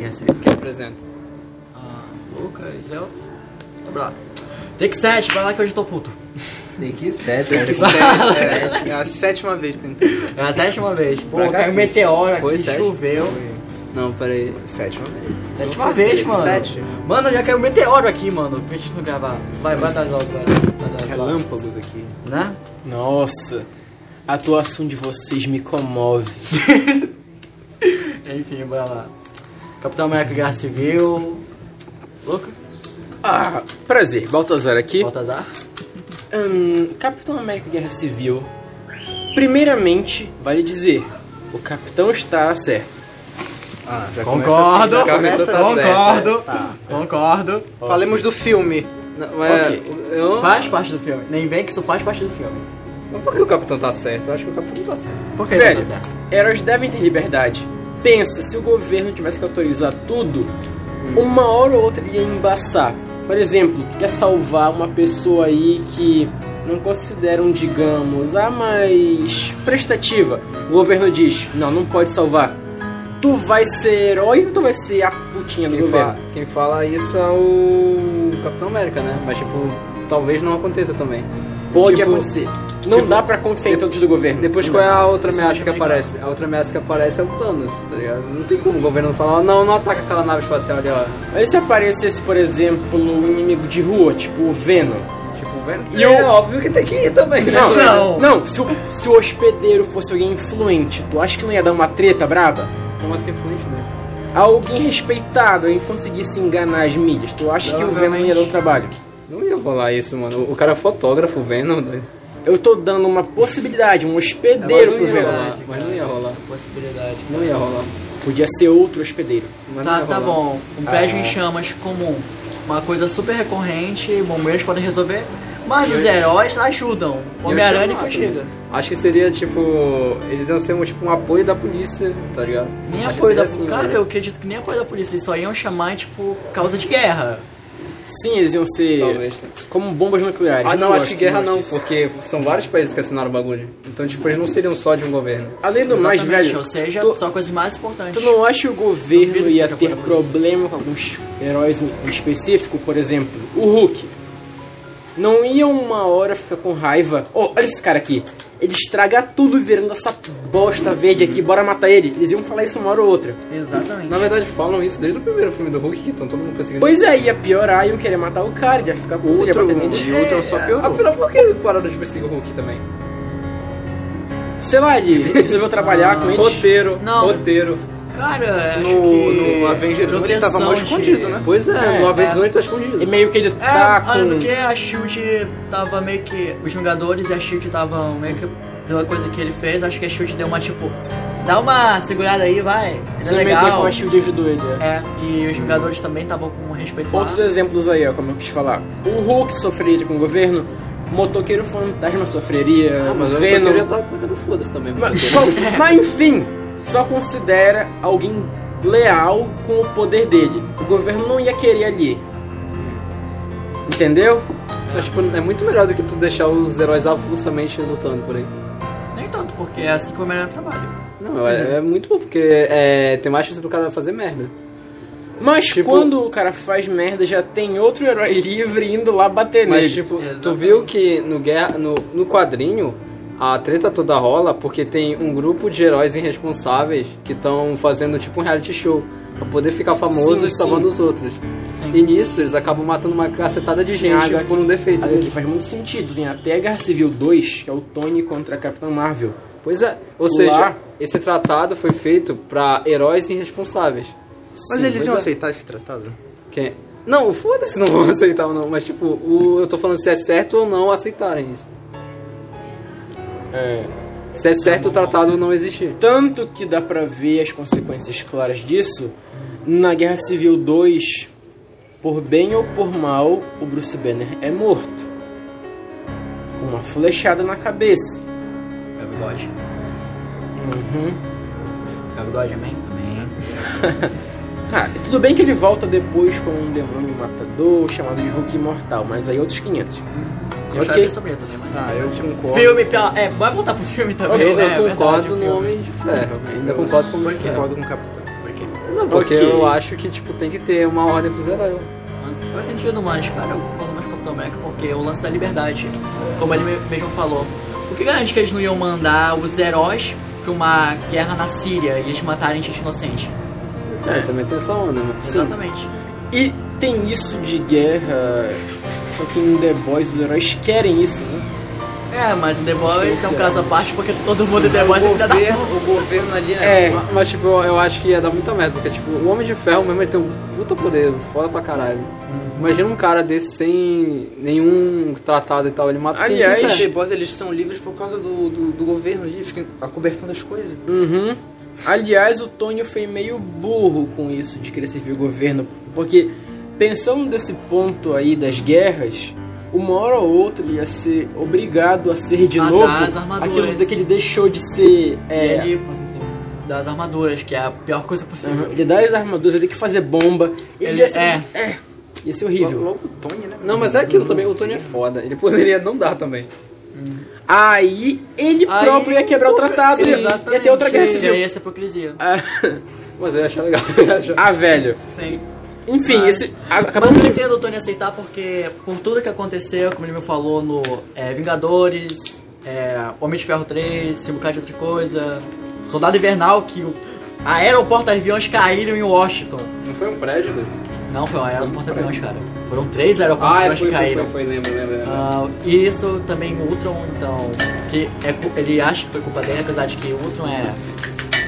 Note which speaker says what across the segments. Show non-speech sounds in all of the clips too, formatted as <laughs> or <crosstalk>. Speaker 1: E essa é a
Speaker 2: Quem apresenta?
Speaker 1: Ah, Lucas, eu. Lembra lá. Take 7, vai lá que hoje eu tô puto.
Speaker 3: Tem que ser,
Speaker 2: Sete, <laughs> é, é a sétima vez que tem.
Speaker 1: É a sétima vez. Pô,
Speaker 3: Pra
Speaker 1: caiu
Speaker 3: cacete.
Speaker 1: um meteoro
Speaker 2: Foi
Speaker 1: aqui,
Speaker 2: sete?
Speaker 1: choveu.
Speaker 2: Não, peraí. Sétima vez.
Speaker 1: Sétima vez, mano.
Speaker 2: Sete.
Speaker 1: Mano, já caiu um meteoro aqui, mano. Pra gente não gravar. Vai, vai dar logo, vai. Vai dar logo.
Speaker 2: Relâmpagos aqui.
Speaker 1: Né?
Speaker 4: Nossa, a atuação de vocês me comove.
Speaker 1: Enfim, bora lá. Capitão América Guerra Civil. Louco?
Speaker 4: Ah, prazer, Baltazar aqui.
Speaker 1: Baltazar?
Speaker 2: assim,
Speaker 4: Hum, Capitão América Guerra Civil. Primeiramente, vale dizer, o capitão está certo.
Speaker 2: Ah, já
Speaker 1: Concordo.
Speaker 2: começa assim, já começa certo.
Speaker 1: Concordo.
Speaker 2: Tá.
Speaker 1: Concordo.
Speaker 2: Falemos do filme.
Speaker 3: Não,
Speaker 2: É,
Speaker 3: mas
Speaker 4: Ok.
Speaker 3: eu.
Speaker 1: Faz parte do filme. Nem vem que isso faz parte do filme.
Speaker 2: Mas por que o capitão tá certo? Eu acho que o capitão tá certo.
Speaker 1: Por que
Speaker 4: Velho.
Speaker 1: não tá certo?
Speaker 4: Heróis devem ter liberdade. Pensa, se o governo tivesse que autorizar tudo, uma hora ou outra ia embaçar. Por exemplo, tu quer salvar uma pessoa aí que não consideram, digamos, a mais prestativa. O governo diz, não, não pode salvar. Tu vai ser herói ou tu vai ser a putinha do
Speaker 2: Quem
Speaker 4: governo?
Speaker 2: fala, quem fala isso é o Capitão América, né? Mas, tipo, talvez não aconteça também.
Speaker 4: Pode
Speaker 2: Tipo,
Speaker 4: acontecer. Não
Speaker 2: tipo,
Speaker 4: dá pra confiar em todos do governo.
Speaker 2: Depois
Speaker 4: Não
Speaker 2: qual é
Speaker 4: dá.
Speaker 2: a outra
Speaker 1: Isso
Speaker 2: ameaça que
Speaker 1: também, cara.
Speaker 2: aparece? A outra ameaça que aparece é o Thanos, tá ligado? Não tem como o governo não falar, "Ó, não, não ataca aquela nave espacial ali, ó.
Speaker 4: Aí se aparecesse, por exemplo, um inimigo de rua, tipo o Venom.
Speaker 2: Tipo, o Venom.
Speaker 4: E
Speaker 2: é
Speaker 4: o-
Speaker 2: óbvio que tem que ir também. né?
Speaker 4: Não,
Speaker 1: Não.
Speaker 4: não. se, o, se o hospedeiro fosse alguém influente, tu acha que não ia dar uma treta braba?
Speaker 2: Como assim, fluente, né?
Speaker 4: Alguém respeitado, alguém que conseguisse enganar as mídias, tu acha que o Venom ia dar um trabalho?
Speaker 2: Não ia rolar isso, mano. O cara é fotógrafo, o Venom, doido.
Speaker 4: Eu tô dando uma possibilidade, um hospedeiro
Speaker 2: Mas não
Speaker 4: pro
Speaker 2: ia
Speaker 4: Venom.
Speaker 2: rolar, mas não ia rolar.
Speaker 1: Possibilidade.
Speaker 2: Não ia rolar.
Speaker 4: Podia ser outro hospedeiro.
Speaker 2: mas não
Speaker 1: Tá,
Speaker 2: ia
Speaker 1: tá
Speaker 2: rolar.
Speaker 1: bom. Um prédio
Speaker 2: Ah.
Speaker 1: em chamas comum. Uma coisa super recorrente, bombeiros podem resolver. Mas os heróis ajudam. Homem-Aranha
Speaker 2: chamado,
Speaker 1: contigo.
Speaker 2: Acho que seria tipo. Eles iam ser um, tipo, um apoio da polícia, tá ligado?
Speaker 1: Nem
Speaker 2: Acho que
Speaker 1: apoio
Speaker 2: seria
Speaker 1: da
Speaker 2: assim,
Speaker 1: Cara,
Speaker 2: né?
Speaker 1: eu acredito que nem apoio da polícia. Eles só iam chamar, tipo, causa de guerra.
Speaker 4: Sim, eles iam ser
Speaker 2: Talvez.
Speaker 4: como bombas nucleares.
Speaker 2: Ah, não,
Speaker 4: gosto,
Speaker 2: acho que guerra não,
Speaker 4: gosto disso.
Speaker 2: porque são vários países que assinaram o bagulho. Então, tipo, eles não seriam só de um governo.
Speaker 4: Além do mais,
Speaker 1: Exatamente,
Speaker 4: velho,
Speaker 1: Ou seja,
Speaker 4: tu-
Speaker 1: só coisas mais importantes.
Speaker 4: Tu não acha que o governo
Speaker 1: Duvido que
Speaker 4: ia
Speaker 1: seja
Speaker 4: ter
Speaker 1: por abuso.
Speaker 4: problema com alguns heróis em em específico? Por exemplo, o Hulk. Não ia uma hora ficar com raiva. Oh, olha esse cara aqui. Ele estraga tudo virando essa bosta verde aqui, bora matar ele. Eles iam falar isso uma hora ou outra.
Speaker 1: Exatamente.
Speaker 2: Na verdade, falam isso desde o primeiro filme do Hulk, que estão todo mundo conseguindo.
Speaker 4: Pois é, ia piorar, iam querer matar o cara, ia ficar puto, ia
Speaker 2: é, Ultron,
Speaker 4: bater nele.
Speaker 2: e Ultron só piorou. Afinal, por que pararam de perseguir o Hulk também?
Speaker 4: Sei lá, ele resolveu
Speaker 2: É,
Speaker 4: trabalhar
Speaker 1: <laughs>
Speaker 4: com eles.
Speaker 2: Roteiro,
Speaker 1: Não.
Speaker 2: roteiro.
Speaker 1: Cara, acho
Speaker 5: No,
Speaker 1: que...
Speaker 5: no Avengers 1 ele tava mal
Speaker 1: proteção de-
Speaker 5: escondido, né?
Speaker 2: Pois é,
Speaker 4: É,
Speaker 2: no
Speaker 4: é.
Speaker 2: Avengers 1 ele tá escondido.
Speaker 4: E meio que ele
Speaker 1: É,
Speaker 4: tá
Speaker 1: olha,
Speaker 4: com.
Speaker 1: porque a Shield tava meio que. Os Vingadores e a Shield estavam meio que. Pela coisa que ele fez, acho que a Shield deu uma tipo. Dá uma segurada aí, vai. Isso
Speaker 4: Se
Speaker 1: é
Speaker 4: meter
Speaker 1: legal.
Speaker 4: com a Shield ajudou ele. é.
Speaker 1: É, e os Vingadores também estavam com respeito
Speaker 4: Outros
Speaker 1: lá.
Speaker 4: exemplos aí, ó, como eu quis falar. O Hulk sofreria com o governo, motoqueiro fantasma sofreria,
Speaker 2: Ah, mas eu
Speaker 4: Venom.
Speaker 2: queria tá tacando foda-se também.
Speaker 4: Mas,
Speaker 2: roteiro.
Speaker 4: bom, mas enfim, só considera alguém leal com o poder dele. O governo não ia querer ali. Entendeu?
Speaker 2: Mas, tipo, é muito melhor do que tu deixar os heróis avulsamente lutando por aí.
Speaker 1: Nem tanto, porque é assim que o melhor trabalho.
Speaker 2: Não, é, é muito bom, porque é, tem mais chance do cara fazer merda.
Speaker 4: Mas
Speaker 2: Tipo-
Speaker 4: quando o cara faz merda, já tem outro herói <laughs> livre indo lá bater
Speaker 2: Mas,
Speaker 4: nele.
Speaker 2: tipo, tu
Speaker 1: Exatamente.
Speaker 2: viu que no, guerra, no, no quadrinho a treta toda rola porque tem um grupo de heróis irresponsáveis que estão fazendo tipo um reality show pra poder ficar famoso
Speaker 4: Sim,
Speaker 2: e salvando
Speaker 4: sim.
Speaker 2: os outros.
Speaker 1: Sim.
Speaker 2: E nisso eles acabam matando uma cacetada de
Speaker 4: Sim,
Speaker 2: gente
Speaker 4: HQ.
Speaker 2: por um defeito.
Speaker 4: Olha
Speaker 2: deles.
Speaker 4: que faz muito sentido. Tem até a Guerra Civil 2, que é o Tony contra a Capitã Marvel.
Speaker 2: Pois é, ou
Speaker 4: Lá-
Speaker 2: seja, esse tratado foi feito pra heróis irresponsáveis.
Speaker 5: Mas
Speaker 2: Sim,
Speaker 5: eles
Speaker 2: pois
Speaker 5: iam
Speaker 2: é.
Speaker 5: aceitar esse tratado?
Speaker 2: Quem... Não, foda-se, não vão <laughs> aceitar ou não, mas tipo, o- eu tô falando se é certo ou não aceitarem isso.
Speaker 4: É,
Speaker 2: Se é certo o tratado não existir.
Speaker 4: Tanto que dá pra ver as consequências claras disso na Guerra Civil 2. Por bem ou por mal, o Bruce Banner é morto. Com uma flechada na cabeça.
Speaker 1: É o bigode.
Speaker 4: Uhum.
Speaker 1: É o bigode, amém? Amém.
Speaker 4: Ah, e tudo bem que ele volta depois como um demônio matador chamado de Hulk Imortal, mas aí outros 500.
Speaker 1: Eu
Speaker 4: Ok.
Speaker 1: okay. sobre ele também, mas. é tipo,
Speaker 5: Ah, eu concordo.
Speaker 1: Filme, pior. É, vai voltar pro filme também.
Speaker 2: Eu, eu
Speaker 1: né? É verdade,
Speaker 2: concordo
Speaker 1: o
Speaker 2: no
Speaker 1: filme.
Speaker 2: Homem de Ferro. Ainda concordo com o Homem de Ferro.
Speaker 5: É, Concordo com o capitão.
Speaker 1: Por quê?
Speaker 2: Não, porque
Speaker 4: Ok.
Speaker 2: eu acho que, tipo, tem que ter uma ordem pros heróis.
Speaker 1: Mas faz sentido mais, cara. Eu concordo mais com o Capitão América porque é o lance da liberdade, como ele me- mesmo falou. O que garante que eles não iam mandar os heróis pra uma guerra na Síria e eles matarem gente inocente?
Speaker 2: É, também tem essa onda, né?
Speaker 1: Exatamente.
Speaker 4: E tem isso de guerra. Só que em The Boys os heróis querem isso, né?
Speaker 1: É, mas o The Boys é um
Speaker 4: Esqueci,
Speaker 1: caso à parte porque todo mundo em The Boys é
Speaker 5: o,
Speaker 1: filha da puta.
Speaker 5: governo, o governo ali, né?
Speaker 4: É.
Speaker 2: Ma- Mas, tipo, eu, eu acho que ia dar muita merda, porque, tipo, o Homem de Ferro mesmo ele tem um puta poder, foda pra caralho. Imagina um cara desse sem nenhum tratado e tal, ele mata quem
Speaker 4: Aliás,
Speaker 5: Os
Speaker 2: quiser.
Speaker 5: boss, eles são livres por causa do, do, do governo ali, fica acobertando as coisas.
Speaker 4: Uhum. Aliás, o Tony foi meio burro com isso de querer servir o governo, porque pensando desse ponto aí das guerras, uma hora ou outra ele ia ser obrigado a ser de
Speaker 1: Ah,
Speaker 4: novo
Speaker 1: das armaduras.
Speaker 4: aquilo que ele deixou de ser. É,
Speaker 1: E ele das armaduras, que é a pior coisa possível.
Speaker 4: Uhum. Ele dá as armaduras, ele tem que fazer bomba. Ele,
Speaker 1: Ele-
Speaker 4: ia ser,
Speaker 1: é.
Speaker 4: é, Ia ser
Speaker 5: Logo,
Speaker 4: horrível.
Speaker 5: logo o Tony, né?
Speaker 2: Não, mas é aquilo também, o Tony é foda, ele poderia não dar também.
Speaker 4: Aí ele
Speaker 1: Aí-
Speaker 4: próprio ia quebrar o tratado e ia ter outra guerra
Speaker 1: Sim,
Speaker 4: civil.
Speaker 1: E aí essa hipocrisia.
Speaker 4: Ah, <laughs>
Speaker 2: Mas eu ia achar legal.
Speaker 4: ah, velho.
Speaker 1: Sim.
Speaker 4: Enfim,
Speaker 1: Mas-
Speaker 4: esse. a- Acabou
Speaker 1: Mas eu
Speaker 4: de.
Speaker 1: entendo o Tony aceitar porque, por tudo que aconteceu, como ele me falou no é, Vingadores, é, Homem de Ferro 3, esse bocado de outra coisa, Soldado Invernal, que o aeroporto aviões caíram em Washington.
Speaker 2: <laughs> Não foi um prédio dele?
Speaker 1: Não, foi um aeroporto aviões, cara. Foram três aeroportos
Speaker 2: Ah, foi,
Speaker 1: aviões que
Speaker 2: foi,
Speaker 1: caíram.
Speaker 2: foi, foi, lembro, lembro, lembro.
Speaker 1: Ah, e isso também o Ultron, então, que é, cu- ele acha que foi culpa dele, apesar de que o Ultron é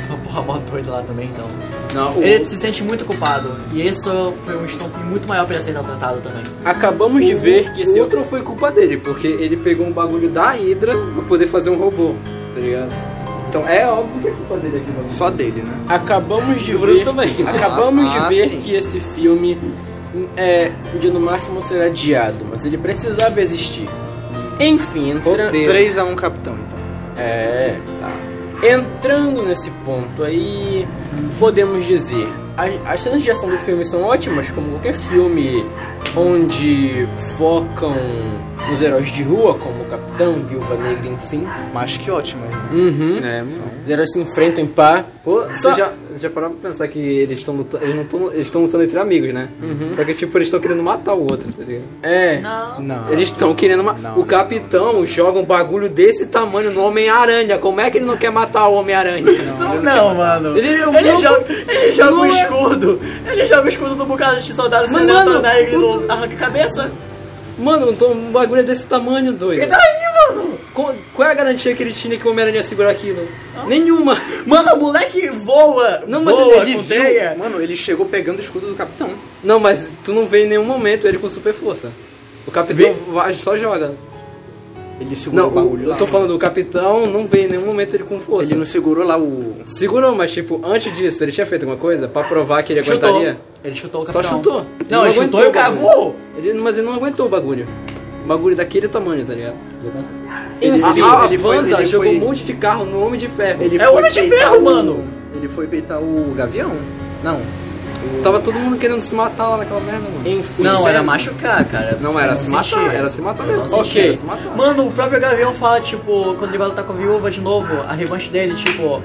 Speaker 1: uma porra mó doida lá também, então.
Speaker 2: Não, o-
Speaker 1: Ele se sente muito culpado, e isso foi um estopim muito maior pra ele aceitar o tratado também.
Speaker 4: Acabamos de ver que esse
Speaker 2: o outro foi culpa dele, porque ele pegou um bagulho da Hydra pra poder fazer um robô, tá ligado? Então é óbvio que é culpa dele aqui, mano.
Speaker 5: Só dele, né?
Speaker 4: Acabamos de
Speaker 2: Do
Speaker 4: ver.
Speaker 2: Bruce também.
Speaker 4: Acabamos
Speaker 5: Ah,
Speaker 4: de ver
Speaker 5: sim.
Speaker 4: que esse filme é, podia no máximo ser adiado, mas ele precisava existir. Enfim, entra...
Speaker 2: Roteiro.
Speaker 5: 3x1 capitão, então.
Speaker 4: é,
Speaker 5: Tá.
Speaker 4: entrando nesse ponto aí, podemos dizer, a- as cenas de ação do filme são ótimas, como qualquer filme onde focam os heróis de rua, como Capitão, Viúva Negra, enfim.
Speaker 5: Mas que ótimo. né?
Speaker 4: Uhum.
Speaker 2: Uhum. É, mano.
Speaker 4: Os heróis se enfrentam em par.
Speaker 2: Pô, você
Speaker 4: Só-
Speaker 2: já, você já parou pra pensar que eles estão lutando. Eles não tão, eles estão lutando entre amigos, né? Só que tipo, eles estão querendo matar o outro, tá ligado?
Speaker 4: É.
Speaker 1: Não,
Speaker 5: Não.
Speaker 2: Eles estão querendo matar.
Speaker 5: Não,
Speaker 2: O capitão joga um bagulho desse tamanho no Homem-Aranha. Como é que ele não quer matar o Homem-Aranha?
Speaker 1: Não, mano. Ele,
Speaker 2: Ele- o
Speaker 1: ele
Speaker 2: meu-
Speaker 1: joga, ele joga
Speaker 2: Não
Speaker 1: um
Speaker 2: é-
Speaker 1: escudo. Ele joga o escudo do bocado de soldado
Speaker 2: Mas,
Speaker 1: seletor
Speaker 2: mano,
Speaker 1: na ele não arranca a cabeça.
Speaker 2: Mano, um to- um bagulho desse tamanho, doido.
Speaker 1: E daí, mano?
Speaker 2: Co- Qual é a garantia que ele tinha que o Homem-Aranha ia segurar aquilo? Nenhuma!
Speaker 1: Mano, o moleque voa.
Speaker 2: Não, mas
Speaker 1: voa
Speaker 5: Ele
Speaker 1: com
Speaker 5: viu-
Speaker 1: teia.
Speaker 5: Mano, ele chegou pegando o escudo do capitão.
Speaker 2: Não, mas tu não vê em nenhum momento ele com super força. O capitão vai- só joga.
Speaker 5: Ele segurou
Speaker 2: Não,
Speaker 5: o bagulho
Speaker 2: o-
Speaker 5: lá.
Speaker 2: eu tô
Speaker 5: né?
Speaker 2: falando, assim. o capitão não vê em nenhum momento ele com força.
Speaker 5: Ele não segurou lá o.
Speaker 2: Segurou, mas tipo, antes disso, ele tinha feito alguma coisa pra provar que ele
Speaker 1: Chutou.
Speaker 2: aguentaria?
Speaker 1: Ele chutou o
Speaker 2: Só
Speaker 1: capitão.
Speaker 2: chutou. Ele
Speaker 1: Não, ele
Speaker 2: aguentou
Speaker 1: chutou e o
Speaker 2: o
Speaker 1: cara
Speaker 2: bagulho.
Speaker 1: voou.
Speaker 2: Ele, mas ele não aguentou o bagulho. O bagulho daquele tamanho, tá ligado?
Speaker 5: Ele
Speaker 2: a
Speaker 5: foi-
Speaker 2: a
Speaker 5: ele foi-
Speaker 2: Wanda
Speaker 5: ele
Speaker 2: jogou
Speaker 5: foi-
Speaker 2: um monte de carro no Homem de Ferro.
Speaker 5: Ele
Speaker 1: É
Speaker 5: foi
Speaker 1: Homem de
Speaker 5: peitar
Speaker 1: Ferro,
Speaker 5: o-
Speaker 1: mano.
Speaker 5: Ele foi peitar o Gavião? Não. O-
Speaker 2: Tava todo mundo querendo se matar lá naquela merda, mano.
Speaker 4: Enfim.
Speaker 1: Não,
Speaker 5: Sério?
Speaker 1: era machucar, cara.
Speaker 2: Não era
Speaker 1: Eu
Speaker 2: se
Speaker 1: senti.
Speaker 2: matar, era se matar
Speaker 1: Eu
Speaker 2: mesmo.
Speaker 1: não
Speaker 4: Ok.
Speaker 1: senti.
Speaker 2: Era se matar.
Speaker 1: Mano, o próprio Gavião fala, tipo, quando ele vai lutar com a viúva de novo, a revanche dele, tipo,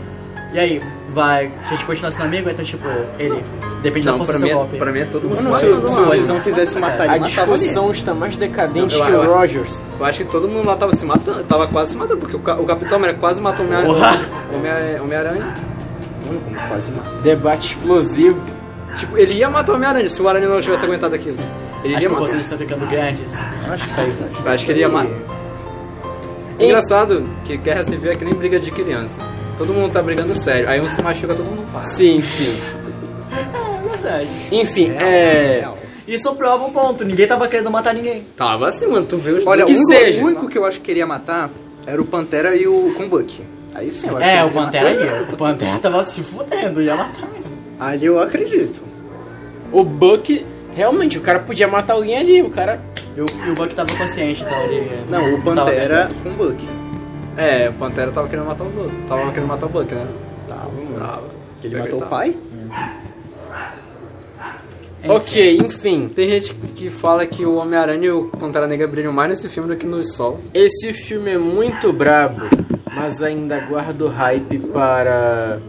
Speaker 1: e aí, vai, a gente continua sendo amigo? Então, tipo, ele, depende da
Speaker 2: Não,
Speaker 1: força
Speaker 2: pra
Speaker 1: do
Speaker 2: mim,
Speaker 1: seu
Speaker 2: é-
Speaker 1: golpe.
Speaker 2: pra mim é todo mundo
Speaker 5: Mano,
Speaker 2: se
Speaker 5: se,
Speaker 2: matando,
Speaker 5: se
Speaker 2: mano.
Speaker 5: o Visão quisesse matar ele,
Speaker 4: A
Speaker 5: matava ele.
Speaker 4: discussão está mais decadente
Speaker 2: Eu-
Speaker 4: que
Speaker 2: eu-
Speaker 4: o Rogers.
Speaker 2: Eu acho que todo mundo lá tava se matando, tava quase se matando, porque o, ca- o Capitão América quase matou o Homem-Aranha. Homem- é, Homem-Aranha.
Speaker 5: Mano, como quase matou.
Speaker 4: Debate explosivo.
Speaker 2: tipo, ele ia matar o Homem-Aranha se o Aranha não tivesse aguentado aquilo. Ele
Speaker 1: Acho
Speaker 2: ia
Speaker 1: que
Speaker 2: matar.
Speaker 1: vocês estão ficando grandes.
Speaker 5: Acho que tá exagerado.
Speaker 2: Eu acho que ele ia matar. Engraçado que guerra civil é que nem briga de criança. Todo mundo tá brigando sério. Aí um se machuca, todo mundo passa.
Speaker 4: Sim, sim.
Speaker 1: É verdade.
Speaker 4: Enfim,
Speaker 5: Real,
Speaker 4: é.
Speaker 5: real.
Speaker 1: Isso prova um ponto, ninguém tava querendo matar ninguém.
Speaker 2: Tava assim, mano. Tu vê os
Speaker 5: Olha, um-
Speaker 4: Que
Speaker 5: o, único,
Speaker 4: seja.
Speaker 5: o único que eu acho que queria matar era o Pantera e o Kumbuck. Aí sim, eu acho que
Speaker 1: É,
Speaker 5: ele
Speaker 1: o
Speaker 5: queria
Speaker 1: Pantera
Speaker 5: matar.
Speaker 1: ia. O Pantera tava se fudendo, tá- ia matar mesmo.
Speaker 5: Ali eu acredito.
Speaker 4: O Buck, realmente, o cara podia matar alguém ali, o cara.
Speaker 1: E o, e o Buck tava consciente, então ele...
Speaker 5: Não, o
Speaker 1: tava
Speaker 5: Pantera
Speaker 1: pensando.
Speaker 5: com o Buck.
Speaker 2: É, o Pantera tava querendo matar os outros. Tava querendo matar o Buck, né?
Speaker 5: Tava, mano.
Speaker 2: Tava.
Speaker 5: Tá, Ele
Speaker 2: Pior que
Speaker 5: matou
Speaker 2: tava.
Speaker 5: o pai?
Speaker 4: Ok, enfim.
Speaker 2: Tem gente que fala que o Homem-Aranha e o Pantera Negra brilham mais nesse filme do que no Sol.
Speaker 4: Esse filme é muito brabo, mas ainda guardo hype para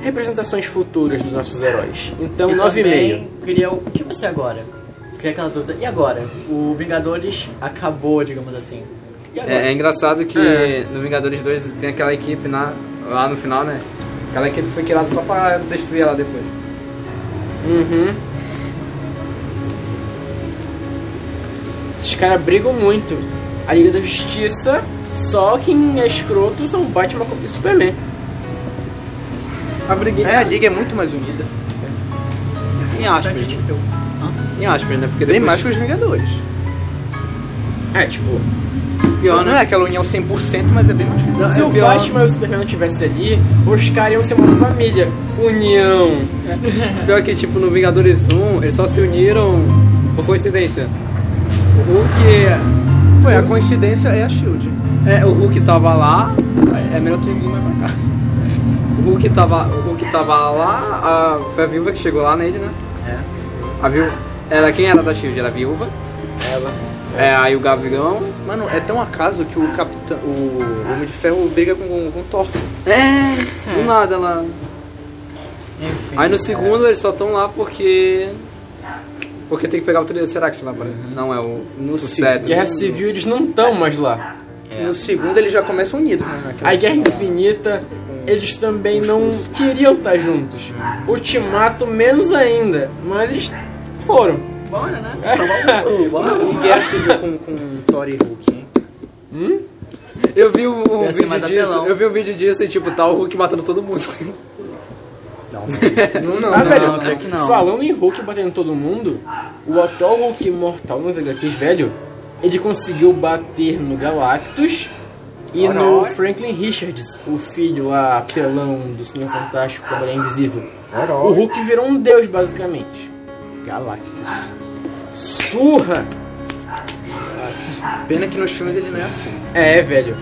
Speaker 4: representações futuras dos nossos heróis.
Speaker 5: é um
Speaker 4: Então,
Speaker 1: E
Speaker 4: 9,5.
Speaker 1: também Cria o... o que vai ser agora? Cria aquela dúvida. E agora? O Vingadores acabou, digamos assim. E agora?
Speaker 2: É, é engraçado que
Speaker 4: É.
Speaker 2: no Vingadores 2 tem aquela equipe na- lá no final, né? Aquela equipe foi criada só pra destruir ela depois.
Speaker 4: Uhum. Esses caras brigam muito. A Liga da Justiça, só quem é escroto são Batman e Superman.
Speaker 5: A briguinha. É, a liga é muito mais unida.
Speaker 2: Em aspas, né? em aspas, né? Porque
Speaker 5: É Bem
Speaker 2: depois...
Speaker 5: mais que os Vingadores.
Speaker 4: É, tipo,
Speaker 5: Pior, não é aquela união 100%, mas é bem mais unida.
Speaker 4: se o Batman e o Superman não estivessem ali, os caras iam ser uma família.
Speaker 2: <laughs>
Speaker 4: União.
Speaker 2: Pior que, tipo, no Vingadores 1, eles só se uniram por coincidência. O Hulk...
Speaker 5: Foi, a coincidência é a Shield.
Speaker 2: É, o Hulk tava lá... É melhor tu vir mais pra cá. O Hulk tava, o Hulk tava lá, a, foi a viúva que chegou lá nele, né? É. A viúva... Era quem era da SHIELD? Era a viúva. Ela. É, aí o Gavião...
Speaker 5: Mano, é tão acaso que o Capitão. O Homem de Ferro briga com, com o Thor.
Speaker 2: É, do nada lá.
Speaker 1: Enfim.
Speaker 2: Aí no segundo eles só estão lá porque. Porque tem que pegar o Triceratops lá pra. Não, é o.
Speaker 5: No
Speaker 2: o
Speaker 5: segundo.
Speaker 2: cetro.
Speaker 4: Guerra Civil, eles não estão mais lá.
Speaker 5: No segundo ele já começa unido, né? naquela
Speaker 4: A Guerra
Speaker 5: cena.
Speaker 4: Infinita, eles também não queriam estar juntos. Ultimato, menos ainda. Mas eles foram.
Speaker 5: Bora, né? Tem que salvar o
Speaker 2: um,
Speaker 4: <laughs>
Speaker 5: mundo. Bora. E Guerra Civil com, com Thor e Hulk, hein?
Speaker 2: Eu vi um, um
Speaker 1: Ia ser mais
Speaker 2: vídeo disso.
Speaker 1: apelão.
Speaker 2: Eu vi um vídeo disso e tipo, tá o Hulk matando todo mundo.
Speaker 5: Não. Não, não.
Speaker 4: ah,
Speaker 5: não,
Speaker 4: velho,
Speaker 5: não.
Speaker 1: claro que não.
Speaker 4: falando em Hulk batendo todo mundo, o atual Hulk imortal nos HQs, velho, ele conseguiu bater no Galactus e
Speaker 2: Ora,
Speaker 4: no
Speaker 2: ora.
Speaker 4: Franklin Richards, o filho lá, apelão do Senhor Fantástico, a Mulher Invisível. O Hulk virou um deus, basicamente.
Speaker 5: Galactus.
Speaker 4: Surra!
Speaker 5: Pena que nos filmes ele não é assim.
Speaker 4: É, velho.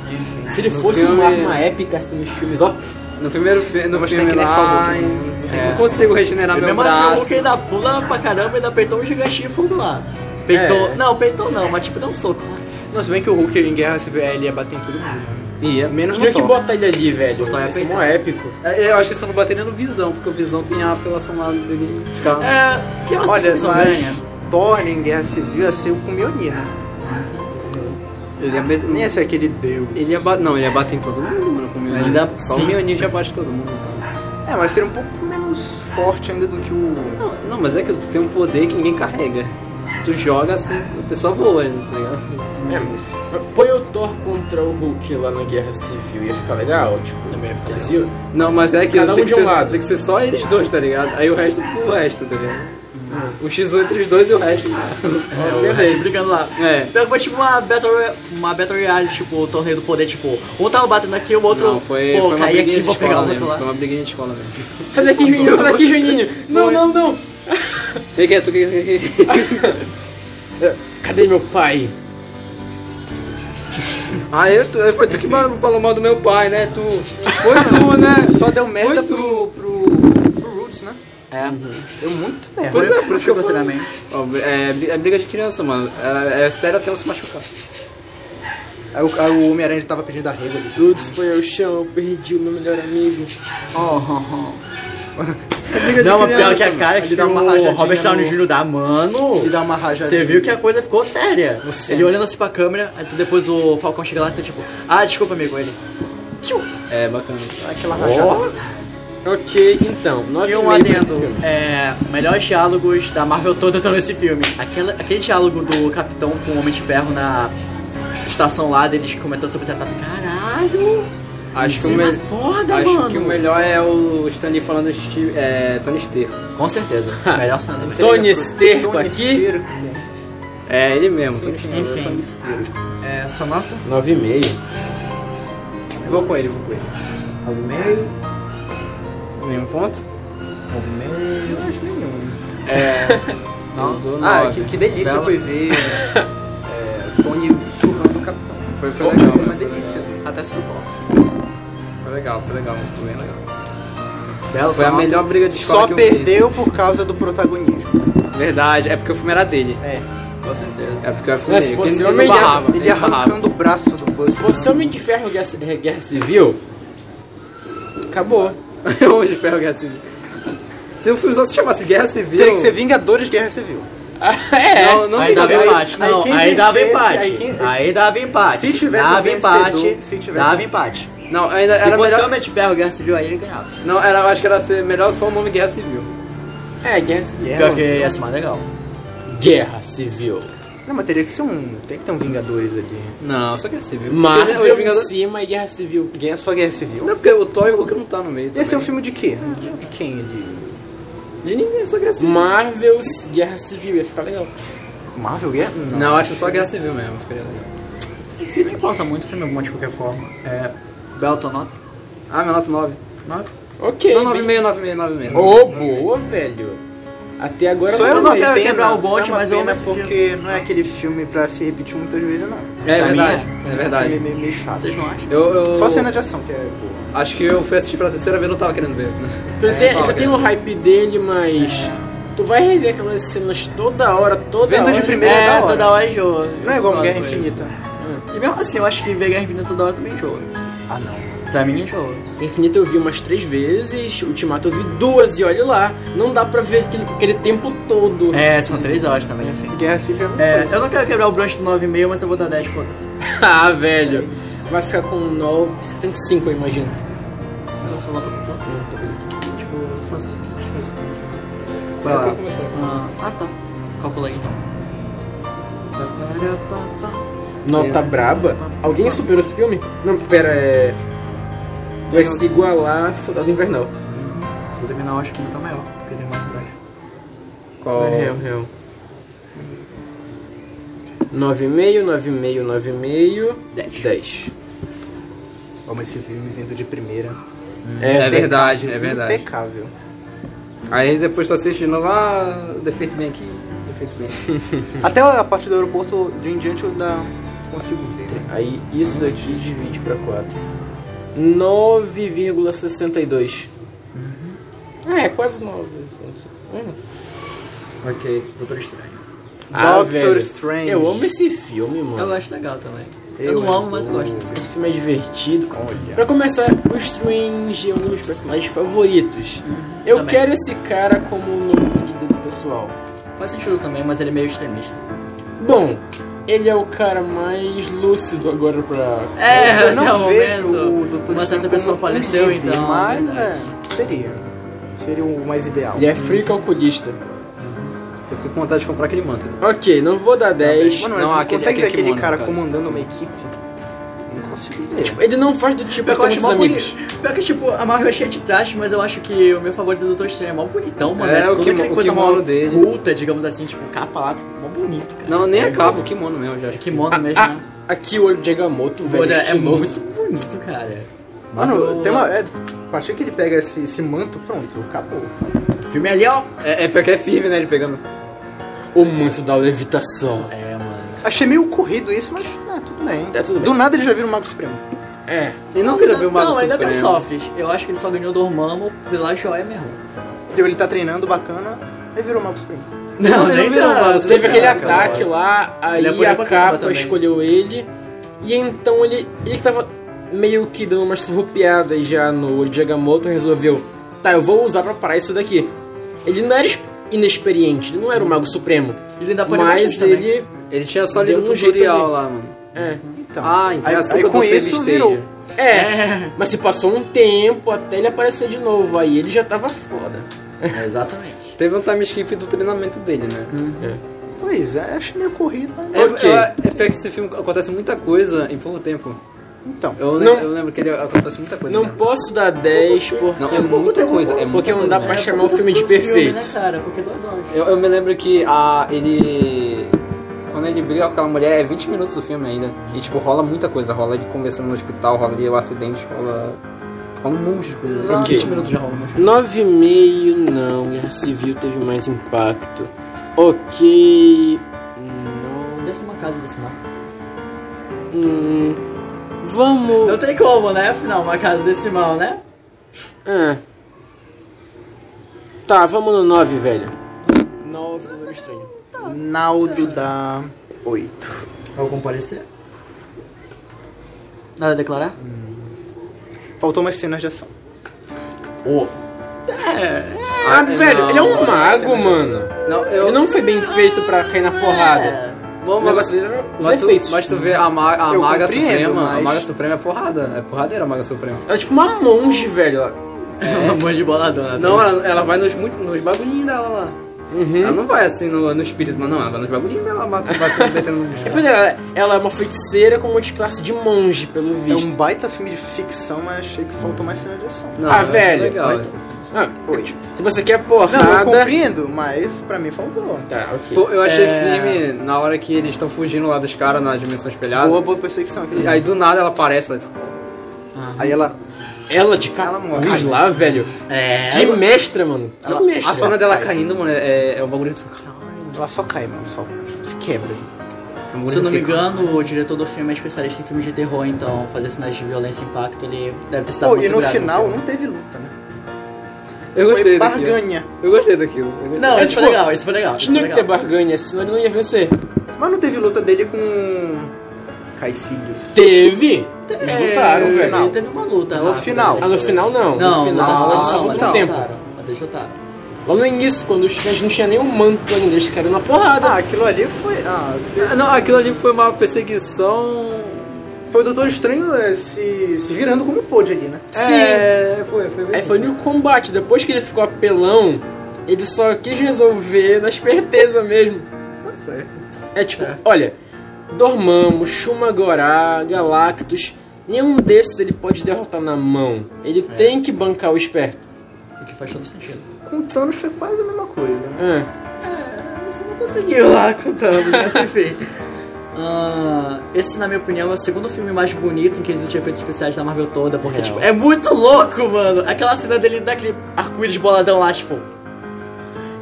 Speaker 4: Se ele
Speaker 2: No
Speaker 4: fosse
Speaker 2: filme-
Speaker 4: uma arma épica assim nos filmes, ó,
Speaker 2: No primeiro fi no
Speaker 5: Mas tem
Speaker 2: filme
Speaker 5: que nem
Speaker 2: lá.
Speaker 5: falou que
Speaker 2: em-
Speaker 5: não- não
Speaker 2: Eu Não consigo regenerar meu
Speaker 1: Mesmo assim, o
Speaker 2: braço.
Speaker 1: Hulk ainda pula pra caramba, ainda apertou um gigantífugo lá. Peitou.
Speaker 4: É.
Speaker 1: Não, peitou não, mas tipo deu um soco lá.
Speaker 5: Não, se bem que o Hulk em Guerra Civil é, ele ia bater em todo mundo.
Speaker 2: Ia.
Speaker 5: Menos
Speaker 4: tinha
Speaker 5: no
Speaker 4: que
Speaker 5: Thor.
Speaker 4: botar ele ali, velho.
Speaker 1: Botar
Speaker 4: Ia ser
Speaker 1: ele
Speaker 4: mó épico.
Speaker 2: É, Eu acho que só não bateria no Visão, porque o Visão tem a apelação lá dele. Tá.
Speaker 1: É, que é uma
Speaker 5: Olha,
Speaker 1: sequência
Speaker 5: mas
Speaker 1: estranha.
Speaker 5: Thor em Guerra Civil ia ser o com Mjolnir, né?
Speaker 2: Ele ia, met-
Speaker 5: Nem ia ser aquele deus.
Speaker 2: ele ia ba- Não, ele ia bater em todo mundo, mano. Com o Mjolnir.
Speaker 1: Ainda-
Speaker 2: Só
Speaker 1: sim.
Speaker 2: o Mjolnir já bate todo mundo.
Speaker 5: É, mas seria um pouco menos forte ainda do que o...
Speaker 2: Não, não, mas é que tu tem um poder que ninguém carrega. Tu joga assim, a pessoa voa, tá ligado? Assim,
Speaker 4: É, põe o Thor contra o Hulk lá na Guerra Civil, ia ficar legal, tipo, também ia ficar legal.
Speaker 2: Não, mas é que
Speaker 4: Cada um
Speaker 2: tem que
Speaker 4: de
Speaker 2: ser,
Speaker 4: um lado.
Speaker 2: Tem que ser só eles dois, tá ligado? Aí o resto pro resto, tá ligado? O X1 entre os dois e o resto. <laughs>
Speaker 1: É, o brigando lá.
Speaker 2: É.
Speaker 1: Pior que foi tipo uma Battle, Roy- uma battle Royale, tipo, o torneio do poder, tipo, um tava batendo aqui, o outro.
Speaker 2: Não, foi,
Speaker 1: pô,
Speaker 2: foi uma
Speaker 1: caí
Speaker 2: briguinha
Speaker 1: aqui,
Speaker 2: de
Speaker 1: vou pegar
Speaker 2: escola
Speaker 1: o outro
Speaker 2: mesmo.
Speaker 1: lá.
Speaker 2: Foi uma briguinha de escola mesmo.
Speaker 4: Sai daqui, Juninho, sai daqui, <laughs> Juninho! Não, não, não!
Speaker 2: E que é tu que- que. que-
Speaker 4: Cadê meu pai?
Speaker 2: Ah, eu, tu, foi tu que ma- falou mal do meu pai, né? Tu. Foi tu, né?
Speaker 5: Só deu
Speaker 2: Foi
Speaker 5: merda pro, pro, pro Roots, né?
Speaker 1: É.
Speaker 5: Deu muito merda.
Speaker 2: Pois é, por isso que eu
Speaker 1: gostei da
Speaker 2: falei.
Speaker 1: mente.
Speaker 2: Ó, É, é briga de criança, mano. É, é sério até eu se machucar.
Speaker 5: Aí o, aí o Homem-Aranha já tava pedindo arrego ali.
Speaker 4: Brutus foi ao chão, eu perdi o meu melhor amigo.
Speaker 1: um- Não, mas pior que a cara que
Speaker 5: Ele dá uma
Speaker 1: o
Speaker 5: rajadinha
Speaker 1: Robert Downey
Speaker 5: no-
Speaker 1: Jr. dá, mano.
Speaker 5: E dá uma rajada.
Speaker 1: Você viu que a coisa ficou séria.
Speaker 5: Você-
Speaker 1: Ele olhando assim pra câmera, aí tu- depois o Falcão chega lá e tá tipo, ah, desculpa, amigo, ele. Tchiu,
Speaker 2: É bacana.
Speaker 1: Aquela rajada.
Speaker 4: Ok, então, nove
Speaker 1: E
Speaker 4: e
Speaker 1: um
Speaker 4: meio pra esse
Speaker 1: adendo,
Speaker 4: filme.
Speaker 1: é, melhores diálogos da Marvel toda estão nesse filme. Aquela, aquele diálogo do Capitão com o Homem de Ferro na estação lá, deles comentando sobre o tratado. Caralho!
Speaker 2: Acho que o
Speaker 1: cena
Speaker 2: melhor.
Speaker 1: foda,
Speaker 2: Acho
Speaker 1: mano!
Speaker 2: que o melhor é o Stanley falando Steve, é, Tony Stark.
Speaker 1: Com certeza. melhor cena do filme.
Speaker 4: Tony Esterco aqui.
Speaker 2: É, ele mesmo.
Speaker 1: Enfim,
Speaker 5: Enfim.
Speaker 1: é, sua nota?
Speaker 4: Nove e meio.
Speaker 5: Eu vou com ele, vou com ele.
Speaker 2: Nenhum ponto?
Speaker 5: Eu não acho nenhum.
Speaker 2: Não, do
Speaker 5: Ah,
Speaker 2: nove.
Speaker 5: que, que delícia
Speaker 2: Bela- <laughs>
Speaker 5: foi ver né? é, Tony surrando o Capitão.
Speaker 2: Foi, foi legal.
Speaker 5: Foi uma
Speaker 2: né?
Speaker 5: delícia.
Speaker 1: Até se bom.
Speaker 2: Foi legal, foi legal. Foi bem legal.
Speaker 1: Belo,
Speaker 2: Foi a
Speaker 1: tua nota?
Speaker 2: melhor briga de escola
Speaker 5: Só
Speaker 2: que eu
Speaker 5: perdeu por causa do protagonismo.
Speaker 2: vi. Verdade, é porque o filme era dele.
Speaker 5: É.
Speaker 1: Com certeza.
Speaker 2: É porque o filme
Speaker 4: Mas se
Speaker 2: dele.
Speaker 4: fosse
Speaker 2: Ele
Speaker 4: homem,
Speaker 2: não
Speaker 4: ele ia-
Speaker 2: barrava.
Speaker 5: Ele
Speaker 2: não barrava.
Speaker 5: arrancando o
Speaker 4: é
Speaker 5: braço do Buck.
Speaker 4: Você Homem de Ferro Guerra, Guerra Civil, acabou.
Speaker 2: <laughs> Homem de Ferro Guerra Civil. Se o filme só se chamasse Guerra Civil.
Speaker 5: Teria que ser Vingadores Guerra Civil.
Speaker 4: é.
Speaker 2: Não, não
Speaker 1: aí
Speaker 2: tem
Speaker 1: dava
Speaker 5: venceu.
Speaker 2: jeito.
Speaker 1: empate,
Speaker 5: Aí
Speaker 1: não,
Speaker 5: quem
Speaker 1: aí dava
Speaker 5: vencesse,
Speaker 1: empate.
Speaker 5: aí quem-
Speaker 1: Aí dava empate.
Speaker 5: Se tivesse
Speaker 1: dava
Speaker 5: um vencedor,
Speaker 1: empate,
Speaker 5: se tivesse-
Speaker 1: dava empate.
Speaker 2: Não, ainda
Speaker 1: Se
Speaker 2: era
Speaker 1: fosse
Speaker 2: melhor.
Speaker 1: Homem de Ferro Guerra Civil, aí ele ganhava.
Speaker 2: Não, era, eu acho que era ser melhor só o nome Guerra Civil.
Speaker 4: É, guerra civil.
Speaker 1: Pior que ia ser mais legal.
Speaker 4: Guerra civil.
Speaker 5: Não, mas teria que ser um. Tem que ter um Vingadores ali.
Speaker 2: Não, só Guerra Civil. Porque, né, os
Speaker 4: Marvel em
Speaker 2: Vingadores-
Speaker 4: cima e guerra civil.
Speaker 5: Guerra, só Guerra Civil?
Speaker 2: Não, porque o Thor e o Hulk não tá no meio.
Speaker 5: Ia ser um
Speaker 2: também.
Speaker 5: filme de quê? De quem ali?
Speaker 2: De ninguém, é só Guerra Civil.
Speaker 4: Marvel guerra civil. Ia ficar legal.
Speaker 5: Marvel Guerra?
Speaker 2: Não, acho que só Guerra Civil mesmo. ficaria legal.
Speaker 1: Enfim, não importa muito, o filme é bom de qualquer forma. É. Bela tua nota?
Speaker 2: Ah, minha nota 9.
Speaker 1: Nota?
Speaker 4: Ok.
Speaker 2: Não,
Speaker 4: bem-
Speaker 2: 9,5, 9,5, 9,5.
Speaker 4: Ô, boa, velho. Até agora
Speaker 5: Só
Speaker 1: eu
Speaker 5: é
Speaker 1: não
Speaker 5: uma
Speaker 1: quero
Speaker 5: pena,
Speaker 1: quebrar o
Speaker 5: só é
Speaker 1: bonde,
Speaker 5: uma
Speaker 1: mas eu amo
Speaker 5: pena
Speaker 1: esse
Speaker 5: porque não é aquele filme pra se repetir muitas vezes, não.
Speaker 2: É
Speaker 1: Pra
Speaker 2: verdade,
Speaker 1: mim,
Speaker 2: é verdade.
Speaker 5: É meio, meio chato.
Speaker 1: Vocês não acham?
Speaker 2: Eu, eu-
Speaker 5: Só cena de ação, que é boa.
Speaker 2: Acho que eu fui assistir pela terceira vez e não tava querendo ver. né?
Speaker 4: Eu, tenho,
Speaker 2: fala,
Speaker 4: eu tenho o hype dele, mas. Tu vai rever aquelas cenas toda hora, toda
Speaker 5: Vendo
Speaker 4: hora.
Speaker 5: de primeira é, da hora.
Speaker 1: toda hora enjoa.
Speaker 5: Não é igual uma
Speaker 1: Eu
Speaker 5: Guerra
Speaker 1: gosto
Speaker 5: Infinita.
Speaker 1: mesmo. E mesmo assim, eu acho que ver Guerra Infinita toda hora também enjoa.
Speaker 5: Ah, não.
Speaker 1: Pra mim, é enjoa.
Speaker 4: Infinito eu vi umas três vezes, Ultimato eu vi duas e olha lá. Não dá pra ver aquele, aquele tempo todo.
Speaker 1: É, são três horas também, é feio.
Speaker 5: Guerra Civil
Speaker 1: É, eu não quero quebrar o brunch do 9,5, mas eu vou dar 10, foda-se.
Speaker 4: <laughs> ah, velho. Vai ficar com 9,75, eu imagino.
Speaker 1: Meu celular pra comprar. Tipo, fosse. Tipo assim. Vai
Speaker 2: Eu
Speaker 1: lá.
Speaker 2: tô começando.
Speaker 1: Ah, ah, tá. Calcula aí então.
Speaker 4: Nota braba? Alguém superou esse filme? Não, pera, é. Vai se igualar a Soldado Invernal.
Speaker 1: Se eu terminar, eu acho que ainda tá maior, porque tem mais de 10.
Speaker 2: Qual?
Speaker 4: Real, real. 9,5, 9,5, 9,5. 10. 10.
Speaker 5: Como esse filme vindo de primeira.
Speaker 2: É verdade, é
Speaker 5: Impecável,
Speaker 2: verdade.
Speaker 5: Impecável.
Speaker 2: Aí depois tu assiste de novo, ah, defeito bem aqui, defeito bem aqui.
Speaker 5: Até a parte do aeroporto de em diante eu ainda consigo ver.
Speaker 4: Aí isso daqui divide pra 4. 9,62. É, quase 9.
Speaker 1: Ok, Doutor Estranho.
Speaker 4: Ah,
Speaker 5: Doctor
Speaker 4: velho,
Speaker 5: Strange.
Speaker 4: Eu amo esse filme, mano.
Speaker 1: Eu acho legal também. Eu,
Speaker 5: Eu
Speaker 1: não amo, mas eu gosto.
Speaker 4: Esse filme é divertido. Pra começar, o Strange é um dos meus personagens favoritos. Eu
Speaker 1: Uhum. Também.
Speaker 4: quero esse cara como o novo líder do pessoal.
Speaker 1: Faz sentido também, mas ele é meio extremista.
Speaker 4: Bom, ele é o cara mais lúcido agora pra.
Speaker 1: É,
Speaker 5: eu não vejo o Doutor
Speaker 1: Uma certa
Speaker 5: Estranho
Speaker 1: pessoa
Speaker 5: como um
Speaker 1: faleceu,
Speaker 5: líder,
Speaker 1: então.
Speaker 5: Mas
Speaker 1: verdade.
Speaker 5: é, seria. Seria o mais ideal.
Speaker 4: Ele é free calculista.
Speaker 2: Eu fiquei com vontade de comprar aquele manto.
Speaker 4: Ok, não vou
Speaker 1: Tá
Speaker 4: dar 10.
Speaker 5: Mano,
Speaker 1: é.
Speaker 2: Não,
Speaker 5: não,
Speaker 2: aquele-
Speaker 5: consegue ver
Speaker 2: aquele
Speaker 5: aquele
Speaker 2: kimono,
Speaker 5: cara,
Speaker 2: cara.
Speaker 5: comandando uma equipe? Não consigo ver.
Speaker 4: Ele não faz do tipo
Speaker 1: Pior que eu
Speaker 4: que
Speaker 1: acho
Speaker 4: muitos
Speaker 1: mó
Speaker 4: amigos.
Speaker 1: bonito. Pior que, tipo, a Marvel é cheia de traste, mas eu acho que o meu favorito do Doutor Estranho é mó bonitão, mano.
Speaker 2: É, o
Speaker 1: toda
Speaker 2: kimo-
Speaker 1: aquela
Speaker 2: o
Speaker 1: coisa
Speaker 2: kimono
Speaker 1: mó
Speaker 2: dele.
Speaker 1: culta, digamos assim, tipo, capa lá, mó bonito, cara.
Speaker 2: Não, nem
Speaker 1: é,
Speaker 2: acaba o kimono mesmo, já
Speaker 1: É
Speaker 2: acho que.
Speaker 1: kimono mesmo,
Speaker 4: Ah,
Speaker 1: né?
Speaker 4: Aqui o olho de Agamotto, velho.
Speaker 1: Olha, é
Speaker 4: estiloso.
Speaker 1: muito bonito, cara.
Speaker 5: Mano, tem uma. É, a partir que ele pega esse, esse manto, pronto, acabou.
Speaker 1: O filme ali, ó.
Speaker 2: É, é pior que é firme, né, ele pegando.
Speaker 4: O manto da levitação.
Speaker 1: É, mano.
Speaker 5: Achei meio corrido isso, mas é, tudo bem.
Speaker 4: Tá tudo bem.
Speaker 5: Do nada ele já vira o Mago Supremo.
Speaker 4: É.
Speaker 2: E não tá queria ver o Mago
Speaker 1: Não, ainda tem um
Speaker 2: Supremo.
Speaker 1: Sofres. Eu acho que ele só ganhou do Dormammu pela joia mesmo.
Speaker 5: Entendeu? Ele tá treinando bacana, aí virou o Mago Supremo.
Speaker 2: Não, ele não virou
Speaker 1: tanto.
Speaker 2: o Mago Supremo.
Speaker 4: Teve aquele
Speaker 2: Caraca,
Speaker 4: ataque lá, aí
Speaker 1: Ele é bonito
Speaker 4: a
Speaker 1: pra caramba
Speaker 4: capa
Speaker 1: também.
Speaker 4: escolheu ele. E então ele, ele que tava meio que dando umas surrupiadas já no olho de Agamotto resolveu: tá, eu vou usar pra parar isso daqui. Ele não era es- inexperiente, ele não era o Mago Supremo.
Speaker 1: Ele
Speaker 2: Tá
Speaker 1: ainda pode
Speaker 4: Mas
Speaker 2: né?
Speaker 1: também.
Speaker 4: ele.
Speaker 2: Ele tinha só lido o
Speaker 4: Deu um jeito
Speaker 2: tutorial
Speaker 4: ali.
Speaker 2: lá, mano.
Speaker 4: É.
Speaker 5: Então,
Speaker 2: Ah, então
Speaker 5: aí,
Speaker 2: é a
Speaker 5: aí
Speaker 2: sopa
Speaker 5: com
Speaker 2: do
Speaker 5: isso
Speaker 2: Save
Speaker 5: virou.
Speaker 2: Stage.
Speaker 4: É,
Speaker 1: É.
Speaker 4: mas se passou um tempo até ele aparecer de novo, aí ele já tava foda.
Speaker 1: Exatamente.
Speaker 2: Teve um time skip do treinamento dele, né?
Speaker 5: Pois é, achei meio corrido, mas.
Speaker 2: É,
Speaker 4: Ok.
Speaker 2: eu- é pior que esse filme acontece muita coisa em pouco tempo.
Speaker 5: Então.
Speaker 2: Eu, le-
Speaker 4: Não.
Speaker 2: eu lembro que ele acontece muita coisa. né?
Speaker 4: Não
Speaker 2: mesmo.
Speaker 4: posso dar 10 porque
Speaker 2: é. Não, é muita coisa, é muita
Speaker 4: porque não
Speaker 2: coisa,
Speaker 4: dá
Speaker 2: né?
Speaker 4: pra chamar o filme de perfeito.
Speaker 1: Filme, né, cara? Porque duas horas.
Speaker 2: Eu, eu me lembro que a, ele. Quando ele briga com aquela mulher, é 20 minutos do filme ainda. E tipo, rola muita coisa. Rola ele conversando no hospital, rola ali o acidente, rola. Rola um monte de coisa.
Speaker 4: Ok.
Speaker 2: 20 minutos já rola um monte.
Speaker 4: 9,5 não, Guerra Civil teve mais impacto. Ok. Não.
Speaker 1: Desce é uma casa desse mal.
Speaker 4: Hum, vamos.
Speaker 1: Não tem como, né? Afinal, uma casa desse mal, né?
Speaker 4: Ah. Tá, vamos no 9, velho. 9, número estranho.
Speaker 5: Naldo dá 8.
Speaker 1: Vou comparecer. Nada a declarar?
Speaker 5: Faltou umas cenas de ação. O.
Speaker 4: Ah, velho, ele é assim. um mago, mano.
Speaker 2: Não,
Speaker 4: Ele
Speaker 2: eu
Speaker 4: não foi bem feito pra cair na porrada.
Speaker 2: Bom,
Speaker 4: É. O
Speaker 2: mas,
Speaker 4: negócio dele era os
Speaker 2: mas, tu,
Speaker 4: efeitos.
Speaker 2: mas tu vê a, ma- a
Speaker 5: Eu
Speaker 2: Maga
Speaker 5: compreendo,
Speaker 2: Suprema. A
Speaker 5: mas-
Speaker 2: Maga Suprema é porrada. É porradeira a Maga Suprema.
Speaker 4: Ela é tipo uma monge, velho. Ela-
Speaker 1: <laughs> Mãe Um de boladona.
Speaker 2: Não, ela, ela vai nos, mu- nos bagulhinhos dela lá. Ela
Speaker 4: Uhum.
Speaker 2: não vai assim no, no espírito, não. Ela vai nos bagulhinhos dela, bate- bate- batendo no bicho.
Speaker 1: <laughs>
Speaker 4: É, pois é, Ela, ela é uma feiticeira com uma de classe de monge, pelo
Speaker 5: É
Speaker 4: visto.
Speaker 5: um baita filme de ficção, mas achei que faltou mais cena de ação.
Speaker 2: Não,
Speaker 4: Ah,
Speaker 2: eu acho
Speaker 4: velho,
Speaker 2: Legal,
Speaker 4: olha.
Speaker 2: isso, assim.
Speaker 4: Ah, se você quer porrada...
Speaker 5: Não, eu compreendo, mas pra mim faltou.
Speaker 4: Tá, ok.
Speaker 2: Pô, eu achei
Speaker 1: É.
Speaker 2: filme na hora que eles estão fugindo lá dos caras na dimensão espelhada.
Speaker 5: Boa, boa perseguição aqui.
Speaker 2: E aí do nada ela aparece lá. tipo,
Speaker 5: Aí ela.
Speaker 4: Ela de cara
Speaker 2: Ela morre.
Speaker 4: lá, velho.
Speaker 1: É.
Speaker 4: Que mestra, mano. Que
Speaker 5: Ela-
Speaker 2: A
Speaker 4: mestra.
Speaker 2: cena dela
Speaker 5: Ai.
Speaker 2: caindo, mano, é, é um bagulho de.
Speaker 5: Ela só cai, mano. Só se quebra.
Speaker 2: é um
Speaker 1: Se eu não me engano, o diretor do filme é especialista em filmes de terror, então fazer sinais de violência e impacto, ele deve ter se dado
Speaker 5: Pô,
Speaker 1: uma
Speaker 5: e no
Speaker 1: segurada
Speaker 5: final
Speaker 1: filme.
Speaker 5: não teve luta, né?
Speaker 2: Eu
Speaker 5: Foi
Speaker 2: gostei daquilo.
Speaker 5: barganha.
Speaker 2: Eu gostei daquilo. eu gostei.
Speaker 1: Não,
Speaker 4: É,
Speaker 1: isso foi
Speaker 4: tipo,
Speaker 1: legal, isso foi legal. Isso
Speaker 4: Tinha
Speaker 1: foi
Speaker 4: que ter
Speaker 1: legal.
Speaker 4: barganha, senão ele não ia vencer.
Speaker 5: Mas não teve luta dele com. Caicílios.
Speaker 4: Teve! Eles lutaram,
Speaker 1: No
Speaker 4: velho.
Speaker 1: final teve uma luta.
Speaker 5: No
Speaker 1: rápida.
Speaker 5: final.
Speaker 4: Ah, no final não.
Speaker 1: Não,
Speaker 4: no final,
Speaker 1: não,
Speaker 4: no segundo
Speaker 1: não,
Speaker 4: tempo.
Speaker 1: Mas eles lutaram.
Speaker 4: Lá no início, quando os caras não tinham nem o manto ainda, eles caíram na porrada.
Speaker 5: Ah, aquilo ali foi. Ah,
Speaker 2: Ah, Não, aquilo ali foi uma perseguição.
Speaker 5: foi o Doutor Estranho eh, se, se virando como pôde ali, né?
Speaker 4: Sim.
Speaker 2: É, foi, foi bem
Speaker 4: Aí foi
Speaker 2: isso.
Speaker 4: no combate, depois que ele ficou apelão, ele só quis resolver na esperteza mesmo.
Speaker 2: Tá certo.
Speaker 4: É tipo, olha, Dormammu, Shumagorá, Galactus, nenhum desses ele pode derrotar na mão. Ele
Speaker 2: É.
Speaker 4: tem que bancar o esperto.
Speaker 1: O que faz todo sentido.
Speaker 5: Com Thanos foi quase a mesma coisa, né?
Speaker 4: Ah.
Speaker 1: Você não conseguiu lá contando, mas enfim. Ah, esse, na minha opinião, é o segundo filme mais bonito em quesito de efeitos especiais da Marvel toda, porque, tipo, é muito louco, mano. Aquela cena dele daquele arco-íris boladão lá, tipo.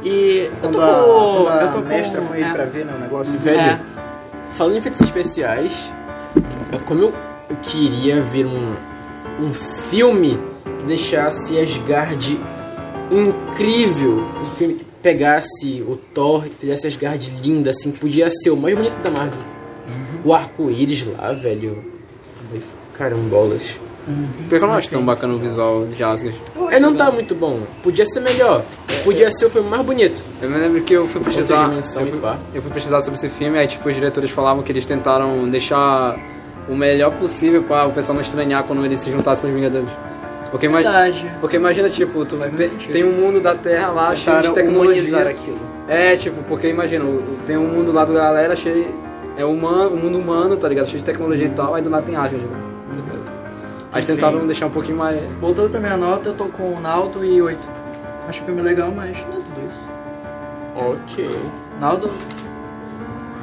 Speaker 1: E. eu
Speaker 5: Quando
Speaker 1: tô
Speaker 5: a,
Speaker 1: com.
Speaker 5: quando a
Speaker 1: eu tô com-
Speaker 5: mestra põe ele
Speaker 1: é.
Speaker 5: pra ver, né? O negócio.
Speaker 4: Velho,
Speaker 1: É.
Speaker 4: falando em efeitos especiais, eu- como eu eu queria ver um, um filme que deixasse Asgard incrível, um filme que pegasse o Thor e fizesse Asgard linda, assim, podia ser o mais bonito da Marvel. O arco-íris lá, velho. Carambolas.
Speaker 2: Por que eu não acho tão bacana o visual de Asgard?
Speaker 4: É, não tá muito bom. Podia ser melhor. Podia ser o filme mais bonito.
Speaker 2: Eu me lembro que eu fui
Speaker 4: Outra
Speaker 2: pesquisar. Eu
Speaker 4: dimensão e
Speaker 2: fui,
Speaker 4: pá.
Speaker 2: eu fui pesquisar sobre esse filme, aí tipo, os diretores falavam que eles tentaram deixar o melhor possível pra o pessoal não estranhar quando ele se juntasse com os Vingadores. Porque, imagi-
Speaker 1: Verdade.
Speaker 2: porque imagina, tipo, tu te-
Speaker 1: sentido.
Speaker 2: tem um mundo da Terra lá cheio de
Speaker 5: Tentaram humanizar
Speaker 2: tecnologia.
Speaker 5: aquilo.
Speaker 2: É, tipo, porque imagina, o- o- tem um mundo lá do galera cheio. É humano, um mundo humano, tá ligado? Cheio de tecnologia e tal, aí do nada tem Asgard, né? Aí eles
Speaker 1: Enfim.
Speaker 2: tentaram deixar um pouquinho mais.
Speaker 1: Voltando pra minha nota, eu tô com um Naldo e 8. Acho o filme legal, mas não é tudo isso.
Speaker 4: Ok.
Speaker 1: Naldo?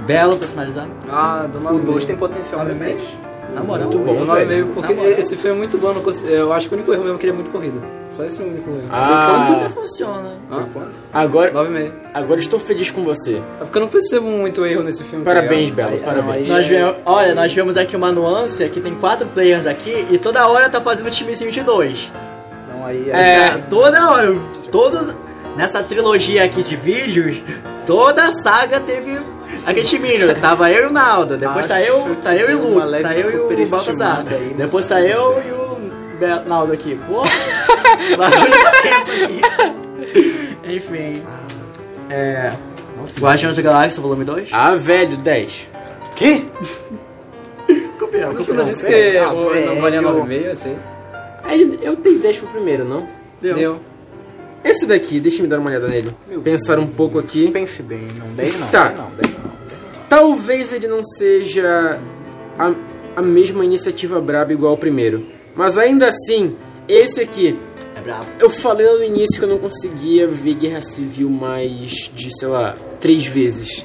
Speaker 1: Belo pra finalizar.
Speaker 5: Então,
Speaker 2: Ah, do
Speaker 5: O
Speaker 2: nada.
Speaker 5: 2 tem potencial pra
Speaker 1: Nove e
Speaker 5: 10.
Speaker 1: meio. Na moral.
Speaker 4: Muito bom.
Speaker 2: Eu falei
Speaker 4: velho.
Speaker 2: meio porque
Speaker 1: Na moral.
Speaker 2: esse filme é muito bom, eu não consigo- eu acho que o único erro mesmo é que ele é muito corrido. Só esse é o único erro.
Speaker 1: Enquanto não
Speaker 4: Ah,
Speaker 1: funciona.
Speaker 2: Ah,
Speaker 4: agora,
Speaker 2: 9,5.
Speaker 4: Agora estou feliz com você.
Speaker 2: É porque eu não percebo muito erro nesse filme. tá
Speaker 4: Parabéns,
Speaker 2: ligado?
Speaker 4: Belo.
Speaker 5: Ah, não,
Speaker 4: Parabéns.
Speaker 5: aí-
Speaker 1: Nós vemos, olha, nós vemos aqui uma nuance, que tem quatro players aqui, e toda hora tá fazendo timezinho de dois.
Speaker 5: Não, aí.
Speaker 1: É,
Speaker 5: aí-
Speaker 1: toda hora, todas, nessa trilogia aqui de vídeos, toda a saga teve aquele timinho. Tava eu e o Naldo, depois tá
Speaker 5: Acho
Speaker 1: eu, tá eu e o
Speaker 5: uma
Speaker 1: Lu,
Speaker 5: leve
Speaker 1: tá eu e o Baltazar,
Speaker 5: superestimada aí, mas-
Speaker 1: depois tá eu e o Be- Naldo aqui. Pô,
Speaker 5: <laughs>
Speaker 1: barulho é aqui. Enfim,
Speaker 5: Ah.
Speaker 1: é... Guardiões da Galáxia, volume 2?
Speaker 4: Ah, velho, 10.
Speaker 5: Que?
Speaker 1: campeão,
Speaker 2: Tu não
Speaker 1: campeão.
Speaker 2: disse
Speaker 5: peraí.
Speaker 2: que
Speaker 5: Ah,
Speaker 2: o- não
Speaker 5: velho.
Speaker 2: valia 9,5, assim?
Speaker 4: Ele- Eu dei 10 pro primeiro, não?
Speaker 1: Deu.
Speaker 4: Esse daqui, deixa eu dar uma olhada nele.
Speaker 5: Meu
Speaker 4: Pensar um pouco aqui.
Speaker 5: Pense bem, não 10 não.
Speaker 4: Tá.
Speaker 5: 10 não, 10 não.
Speaker 4: Talvez ele não seja a, a mesma iniciativa braba igual o primeiro. Mas ainda assim, esse aqui.
Speaker 1: É brabo.
Speaker 4: Eu falei lá no início que eu não conseguia ver Guerra Civil mais de, sei lá, três vezes.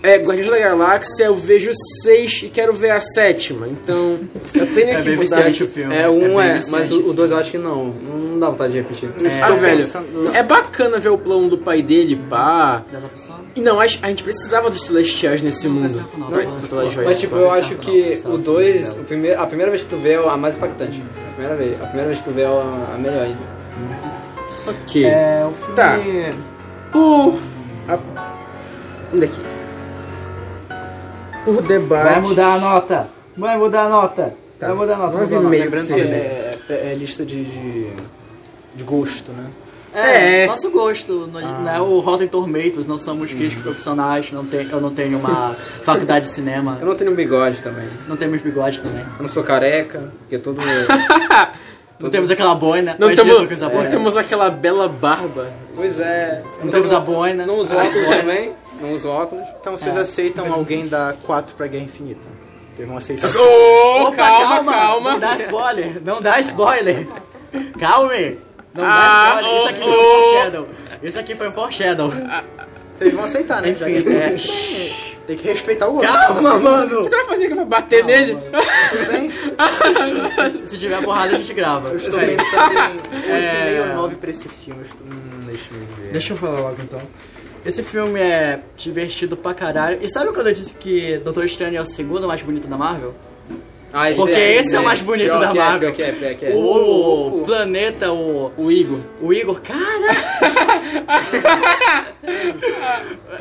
Speaker 4: É, Guardiões da Galáxia eu vejo seis e quero ver a sétima. Então, eu tenho
Speaker 1: É
Speaker 4: que
Speaker 1: bem
Speaker 4: mudar.
Speaker 1: viciante o filme.
Speaker 2: É, um é,
Speaker 1: bem
Speaker 2: mas
Speaker 1: viciante.
Speaker 2: o 2 eu acho que não. Não dá vontade de repetir. É,
Speaker 4: Ah,
Speaker 5: Estou
Speaker 4: velho,
Speaker 5: pensando-
Speaker 4: é bacana ver o plano do pai dele, pá.
Speaker 1: Dá pra pessoa?
Speaker 4: E não, acho- a gente precisava dos celestiais nesse mundo.
Speaker 1: precisava, não.
Speaker 4: Pra- pra joia,
Speaker 2: Mas tipo,
Speaker 4: pá.
Speaker 2: eu acho que o 2, a primeira vez que tu vê é a mais impactante. A primeira vez, a primeira vez que tu vê é a a melhor ainda.
Speaker 4: Ok.
Speaker 1: É, o filme...
Speaker 4: Tá. Por. A... Vamos daqui. Por debate.
Speaker 1: Vai mudar a nota. Vai mudar a nota. Vai mudar a nota. mudar
Speaker 4: Nove
Speaker 1: a nota.
Speaker 4: e meio.
Speaker 5: Lembrando que é, é- é lista de, de, de gosto, né?
Speaker 1: É,
Speaker 2: É.
Speaker 1: nosso gosto. Não,
Speaker 4: Ah.
Speaker 1: não é o Rotten Tomatoes, não somos
Speaker 4: Hum.
Speaker 1: críticos profissionais, não tem, eu não tenho uma faculdade de cinema,
Speaker 2: Eu não tenho um bigode também.
Speaker 1: não temos bigode também.
Speaker 2: Eu não sou careca, porque é <laughs> todo
Speaker 1: Não temos aquela boina,
Speaker 4: Não,
Speaker 1: imagina
Speaker 4: temos,
Speaker 1: com essa
Speaker 4: não
Speaker 1: boina.
Speaker 4: temos aquela bela barba.
Speaker 2: Pois é.
Speaker 1: Não temos a boina.
Speaker 2: Não É, uso óculos também. Não uso óculos.
Speaker 5: Então vocês aceitam alguém dar 4 pra Guerra Infinita? Teve uma aceitação.
Speaker 4: Ô,
Speaker 1: Opa, Não dá spoiler, não dá spoiler. Calme. Não dá
Speaker 4: Ah,
Speaker 1: spoiler. Isso aqui foi
Speaker 4: oh,
Speaker 1: um
Speaker 4: oh. Ah,
Speaker 1: foreshadow. Isso aqui foi um foreshadow.
Speaker 5: Vocês vão aceitar, né? Já
Speaker 1: Enfim,
Speaker 5: que-
Speaker 1: é. <laughs>
Speaker 5: Tem que respeitar o outro. né?
Speaker 1: Calma, mano.
Speaker 4: <laughs> Você vai fazer que vai bater nele?
Speaker 5: Tudo bem?
Speaker 1: Se tiver borrada, a gente grava.
Speaker 5: Eu estou pensando em 8,5
Speaker 1: <laughs> É.
Speaker 5: ou 9 pra esse filme. Eu estou... Hum, deixa eu ver.
Speaker 1: Deixa eu falar logo então. Esse filme é divertido pra caralho. E sabe quando eu disse que Doutor Estranho é o segundo mais bonito da Marvel?
Speaker 2: Ah,
Speaker 1: Porque esse é o mais bonito
Speaker 2: pior
Speaker 1: da
Speaker 2: que é,
Speaker 1: Marvel.
Speaker 2: pior que é, pior que é.
Speaker 1: O planeta, o.
Speaker 4: é. O Igor.
Speaker 1: O Igor, cara!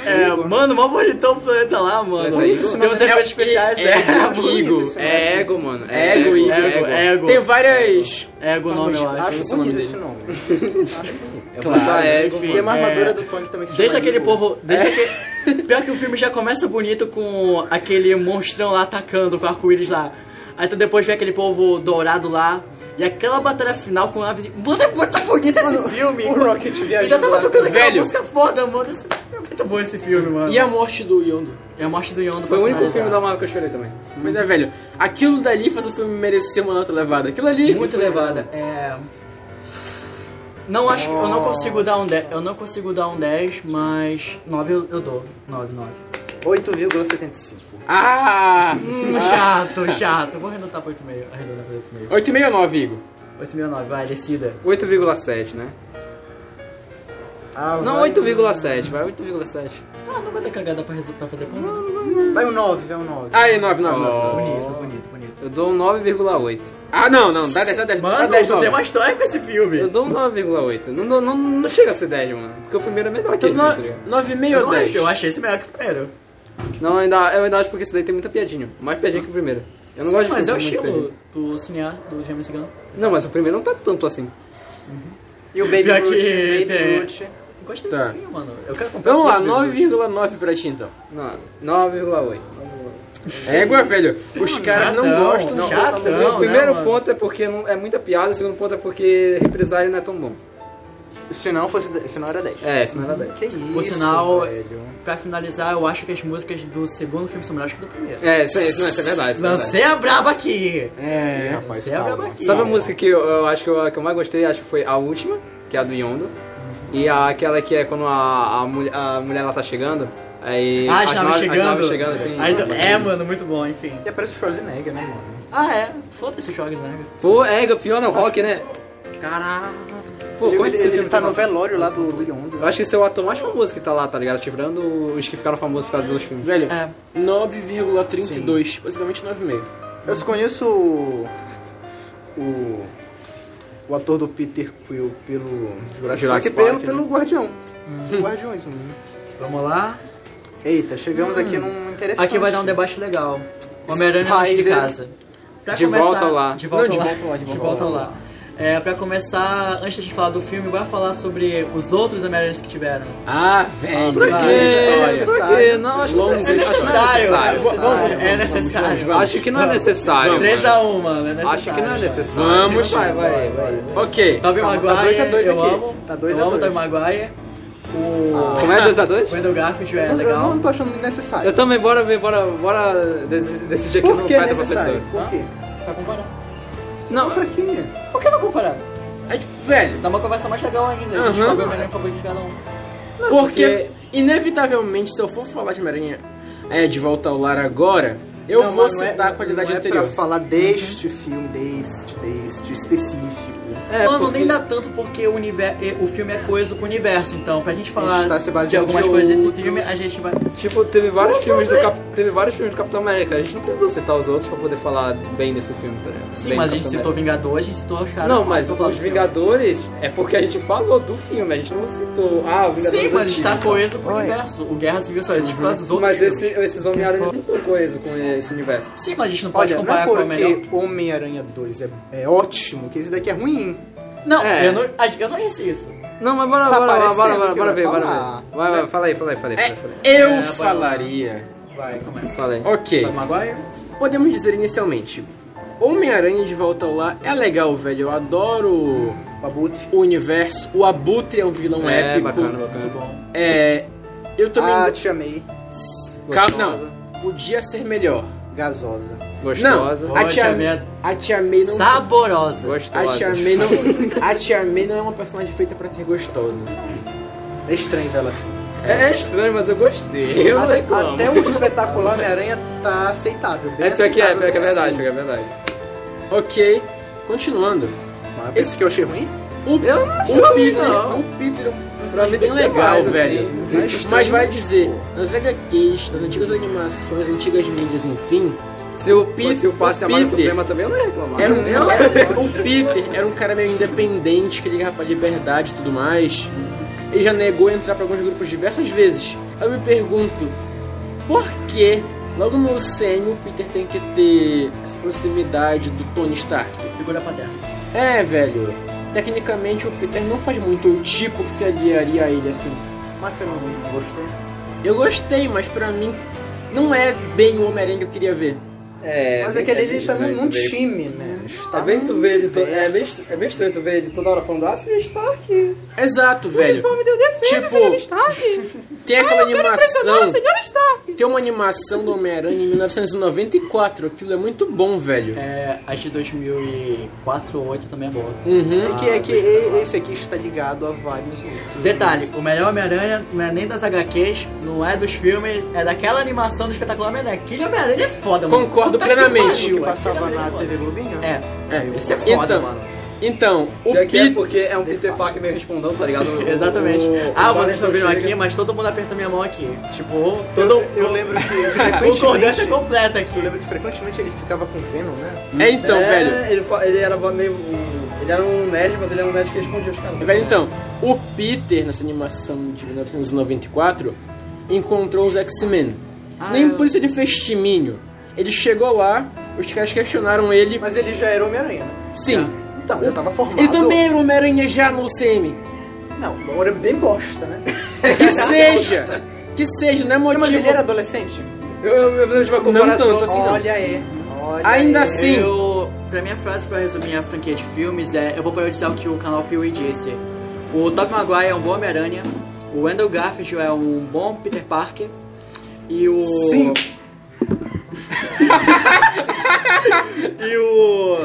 Speaker 1: é, mano, mó bonitão o planeta lá, mano.
Speaker 2: É Bonito É, esse
Speaker 1: Tem uns efeitos especiais, né?
Speaker 2: ego,
Speaker 5: bonito
Speaker 2: ego,
Speaker 5: esse
Speaker 2: é
Speaker 5: negócio.
Speaker 2: ego, mano. É ego,
Speaker 4: Ego,
Speaker 2: ego,
Speaker 1: ego, ego.
Speaker 4: Tem várias.
Speaker 1: Ego o nome, É, eu acho.
Speaker 5: Acho
Speaker 4: Esse nome
Speaker 5: bonito
Speaker 4: dele.
Speaker 5: esse nome. Acho bonito.
Speaker 2: Ah, Claro,
Speaker 4: é,
Speaker 2: ego,
Speaker 1: enfim.
Speaker 5: E
Speaker 2: mano.
Speaker 5: uma armadura
Speaker 1: é.
Speaker 5: do punk também que se
Speaker 1: Deixa
Speaker 5: chama
Speaker 1: aquele
Speaker 5: Igor.
Speaker 1: povo. Deixa que. Pior que o filme já começa bonito com aquele monstrão lá atacando com o arco-íris lá. Aí tu depois vê aquele povo dourado lá. E aquela batalha final com a ave. Mano, é muito bonito esse filme!
Speaker 5: o Rocket
Speaker 1: Ainda
Speaker 5: viajando
Speaker 1: tava
Speaker 5: lá.
Speaker 1: tocando aquela
Speaker 4: Velho.
Speaker 1: música foda, mano. Esse- É muito bom esse filme, mano.
Speaker 4: E é- a morte do Yondo.
Speaker 1: E a morte do Yondo
Speaker 2: Foi
Speaker 1: pra
Speaker 2: o único
Speaker 1: finalizar.
Speaker 2: filme da Marvel que eu chorei também.
Speaker 4: Mas é, velho, aquilo dali faz o filme merecer uma nota elevada. Aquilo ali.
Speaker 1: muito elevada. É. Não acho que eu não consigo dar um 10. Eu não consigo dar um 10, mas 9 eu, eu dou. 9, 9.
Speaker 5: 8,75.
Speaker 4: Ah!
Speaker 1: Hum, <laughs> chato, chato. Vou arredondar pra 8,5. Arredondar pra 8,5.
Speaker 4: 8,5 ou 9, Igor?
Speaker 1: 8,69, vai, decida.
Speaker 2: 8,7, né?
Speaker 5: Ah,
Speaker 2: Não,
Speaker 5: vai-
Speaker 2: 8,7, vai, 8,7.
Speaker 1: Ah, não vai dar cagada pra, resolver, pra fazer conta.
Speaker 5: Vai um 9, vai um 9.
Speaker 2: Aí, 9, 9, 9.
Speaker 1: Bonito, bonito, bonito.
Speaker 2: Eu dou um 9,8.
Speaker 4: Ah, não, não, dá 10, dá 10. dá
Speaker 1: Mano,
Speaker 4: 10,
Speaker 1: tu tem
Speaker 4: 9.
Speaker 1: uma história com esse
Speaker 2: Eu
Speaker 1: filme.
Speaker 2: dou um 9,8. Não, dou- não, não chega a ser 10, mano. Porque o primeiro é melhor que
Speaker 4: Então,
Speaker 2: esse, tá ligado?
Speaker 4: 9,5
Speaker 1: Eu,
Speaker 4: ou
Speaker 1: não
Speaker 4: 10?
Speaker 1: acho, eu achei esse melhor que o primeiro.
Speaker 2: Não, eu ainda, eu ainda acho porque esse daí tem muita piadinha. Mais piadinha que o primeiro. Eu não gosto de
Speaker 1: Mas é o
Speaker 2: filme com muita
Speaker 1: estilo do cineasta, do James Gunn.
Speaker 2: piadinha. Não, mas o primeiro não tá tanto assim.
Speaker 5: E o Baby
Speaker 1: Pior que
Speaker 5: Root, Baby
Speaker 1: tem-
Speaker 5: Root.
Speaker 1: Eu Gostei
Speaker 4: Tá.
Speaker 1: do filme, mano. Eu quero comprar
Speaker 4: Vamos lá,
Speaker 1: todos os livros.
Speaker 4: 9,9 pra ti então.
Speaker 2: Não, 9,8.
Speaker 4: Égua, velho. Os caras não
Speaker 1: Chatão,
Speaker 4: gostam.
Speaker 1: não,
Speaker 4: de-
Speaker 1: chatão,
Speaker 2: o primeiro
Speaker 1: né, mano?
Speaker 2: ponto é porque não, é muita piada, o segundo ponto é porque represário não é tão bom.
Speaker 5: Se não fosse... Se não era 10.
Speaker 2: É, isso não era 10.
Speaker 5: Que isso,
Speaker 1: Por sinal-
Speaker 5: velho.
Speaker 1: Pra finalizar, eu acho que as músicas do segundo filme são melhores que do primeiro.
Speaker 2: É, isso, é- isso, não, isso é verdade. Isso é verdade.
Speaker 1: Lancei a braba aqui!
Speaker 5: É,
Speaker 4: É.
Speaker 5: rapaz,
Speaker 1: Você é
Speaker 5: calma.
Speaker 1: brabo aqui.
Speaker 2: Sabe a música que eu, eu acho que eu, que eu mais gostei? Acho que foi a última, que é a do Yondo. E a- aquela que é quando a, a, mulher, a mulher ela tá chegando. Aí
Speaker 1: Ah,
Speaker 2: as
Speaker 1: estava
Speaker 2: naves- as
Speaker 1: chegando.
Speaker 2: naves chegando assim.
Speaker 1: Aí tu- é, mano, muito bom, enfim.
Speaker 5: E aparece o Schwarzenegger, né, mano?
Speaker 1: Ah, é. Foda-se, jogos, né?
Speaker 2: Pô, é, pior no rock, né? Caraca. Pô,
Speaker 5: ele,
Speaker 2: quanto
Speaker 5: ele,
Speaker 2: esse
Speaker 5: ele
Speaker 2: filme
Speaker 5: tá
Speaker 2: tem
Speaker 5: no
Speaker 2: nota?
Speaker 5: velório lá do, do Yondo.
Speaker 2: Eu acho que esse é o ator mais famoso que tá lá, tá ligado? Tirando os que ficaram famosos por causa dos filmes.
Speaker 4: Velho,
Speaker 1: É.
Speaker 4: 9,32. Basicamente 9,5.
Speaker 5: Eu só conheço o... O... O ator do Peter Quill pelo... Jurassic,
Speaker 2: Jurassic
Speaker 5: Park, e pelo,
Speaker 2: Park, né?
Speaker 5: pelo Guardião. Guardiões, mano.
Speaker 1: Vamos lá.
Speaker 5: Eita, chegamos aqui num interessante.
Speaker 1: Aqui vai dar um debate legal. Homem-Aranha longe de
Speaker 5: Spider.
Speaker 1: casa. Pra
Speaker 2: De volta lá.
Speaker 1: De volta
Speaker 2: Não, de
Speaker 1: lá.
Speaker 2: volta lá, de
Speaker 1: De
Speaker 2: volta
Speaker 1: volta lá. É, pra começar, antes de falar do filme, bora falar sobre os outros Homem-Aranhas que tiveram.
Speaker 4: Ah, velho.
Speaker 5: Por
Speaker 1: Ah,
Speaker 2: Que?
Speaker 5: é
Speaker 2: Por
Speaker 5: necessário.
Speaker 2: quê? Não, acho que não é
Speaker 4: Longo.
Speaker 1: É
Speaker 2: necessário.
Speaker 1: necessário.
Speaker 2: Acho que não é
Speaker 1: É
Speaker 2: necessário.
Speaker 1: necessário. É necessário.
Speaker 2: Acho que não é necessário.
Speaker 1: 3x1, mano. É necessário.
Speaker 2: Acho que não é necessário.
Speaker 4: Vamos.
Speaker 2: Vai, vai, vai.
Speaker 4: Ok.
Speaker 1: Tobey
Speaker 5: Calma, tá
Speaker 1: Maguire,
Speaker 5: dois a dois
Speaker 1: eu
Speaker 5: aqui.
Speaker 1: amo.
Speaker 5: Tá dois
Speaker 1: eu
Speaker 5: a
Speaker 1: amo o
Speaker 5: dois. Ah.
Speaker 1: Tobey Maguire. O
Speaker 2: Como é 2x2?
Speaker 1: Wendell Garfield é
Speaker 5: Eu
Speaker 1: legal.
Speaker 5: não tô achando necessário.
Speaker 2: Eu também, bora ver, bora, bora dec- decidir aqui
Speaker 5: Por
Speaker 2: no
Speaker 5: que
Speaker 2: pai da
Speaker 5: necessário?
Speaker 2: professora.
Speaker 5: Por quê?
Speaker 1: Pra comparar.
Speaker 2: Não,
Speaker 5: Pra quê?
Speaker 1: Por que não comparar?
Speaker 4: Aí, é Velho,
Speaker 1: Dá Tá uma conversa mais legal ainda. A gente
Speaker 4: Aham.
Speaker 1: sabe o melhor favorito de cada um.
Speaker 4: porque inevitavelmente, se eu for falar de Marinha é, de volta ao lar agora, eu
Speaker 5: Não,
Speaker 4: vou
Speaker 5: mas não é-
Speaker 4: citar a qualidade
Speaker 5: não É
Speaker 4: anterior.
Speaker 5: pra falar deste filme, deste, deste específico.
Speaker 2: é,
Speaker 1: mano,
Speaker 2: porque-
Speaker 1: nem dá tanto porque o, univer- eh, o filme é coeso com o universo. Então, pra gente
Speaker 5: A
Speaker 1: falar
Speaker 5: gente tá se
Speaker 1: de
Speaker 5: baseando
Speaker 1: algumas
Speaker 5: de
Speaker 1: coisas desse
Speaker 5: outros.
Speaker 1: filme, a gente vai.
Speaker 2: Tipo, teve vários filmes do Cap... teve vários filmes do Capitão América. A gente não precisou citar os outros pra poder falar bem desse filme, tá ligado?
Speaker 1: Sim,
Speaker 2: Bem
Speaker 1: mas
Speaker 2: do
Speaker 1: a gente
Speaker 2: Capitão
Speaker 1: citou
Speaker 2: América.
Speaker 1: Vingadores, a gente citou os caras.
Speaker 2: Não, mas
Speaker 1: Vamos falar
Speaker 2: os
Speaker 1: do filme.
Speaker 2: Vingadores é porque a gente falou do filme, a gente não citou. Ah, o Vingadores.
Speaker 1: Sim, mas a gente tá
Speaker 2: antigo.
Speaker 1: coeso com o universo. O Guerra Civil só é existe por causa dos outros.
Speaker 2: Mas
Speaker 1: filmes.
Speaker 2: esse, esses Homem-Aranha eles não estão coeso com esse universo.
Speaker 1: Sim, mas a gente não pode
Speaker 5: Olha, não
Speaker 1: comparar
Speaker 5: é
Speaker 1: com o melhor.
Speaker 5: porque Homem-Aranha 2 é, é ótimo, que esse daqui é ruim.
Speaker 1: Não,
Speaker 2: É.
Speaker 1: eu não, a- eu não disse isso.
Speaker 2: Não, mas bora,
Speaker 5: Tá
Speaker 2: bora, bora, bora,
Speaker 5: parecendo
Speaker 2: bora,
Speaker 5: que
Speaker 2: bora
Speaker 5: vai
Speaker 2: ver, bora
Speaker 5: falar.
Speaker 2: ver. Vai, vai, fala aí, fala aí, fala aí.
Speaker 4: É, Tá
Speaker 2: fala aí.
Speaker 4: eu
Speaker 1: É, vai lá.
Speaker 4: falaria.
Speaker 1: Vai, começa.
Speaker 2: Fala aí.
Speaker 4: Ok.
Speaker 1: Tobey Maguire?
Speaker 4: Podemos dizer inicialmente. Homem-Aranha de volta ao lar é legal, velho. Eu adoro
Speaker 5: Abutre.
Speaker 4: o universo. O Abutre é um vilão
Speaker 2: É,
Speaker 4: épico.
Speaker 2: bacana, bacana.
Speaker 4: É. Eu também.
Speaker 5: Ah, te chamei.
Speaker 4: Ca-
Speaker 2: Gostosa.
Speaker 4: Não, podia ser melhor.
Speaker 5: Gasosa.
Speaker 2: Gostosa.
Speaker 4: Não, a
Speaker 1: Pode,
Speaker 4: tia,
Speaker 1: a minha-
Speaker 4: a tia May não.
Speaker 1: Saborosa.
Speaker 4: A
Speaker 2: Gostosa.
Speaker 4: tia, May não, a tia May não é uma personagem feita pra ser gostosa.
Speaker 5: É estranho vê-la assim.
Speaker 2: É estranho, mas eu gostei. Eu não
Speaker 5: até,
Speaker 2: reclamo.
Speaker 5: até o espetacular Homem-Aranha tá aceitável. bem
Speaker 2: É pior que é,
Speaker 5: aceitável.
Speaker 2: pior que é verdade,
Speaker 5: Sim.
Speaker 2: pior que é verdade.
Speaker 4: Ok, continuando. Um
Speaker 5: Mas Esse que eu achei ruim?
Speaker 4: O,
Speaker 2: Eu não achei
Speaker 4: o
Speaker 2: ruim,
Speaker 4: Peter,
Speaker 2: não.
Speaker 4: o Peter é
Speaker 2: Pra
Speaker 4: um
Speaker 2: mim
Speaker 4: personagem
Speaker 2: tem
Speaker 4: bem
Speaker 2: que ter
Speaker 4: legal,
Speaker 2: mais, assim.
Speaker 4: velho.
Speaker 5: É estranho.
Speaker 4: Mas vai dizer, nas HQs, nas antigas animações, antigas mídias, enfim,
Speaker 2: Se o,
Speaker 4: Pe-
Speaker 2: se o passe
Speaker 4: o
Speaker 2: amado
Speaker 4: Peter-
Speaker 2: suprema também, eu não ia reclamar.
Speaker 4: era um, era- o Peter era um cara meio independente, que ligava pra liberdade e tudo mais. Ele já negou entrar pra alguns grupos diversas vezes. Eu me pergunto, por que logo no sênior o Peter tem que ter essa proximidade do Tony Stark?
Speaker 1: Figura paterna.
Speaker 4: É, velho. Tecnicamente o Peter não faz muito o tipo que se aliaria a ele assim.
Speaker 5: Mas você não gostou?
Speaker 4: Eu gostei, mas pra mim não é bem o Homem-Aranha que eu queria ver.
Speaker 2: É,
Speaker 5: Mas
Speaker 2: bem-
Speaker 5: é que ele,
Speaker 2: é
Speaker 5: ele
Speaker 2: bem
Speaker 5: tá
Speaker 2: estranho,
Speaker 5: num
Speaker 2: bem-
Speaker 5: time, né? Está
Speaker 2: É bem tu
Speaker 5: num
Speaker 2: ver ele, to- é, bem,
Speaker 5: universo.
Speaker 2: é bem estranho tu ver ele toda hora falando, ah, se está aqui.
Speaker 4: Exato, velho. tipo, tem aquela animação. Tem uma animação do Homem-Aranha em 1994. Aquilo é muito bom, velho.
Speaker 1: É, a de 2004 ou 8 também é boa.
Speaker 4: Uhum.
Speaker 5: É que,
Speaker 2: Ah,
Speaker 5: é que e- esse aqui está ligado a vários outros.
Speaker 1: Detalhe, o melhor Homem-Aranha não é nem das HQs, não é dos filmes, é daquela animação do espetacular Homem-Aranha. Aquele Homem-Aranha é foda, mano.
Speaker 4: Concordo
Speaker 1: Puta que
Speaker 4: plenamente.
Speaker 5: Que
Speaker 1: pariu,
Speaker 5: eu passava
Speaker 1: aquele
Speaker 5: na
Speaker 1: Homem-Aranha
Speaker 5: TV Globinho?
Speaker 1: é
Speaker 4: É.
Speaker 1: foda. É, esse é foda,
Speaker 4: Então,
Speaker 1: mano.
Speaker 4: Então,
Speaker 2: Pior
Speaker 4: o
Speaker 2: que é
Speaker 4: Peter.
Speaker 2: porque é um Peter Parker meio respondendo, tá ligado? O-
Speaker 1: Exatamente.
Speaker 2: o- o
Speaker 1: ah,
Speaker 2: Batman
Speaker 1: vocês não viram
Speaker 2: chega-
Speaker 1: aqui, mas todo mundo aperta minha mão aqui. Tipo,
Speaker 5: Eu,
Speaker 1: todo
Speaker 5: eu
Speaker 2: <laughs>
Speaker 5: lembro que
Speaker 1: Concordância
Speaker 5: frequentemente,
Speaker 1: completa aqui.
Speaker 5: eu lembro que frequentemente ele ficava com Venom, né?
Speaker 4: É então,
Speaker 2: É,
Speaker 4: velho.
Speaker 2: Ele, fa- ele era meio. um- Ele era um nerd, mas ele era um nerd que respondia os caras.
Speaker 4: Velho, então, o Peter, nessa animação de 1994, encontrou os X-Men. Nem por isso ele fez timinho. Ele chegou lá, os caras questionaram ele.
Speaker 5: Mas ele já era Homem-Aranha. né?
Speaker 4: Sim.
Speaker 5: Então, já tava formado.
Speaker 4: Ele também era Homem-Aranha já no CM.
Speaker 5: Não, o Homem-Aranha é bem bosta, né?
Speaker 4: Que seja! Que seja, não é
Speaker 5: Não,
Speaker 4: motivo.
Speaker 5: mas ele era adolescente?
Speaker 2: Eu, eu, eu lembro de uma
Speaker 4: Não
Speaker 2: comparação.
Speaker 4: tanto assim, não.
Speaker 5: Olha aí. Olha
Speaker 4: Ainda
Speaker 5: aí.
Speaker 4: assim- Sim.
Speaker 1: Eu, pra minha frase pra resumir a franquia de filmes é: eu vou parodiar o que o canal Piuí disse. O Tobey Maguire é um bom Homem-Aranha, o Andrew Garfield é um bom Peter Parker e o.
Speaker 5: Sim.
Speaker 1: <laughs> e o.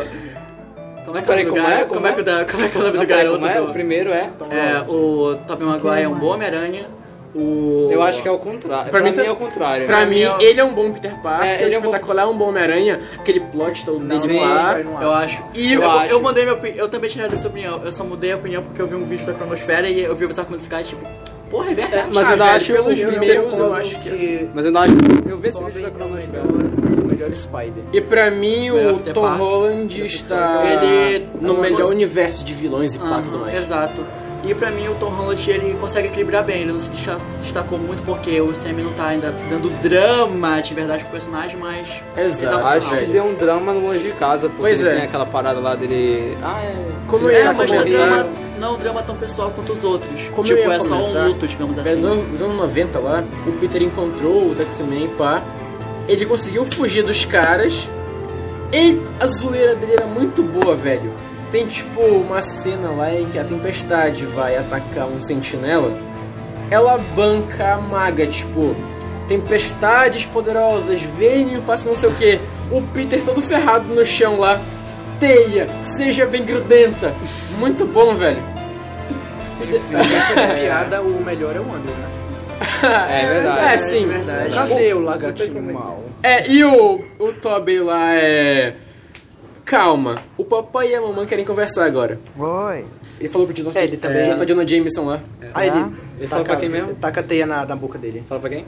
Speaker 1: Como é que é o nome
Speaker 2: Peraí,
Speaker 1: do
Speaker 2: como é?
Speaker 1: garoto?
Speaker 2: Como
Speaker 1: Como é
Speaker 2: é?
Speaker 1: que o da- como é que é o nome
Speaker 2: Não,
Speaker 1: do
Speaker 2: pera,
Speaker 1: garoto?
Speaker 2: como é?
Speaker 1: do-
Speaker 2: O primeiro é.
Speaker 1: É, o Tobey Maguire é um bom Homem-Aranha. O...
Speaker 2: Eu acho que é o contrário. Pra,
Speaker 4: mim
Speaker 2: mim,
Speaker 4: tá-
Speaker 2: é o contrário.
Speaker 4: Pra mim,
Speaker 2: é o-
Speaker 4: ele é um bom Peter Parker,
Speaker 2: É, ele é um bom-
Speaker 4: espetacular, é um bom Homem-Aranha, aquele plot todo
Speaker 5: Não,
Speaker 4: dele
Speaker 5: não
Speaker 4: lá.
Speaker 5: acho, não
Speaker 1: Eu acho.
Speaker 4: E
Speaker 1: eu,
Speaker 4: eu acho.
Speaker 1: eu mudei minha opinião. Eu também tinha dessa opinião. Eu só mudei a opinião porque eu vi um vídeo da cronosfera e eu vi o Bizarro Mundo Sky, tipo, porra, é verdade.
Speaker 2: É, mas eu ainda
Speaker 4: velho,
Speaker 2: acho
Speaker 4: pelo
Speaker 2: os
Speaker 4: menos
Speaker 2: primeiros, eu
Speaker 5: concordo
Speaker 2: acho que.
Speaker 5: que-
Speaker 2: Mas eu ainda acho. Eu vi esse vídeo
Speaker 5: Tobey
Speaker 2: da
Speaker 5: é o melhor,
Speaker 2: Cronosfera.
Speaker 5: o melhor Spider.
Speaker 4: E pra mim,
Speaker 1: Melhor
Speaker 4: o
Speaker 1: Peter
Speaker 4: Tom
Speaker 1: Parker.
Speaker 4: Holland está
Speaker 1: Ele-
Speaker 4: no
Speaker 1: Não
Speaker 4: melhor
Speaker 1: cons-
Speaker 4: universo de vilões e
Speaker 1: Aham,
Speaker 4: pá, tudo mais.
Speaker 1: Ah, exato. E pra mim o Tom Holland ele consegue equilibrar bem, ele não se desta- destacou muito porque o Sam não tá ainda dando drama de verdade pro personagem, mas.
Speaker 4: Exato.
Speaker 1: Ele tá
Speaker 2: Acho que
Speaker 1: funcionando.
Speaker 2: deu um drama no longe de casa, porque
Speaker 4: Pois
Speaker 2: ele
Speaker 4: é.
Speaker 2: tem aquela parada lá dele. Ah, é.
Speaker 4: Como
Speaker 2: se
Speaker 4: eu ia
Speaker 1: É,
Speaker 2: tá
Speaker 1: mas
Speaker 4: comentar-
Speaker 1: não é um
Speaker 2: correndo.
Speaker 1: drama, não é um drama tão pessoal quanto os outros.
Speaker 4: Como
Speaker 1: tipo,
Speaker 4: eu ia
Speaker 1: é só um
Speaker 4: comentar,
Speaker 1: luto, digamos
Speaker 4: É,
Speaker 1: assim.
Speaker 4: Nos anos nos anos 90 lá, o Peter encontrou o X-Men, pá. Ele conseguiu fugir dos caras. E a zoeira dele era muito boa, velho. Tem tipo uma cena lá em que a tempestade vai atacar um sentinela. Ela banca a maga, tipo, tempestades poderosas, venham, faça não sei o que. O Peter todo ferrado no chão lá. Teia, seja bem grudenta. Muito bom, velho. <laughs>
Speaker 5: Essa piada, o melhor é o Andrew, né?
Speaker 2: É
Speaker 4: É,
Speaker 2: verdade.
Speaker 4: sim.
Speaker 5: Cadê o lagartinho mal?
Speaker 4: É, e o, o Toby lá é. Calma, o papai e a mamãe querem conversar agora.
Speaker 6: Oi.
Speaker 4: Ele falou pro Jonathan,
Speaker 5: É, ele também- É.
Speaker 4: Jonathan, Jonathan Jameson lá.
Speaker 5: Aí ele,
Speaker 2: Tá? Ele
Speaker 5: taca,
Speaker 2: falou pra quem mesmo?
Speaker 5: taca a teia na, na boca dele.
Speaker 2: Fala pra quem?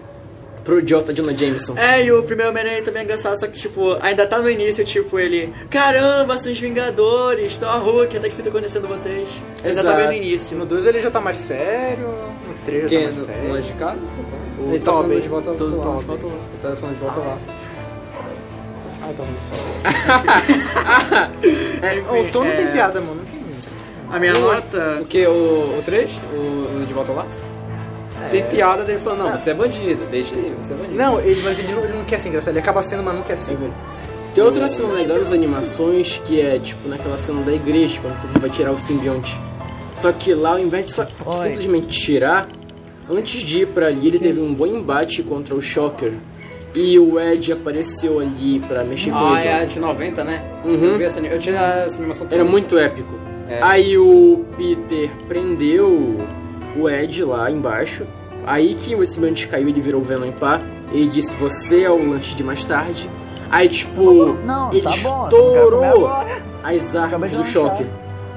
Speaker 4: Pro Jonathan Jonathan Jameson.
Speaker 1: É, e o primeiro Homem-Aranha também é engraçado, só que, tipo, ainda tá no início, tipo, ele... Caramba, são os Vingadores, tô a Hulk, até que fico conhecendo vocês. Ainda tá bem
Speaker 4: Exato.
Speaker 1: no início.
Speaker 5: No 2 ele já tá mais sério, no 3 já tá
Speaker 2: Quem? é
Speaker 5: mais
Speaker 2: No
Speaker 5: sério.
Speaker 2: longe de casa? Tá falando?
Speaker 5: O
Speaker 2: Ele tá falando
Speaker 5: Toby.
Speaker 2: de volta
Speaker 5: Todo
Speaker 2: lá. Ele
Speaker 5: Toby.
Speaker 2: tá falando de volta lá.
Speaker 5: Ah, tá É, bom.
Speaker 4: É,
Speaker 5: O Tom não tem piada, mano. Não tem.
Speaker 1: A minha
Speaker 2: O-
Speaker 5: É.
Speaker 1: nota.
Speaker 2: O que? O 3? O, o de volta lá?
Speaker 5: É.
Speaker 2: Tem piada dele falando, não, você é bandido, deixa ele, você é bandido.
Speaker 5: Não, ele, mas ele não, ele não quer ser engraçado. Ele acaba sendo, mas não quer ser.
Speaker 4: Tem outra cena legal nas animações que é tipo naquela cena da igreja, quando todo mundo vai tirar o simbionte. Só que lá, ao invés de só
Speaker 1: Oi.
Speaker 4: simplesmente tirar, antes de ir pra ali, ele teve um bom embate contra o Shocker. E o Ed apareceu ali pra mexer com
Speaker 2: Ah,
Speaker 4: ele.
Speaker 2: é a de 90, né?
Speaker 4: Uhum.
Speaker 2: Eu, vi essa, ani- eu tinha essa animação toda.
Speaker 4: Era muito épico.
Speaker 2: É.
Speaker 4: Aí o Peter prendeu o Ed lá embaixo. Aí que o simbionte caiu, ele virou o Venom em pá. Ele disse: Você é o lanche de mais tarde. Aí, tipo,
Speaker 6: Não,
Speaker 4: ele
Speaker 6: tá bom.
Speaker 1: tá
Speaker 6: eu não quero
Speaker 4: estourou
Speaker 6: comer agora.
Speaker 4: as armas
Speaker 6: Acabei
Speaker 4: do
Speaker 6: de
Speaker 4: Shocker.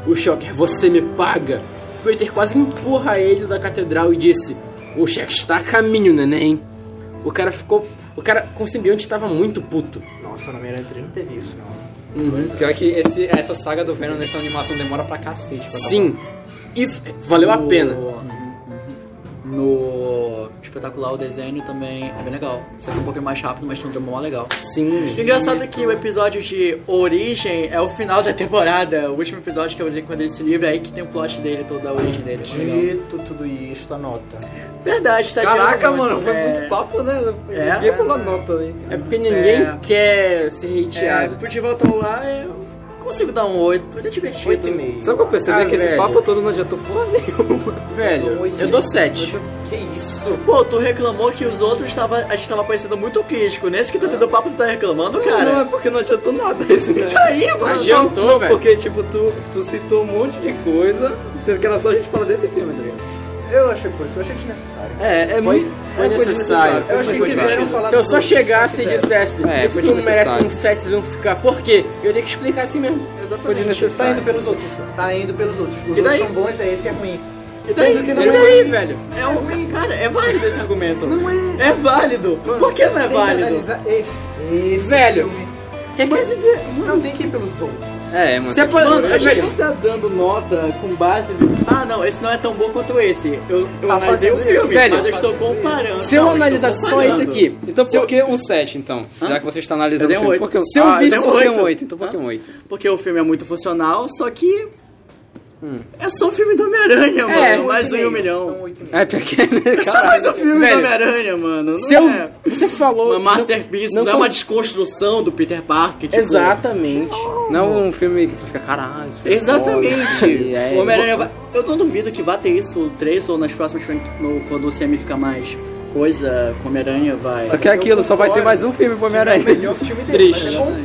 Speaker 4: O Shocker, você me paga. Peter quase empurra ele da catedral e disse: O chefe está a caminho, neném. O cara ficou. O cara com o simbionte estava muito puto.
Speaker 5: Nossa, na Homem-Aranha 3 não teve isso, não.
Speaker 4: Uhum.
Speaker 2: Pior que esse, essa saga do Venom nessa animação demora pra cacete. pra
Speaker 4: Sim. E f- valeu a pena.
Speaker 1: No espetacular o desenho também é bem legal. Só que é um pouquinho mais rápido, mas também é mó legal. O
Speaker 4: Sim.
Speaker 1: engraçado é que o episódio de Origem é o final da temporada. O último episódio que eu vi quando ele se livra, é aí que tem o plot dele, toda a origem dele. É legal.
Speaker 5: Dito tudo isto, anota.
Speaker 1: Verdade, tá
Speaker 2: acabar. Caraca,
Speaker 1: tirando
Speaker 2: mano, foi
Speaker 1: é...
Speaker 2: muito papo, né?
Speaker 1: É.
Speaker 2: Ninguém falou nota aí.
Speaker 4: É porque ninguém
Speaker 1: É.
Speaker 4: quer ser
Speaker 1: É,
Speaker 4: hateado.
Speaker 1: por de volta ao lar, eu consigo dar um 8. Ele é divertido.
Speaker 5: 8 e meio.
Speaker 2: Sabe o que eu percebi?
Speaker 4: Ah,
Speaker 2: É que esse
Speaker 4: velho.
Speaker 2: papo todo não adiantou porra nenhuma.
Speaker 4: Velho,
Speaker 5: Oito.
Speaker 4: eu dou 7.
Speaker 5: Que isso?
Speaker 1: Pô, tu reclamou que os outros tava, a gente tava parecendo muito crítico. Nesse que tá tendo papo, tu tá reclamando,
Speaker 2: Não, é
Speaker 1: cara.
Speaker 2: porque não adiantou nada esse, né?
Speaker 1: Tá aí,
Speaker 2: Não
Speaker 1: mano.
Speaker 4: adiantou,
Speaker 2: não,
Speaker 4: velho.
Speaker 2: Porque, tipo, tu, tu citou um monte de coisa, sendo que era só a gente falar desse filme, tá ligado?
Speaker 5: Eu achei por isso, eu achei desnecessário.
Speaker 2: É, é
Speaker 4: Foi-
Speaker 2: muito.
Speaker 4: foi
Speaker 2: é coisa desnecessária,
Speaker 4: necessário.
Speaker 5: Eu achei
Speaker 2: foi
Speaker 5: que
Speaker 2: coisa
Speaker 5: quiseram
Speaker 2: desnecessária.
Speaker 5: falar
Speaker 4: Se eu só
Speaker 5: tudo que eles
Speaker 4: chegasse e
Speaker 5: quiseram. Tá
Speaker 4: dissesse,
Speaker 2: É,
Speaker 4: esse
Speaker 2: foi
Speaker 4: filme merece
Speaker 2: desnecessário.
Speaker 4: um 7, vocês iam ficar, por quê? Eu tenho que explicar assim mesmo.
Speaker 2: Foi
Speaker 5: Tá indo
Speaker 2: desnecessário.
Speaker 5: pelos outros, tá indo pelos outros. Os
Speaker 1: E daí?
Speaker 5: outros são bons, é esse é ruim.
Speaker 1: E daí?
Speaker 5: Sendo que não
Speaker 4: E
Speaker 5: é
Speaker 4: daí, velho?
Speaker 1: É um, cara, é válido esse argumento. Não é. É válido. Por que não é
Speaker 5: Tem que
Speaker 1: válido?
Speaker 5: analisar Esse, esse
Speaker 4: Velho.
Speaker 5: filme.
Speaker 4: Que que-
Speaker 5: Não tem que ir pelos outros.
Speaker 2: É, mano.
Speaker 4: Você é
Speaker 1: Mano, a gente
Speaker 4: velho,
Speaker 1: não tá dando nota com base no... Ah, não, esse não é tão bom quanto esse. Eu, eu
Speaker 5: Tá
Speaker 1: analisei o
Speaker 5: fazendo
Speaker 1: filme, mas eu
Speaker 2: isso.
Speaker 5: Velho,
Speaker 1: estou
Speaker 5: fazendo isso.
Speaker 1: comparando.
Speaker 2: Se eu
Speaker 1: Não,
Speaker 2: analisar
Speaker 1: estou
Speaker 2: só esse
Speaker 1: comparando.
Speaker 2: aqui, tá então por que um 7 então? Já que você está analisando
Speaker 1: Eu dei um
Speaker 2: o filme,
Speaker 1: oito.
Speaker 2: por que um-
Speaker 1: Ah,
Speaker 2: Se eu
Speaker 1: eu
Speaker 2: vi
Speaker 1: dei um
Speaker 2: isso, por que um
Speaker 1: oito.
Speaker 2: 8? Então por que um 8?
Speaker 1: Porque o filme é muito funcional, só que...
Speaker 2: Hum.
Speaker 1: É só um filme do Homem-Aranha, mano. mais um em um
Speaker 5: Então,
Speaker 1: milhão.
Speaker 2: É <laughs> pequeno.
Speaker 1: É só mais um filme do
Speaker 2: velho,
Speaker 1: Homem-Aranha, mano. Não
Speaker 2: Se eu,
Speaker 1: é
Speaker 2: você falou.
Speaker 1: uma masterpiece, não, é
Speaker 2: não com-
Speaker 1: uma desconstrução do Peter Parker. Tipo,
Speaker 4: Exatamente.
Speaker 2: Não um filme que tu fica, caralho. esse filme é foda, <laughs>
Speaker 1: Exatamente.
Speaker 2: e é-
Speaker 1: o Homem-Aranha vai... Eu não duvido que vá ter isso no 3 ou nas próximas, no- quando o CM ficar mais coisa, com o Homem-Aranha vai...
Speaker 2: Só que é aquilo, só vai ter
Speaker 5: concordo.
Speaker 2: mais um filme pro
Speaker 5: É o
Speaker 2: Homem-Aranha.
Speaker 5: melhor filme dele, mas
Speaker 4: Triste.
Speaker 5: é bom.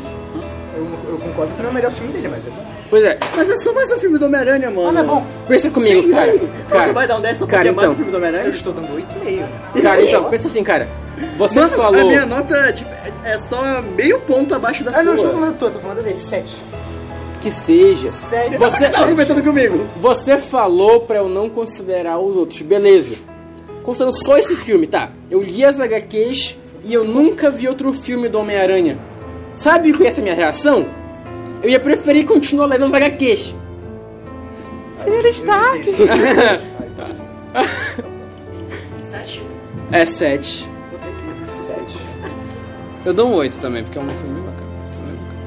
Speaker 5: Eu, eu concordo que não é o melhor filme dele, mas é bom.
Speaker 2: Pois é,
Speaker 1: Mas é só mais um filme do Homem-Aranha, mano.
Speaker 5: Ah, não é bom.
Speaker 2: pensa comigo, cara.
Speaker 1: Você
Speaker 2: Cara,
Speaker 1: vai dar um 10 só porque
Speaker 2: cara,
Speaker 1: é mais um
Speaker 2: então.
Speaker 1: filme do
Speaker 5: Eu
Speaker 1: Homem-Aranha?
Speaker 5: estou dando 8,5.
Speaker 2: cara, então, pensa assim, cara. Você
Speaker 1: Mano, a
Speaker 2: falou.
Speaker 1: minha nota tipo, é- é só meio ponto abaixo da
Speaker 5: Ah, não, eu
Speaker 1: sua.
Speaker 5: estou falando tua, estou falando dele. 7.
Speaker 4: Que seja.
Speaker 5: 7.
Speaker 4: Você,
Speaker 1: Tá argumentando comigo.
Speaker 4: você falou pra eu não considerar os outros, beleza. Considerando só esse filme, tá? Eu li as HQs e eu nunca vi outro filme do Homem-Aranha. Sabe qual ia ser a minha reação? Eu ia preferir continuar lendo as HQs.
Speaker 5: Senhor Stark.
Speaker 4: É 7.
Speaker 5: 7.
Speaker 2: Eu dou um 8 também, porque é um filme bacana.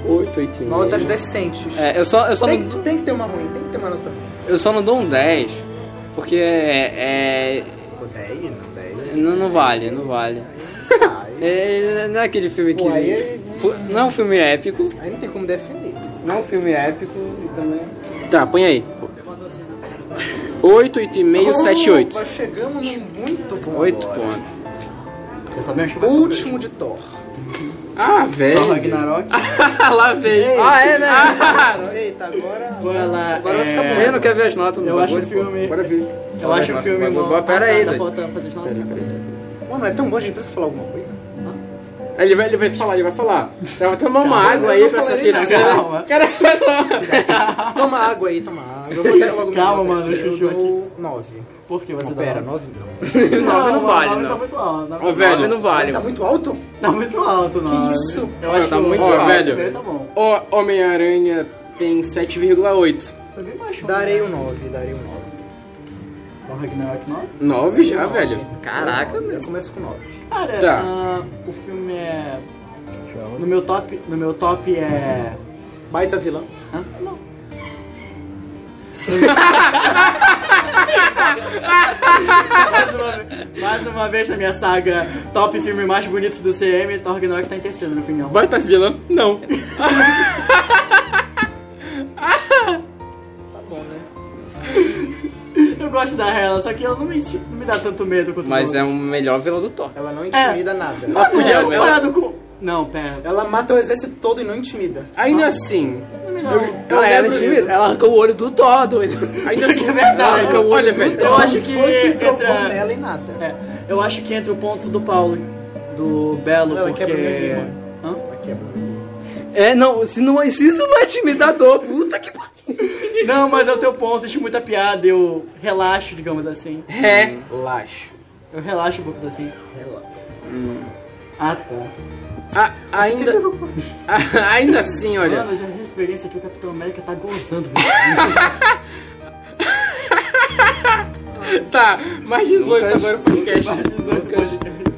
Speaker 4: 8, 8
Speaker 5: Notas decentes.
Speaker 2: É, eu só, eu só
Speaker 5: tá Tem,
Speaker 2: não,
Speaker 5: tem que ter uma ruim, tem que ter uma nota ruim.
Speaker 2: eu só não dou um 10, porque é. é-
Speaker 5: Pô, 10, não, 10.
Speaker 2: não, não vale, não vale.
Speaker 5: Aí,
Speaker 2: É, não é aquele filme que.
Speaker 5: Pô, aí é-
Speaker 2: Não é um filme épico.
Speaker 5: aí não tem como defender.
Speaker 2: Não é um filme épico e também.
Speaker 4: Tá, põe aí. 8, 8 e meio, 7, 8.
Speaker 5: Nós chegamos num muito bom
Speaker 2: 8
Speaker 5: agora.
Speaker 2: pontos.
Speaker 5: Último de Thor.
Speaker 2: Ah, velho.
Speaker 1: Ragnarok.
Speaker 2: Lá veio.
Speaker 5: Eita,
Speaker 2: Ah, é, né?
Speaker 5: Eita, agora...
Speaker 1: Ela, é
Speaker 5: Agora vai ficar
Speaker 2: Eu não quero ver as notas no
Speaker 1: Eu acho
Speaker 2: bagulho,
Speaker 1: o filme-
Speaker 2: pô. Bora ver.
Speaker 1: Eu acho o filme
Speaker 2: Bagulho.
Speaker 1: bom.
Speaker 2: Bora- Pera aí,
Speaker 1: Tá, tá
Speaker 2: velho.
Speaker 1: faltando fazer as notas.
Speaker 5: Mano, é tão bom, a gente precisa falar alguma coisa.
Speaker 2: Ele vai, ele vai falar, ele vai falar. Eu vou tomar uma água
Speaker 5: eu
Speaker 2: aí
Speaker 5: não
Speaker 2: pra essa
Speaker 5: falarei nada.
Speaker 2: piranha.
Speaker 1: Calma.
Speaker 2: Cara, vai falar.
Speaker 5: Ah, Toma água aí, toma água. Eu vou até logo
Speaker 1: Calma,
Speaker 5: minha
Speaker 1: mano,
Speaker 5: nota aqui.
Speaker 1: deixa eu
Speaker 5: Eu dou 9.
Speaker 1: Por que
Speaker 5: Não,
Speaker 1: você dá?
Speaker 5: pera, 9 não.
Speaker 1: então.
Speaker 2: Não, não vale,
Speaker 1: Tá
Speaker 2: não.
Speaker 1: muito alto.
Speaker 2: Ó, velho, não vale.
Speaker 5: Tá muito alto? Que
Speaker 1: Tá muito alto, não.
Speaker 5: isso?
Speaker 1: Eu acho
Speaker 2: Tá
Speaker 1: que o-
Speaker 2: muito
Speaker 1: o
Speaker 2: alto.
Speaker 1: velho. Tá bom.
Speaker 4: O Homem-Aranha tem 7,8.
Speaker 1: Foi bem baixo. né?
Speaker 5: Darei um 9, darei um 9.
Speaker 1: Então, Ragnarok 9?
Speaker 2: 9 já, velho.
Speaker 5: Eu
Speaker 2: Caraca, meu.
Speaker 5: começo com 9.
Speaker 1: Cara,
Speaker 2: Tá.
Speaker 1: ah, o filme é. No meu top. No meu top é.
Speaker 5: Baita vilão.
Speaker 1: Hã? Não. mais, uma, mais uma vez na minha saga top filme mais bonitos do CM, Thor Ragnarok tá em terceiro, na minha opinião.
Speaker 4: Baita vilã? Não.
Speaker 6: Tá bom, né?
Speaker 1: Eu gosto da Hela, só que ela não me, não me dá tanto medo quanto
Speaker 2: Mas
Speaker 1: o-
Speaker 2: é o melhor vilão do Thor.
Speaker 5: Ela não intimida nada.
Speaker 1: Ela <laughs> podia
Speaker 4: Ela-
Speaker 1: parar do cu. Não, pera.
Speaker 5: Ela mata o exército todo e não intimida.
Speaker 4: Ainda assim. Eu, eu
Speaker 2: é
Speaker 6: Ah, ela
Speaker 4: lembro-
Speaker 6: intimida. Ela arrancou o olho do Thor, doido.
Speaker 4: Ainda
Speaker 1: <laughs>
Speaker 4: assim.
Speaker 1: É verdade.
Speaker 4: Arranca o olho, velho.
Speaker 1: Eu acho que
Speaker 5: Foi que trovou
Speaker 1: entra-
Speaker 5: nela e nada.
Speaker 1: É, eu acho que entra o ponto do Paulo, do Belo,
Speaker 5: Ela
Speaker 1: porque...
Speaker 5: quebra minha guima.
Speaker 1: Hã?
Speaker 5: Ela quebra.
Speaker 6: É, não, se não, se isso não é intimidador, puta que pariu.
Speaker 1: Não, mas é o teu ponto, acho muita piada, eu relaxo, digamos assim.
Speaker 4: Relaxo.
Speaker 1: Eu relaxo um pouco assim.
Speaker 5: Ela.
Speaker 1: Ah, tá.
Speaker 4: A- ainda. <laughs> A- ainda assim, olha.
Speaker 1: Mano, eu já vi referência que o Capitão América tá gozando. <laughs>
Speaker 4: Tá, mais 18 agora o podcast.
Speaker 1: Mais 18 podcast.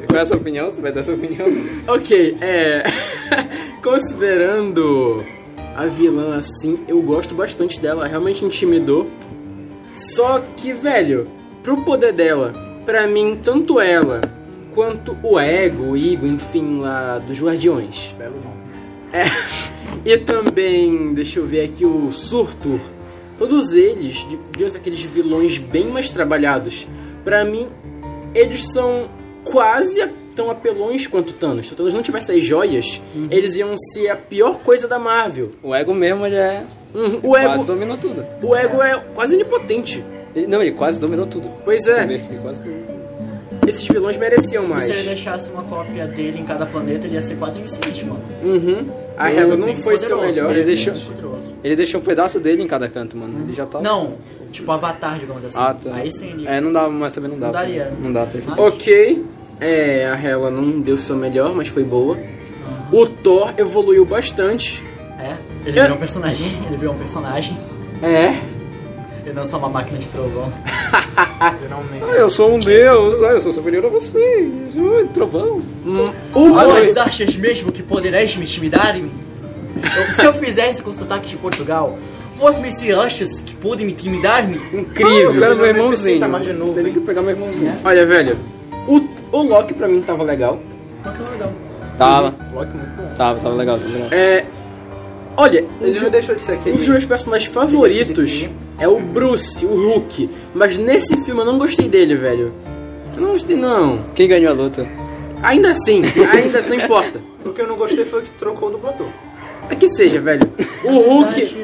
Speaker 2: Qual é a sua opinião? Você vai dar sua opinião?
Speaker 4: Ok, é. <laughs> Considerando a vilã assim, eu gosto bastante dela, ela realmente intimidou. Só que, velho, pro poder dela, pra mim, tanto ela quanto o Ego, o Igo, enfim, lá dos Guardiões.
Speaker 5: Belo nome.
Speaker 4: E também, deixa eu ver aqui, o Surtur. Todos eles, de- deus aqueles vilões bem mais trabalhados, pra mim, eles são quase a- tão apelões quanto Thanos. Se o Thanos não tivesse as joias,
Speaker 2: Uhum.
Speaker 4: eles iam ser a pior coisa da Marvel.
Speaker 2: O ego mesmo, ele é.
Speaker 4: Uhum, O
Speaker 2: Quase
Speaker 4: ego,
Speaker 2: dominou tudo.
Speaker 4: o ego é quase onipotente.
Speaker 2: Ele- não, ele quase dominou tudo.
Speaker 4: Pois é,
Speaker 2: Ele quase dominou.
Speaker 4: esses vilões mereciam
Speaker 1: Se ele
Speaker 4: mais.
Speaker 1: deixasse uma cópia dele em cada planeta, ele ia ser quase incêndio, mano.
Speaker 4: Uhum. A Hela não
Speaker 1: bem
Speaker 4: foi seu
Speaker 1: poderoso,
Speaker 4: melhor.
Speaker 1: bem
Speaker 2: Ele deixou-
Speaker 1: poderoso.
Speaker 2: Ele deixou um pedaço dele em cada canto, mano. Ele já tá.
Speaker 1: Não, tipo Avatar, digamos assim.
Speaker 2: Ah, tá.
Speaker 1: Aí sim, ele...
Speaker 2: É, não dá, mas também não né? dá.
Speaker 1: Não daria.
Speaker 2: Não dá pra ele.
Speaker 1: Ah.
Speaker 4: Ok, é, a Hela não deu seu melhor, mas foi boa. O Thor evoluiu bastante.
Speaker 1: é. Ele virou um personagem, <laughs> ele virou um personagem.
Speaker 4: É.
Speaker 1: E não é só uma máquina de trovão.
Speaker 5: Finalmente.
Speaker 2: Ah, eu sou um deus, ah, eu sou superior a vocês. Ui, trovão.
Speaker 4: Hum, o
Speaker 1: Ah,
Speaker 4: Thor-
Speaker 1: mas achas mesmo que poderás me intimidarem? Eu- se eu fizesse com sotaque de Portugal, fosse me se achas que podem me intimidar-me?
Speaker 2: Incrível. eu
Speaker 5: Ele
Speaker 2: quero
Speaker 5: não
Speaker 2: meu
Speaker 5: necessita
Speaker 2: irmãozinho.
Speaker 5: mais de
Speaker 2: Teria
Speaker 5: nuvem.
Speaker 2: que pegar meu irmãozinho.
Speaker 4: Olha, velho, o, o Loki pra mim tava legal.
Speaker 2: Tava,
Speaker 5: Loki é muito bom.
Speaker 2: tava, tava legal, tava legal.
Speaker 4: É. Olha, um
Speaker 5: Ele
Speaker 4: de-
Speaker 5: não deixou de ser
Speaker 4: um
Speaker 5: aquele.
Speaker 4: dos meus personagens favoritos é o Bruce, o Hulk. Mas nesse filme eu não gostei dele, velho. Eu não gostei, não.
Speaker 2: Quem ganhou a luta?
Speaker 4: Ainda assim, ainda assim, não importa.
Speaker 5: O que eu não gostei foi o que trocou o dublador.
Speaker 4: É que seja, velho. O Hulk.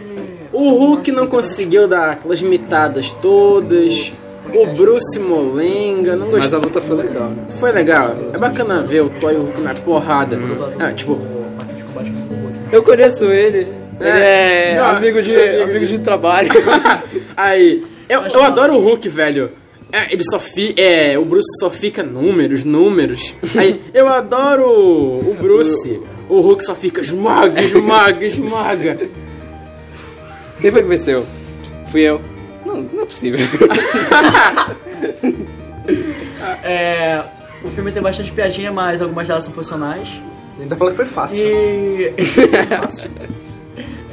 Speaker 4: O Hulk não conseguiu dar aquelas mitadas todas. O Bruce Molenga, não
Speaker 2: Mas a
Speaker 4: gostei.
Speaker 2: luta foi legal, né?
Speaker 4: Foi legal. É bacana ver o Thor e o Hulk na porrada. Ah, tipo, <laughs>
Speaker 1: Máquina de combate com robô aqui.
Speaker 2: Eu conheço ele.
Speaker 4: É.
Speaker 2: Ele é
Speaker 4: Não,
Speaker 2: amigo de,
Speaker 4: amigo
Speaker 2: amigo
Speaker 4: de-
Speaker 2: de trabalho. <laughs>
Speaker 4: Aí, eu, eu adoro o Hulk, velho. É, ele só fica. É, o Bruce só fica números, números. Aí, eu adoro o o Bruce. O Hulk só fica esmaga, esmaga, esmaga.
Speaker 2: Quem foi que venceu? Fui eu. Não, não é possível.
Speaker 1: É, o filme tem bastante piadinha, mas algumas delas são funcionais.
Speaker 5: Ainda falou que foi fácil.
Speaker 1: E. <laughs>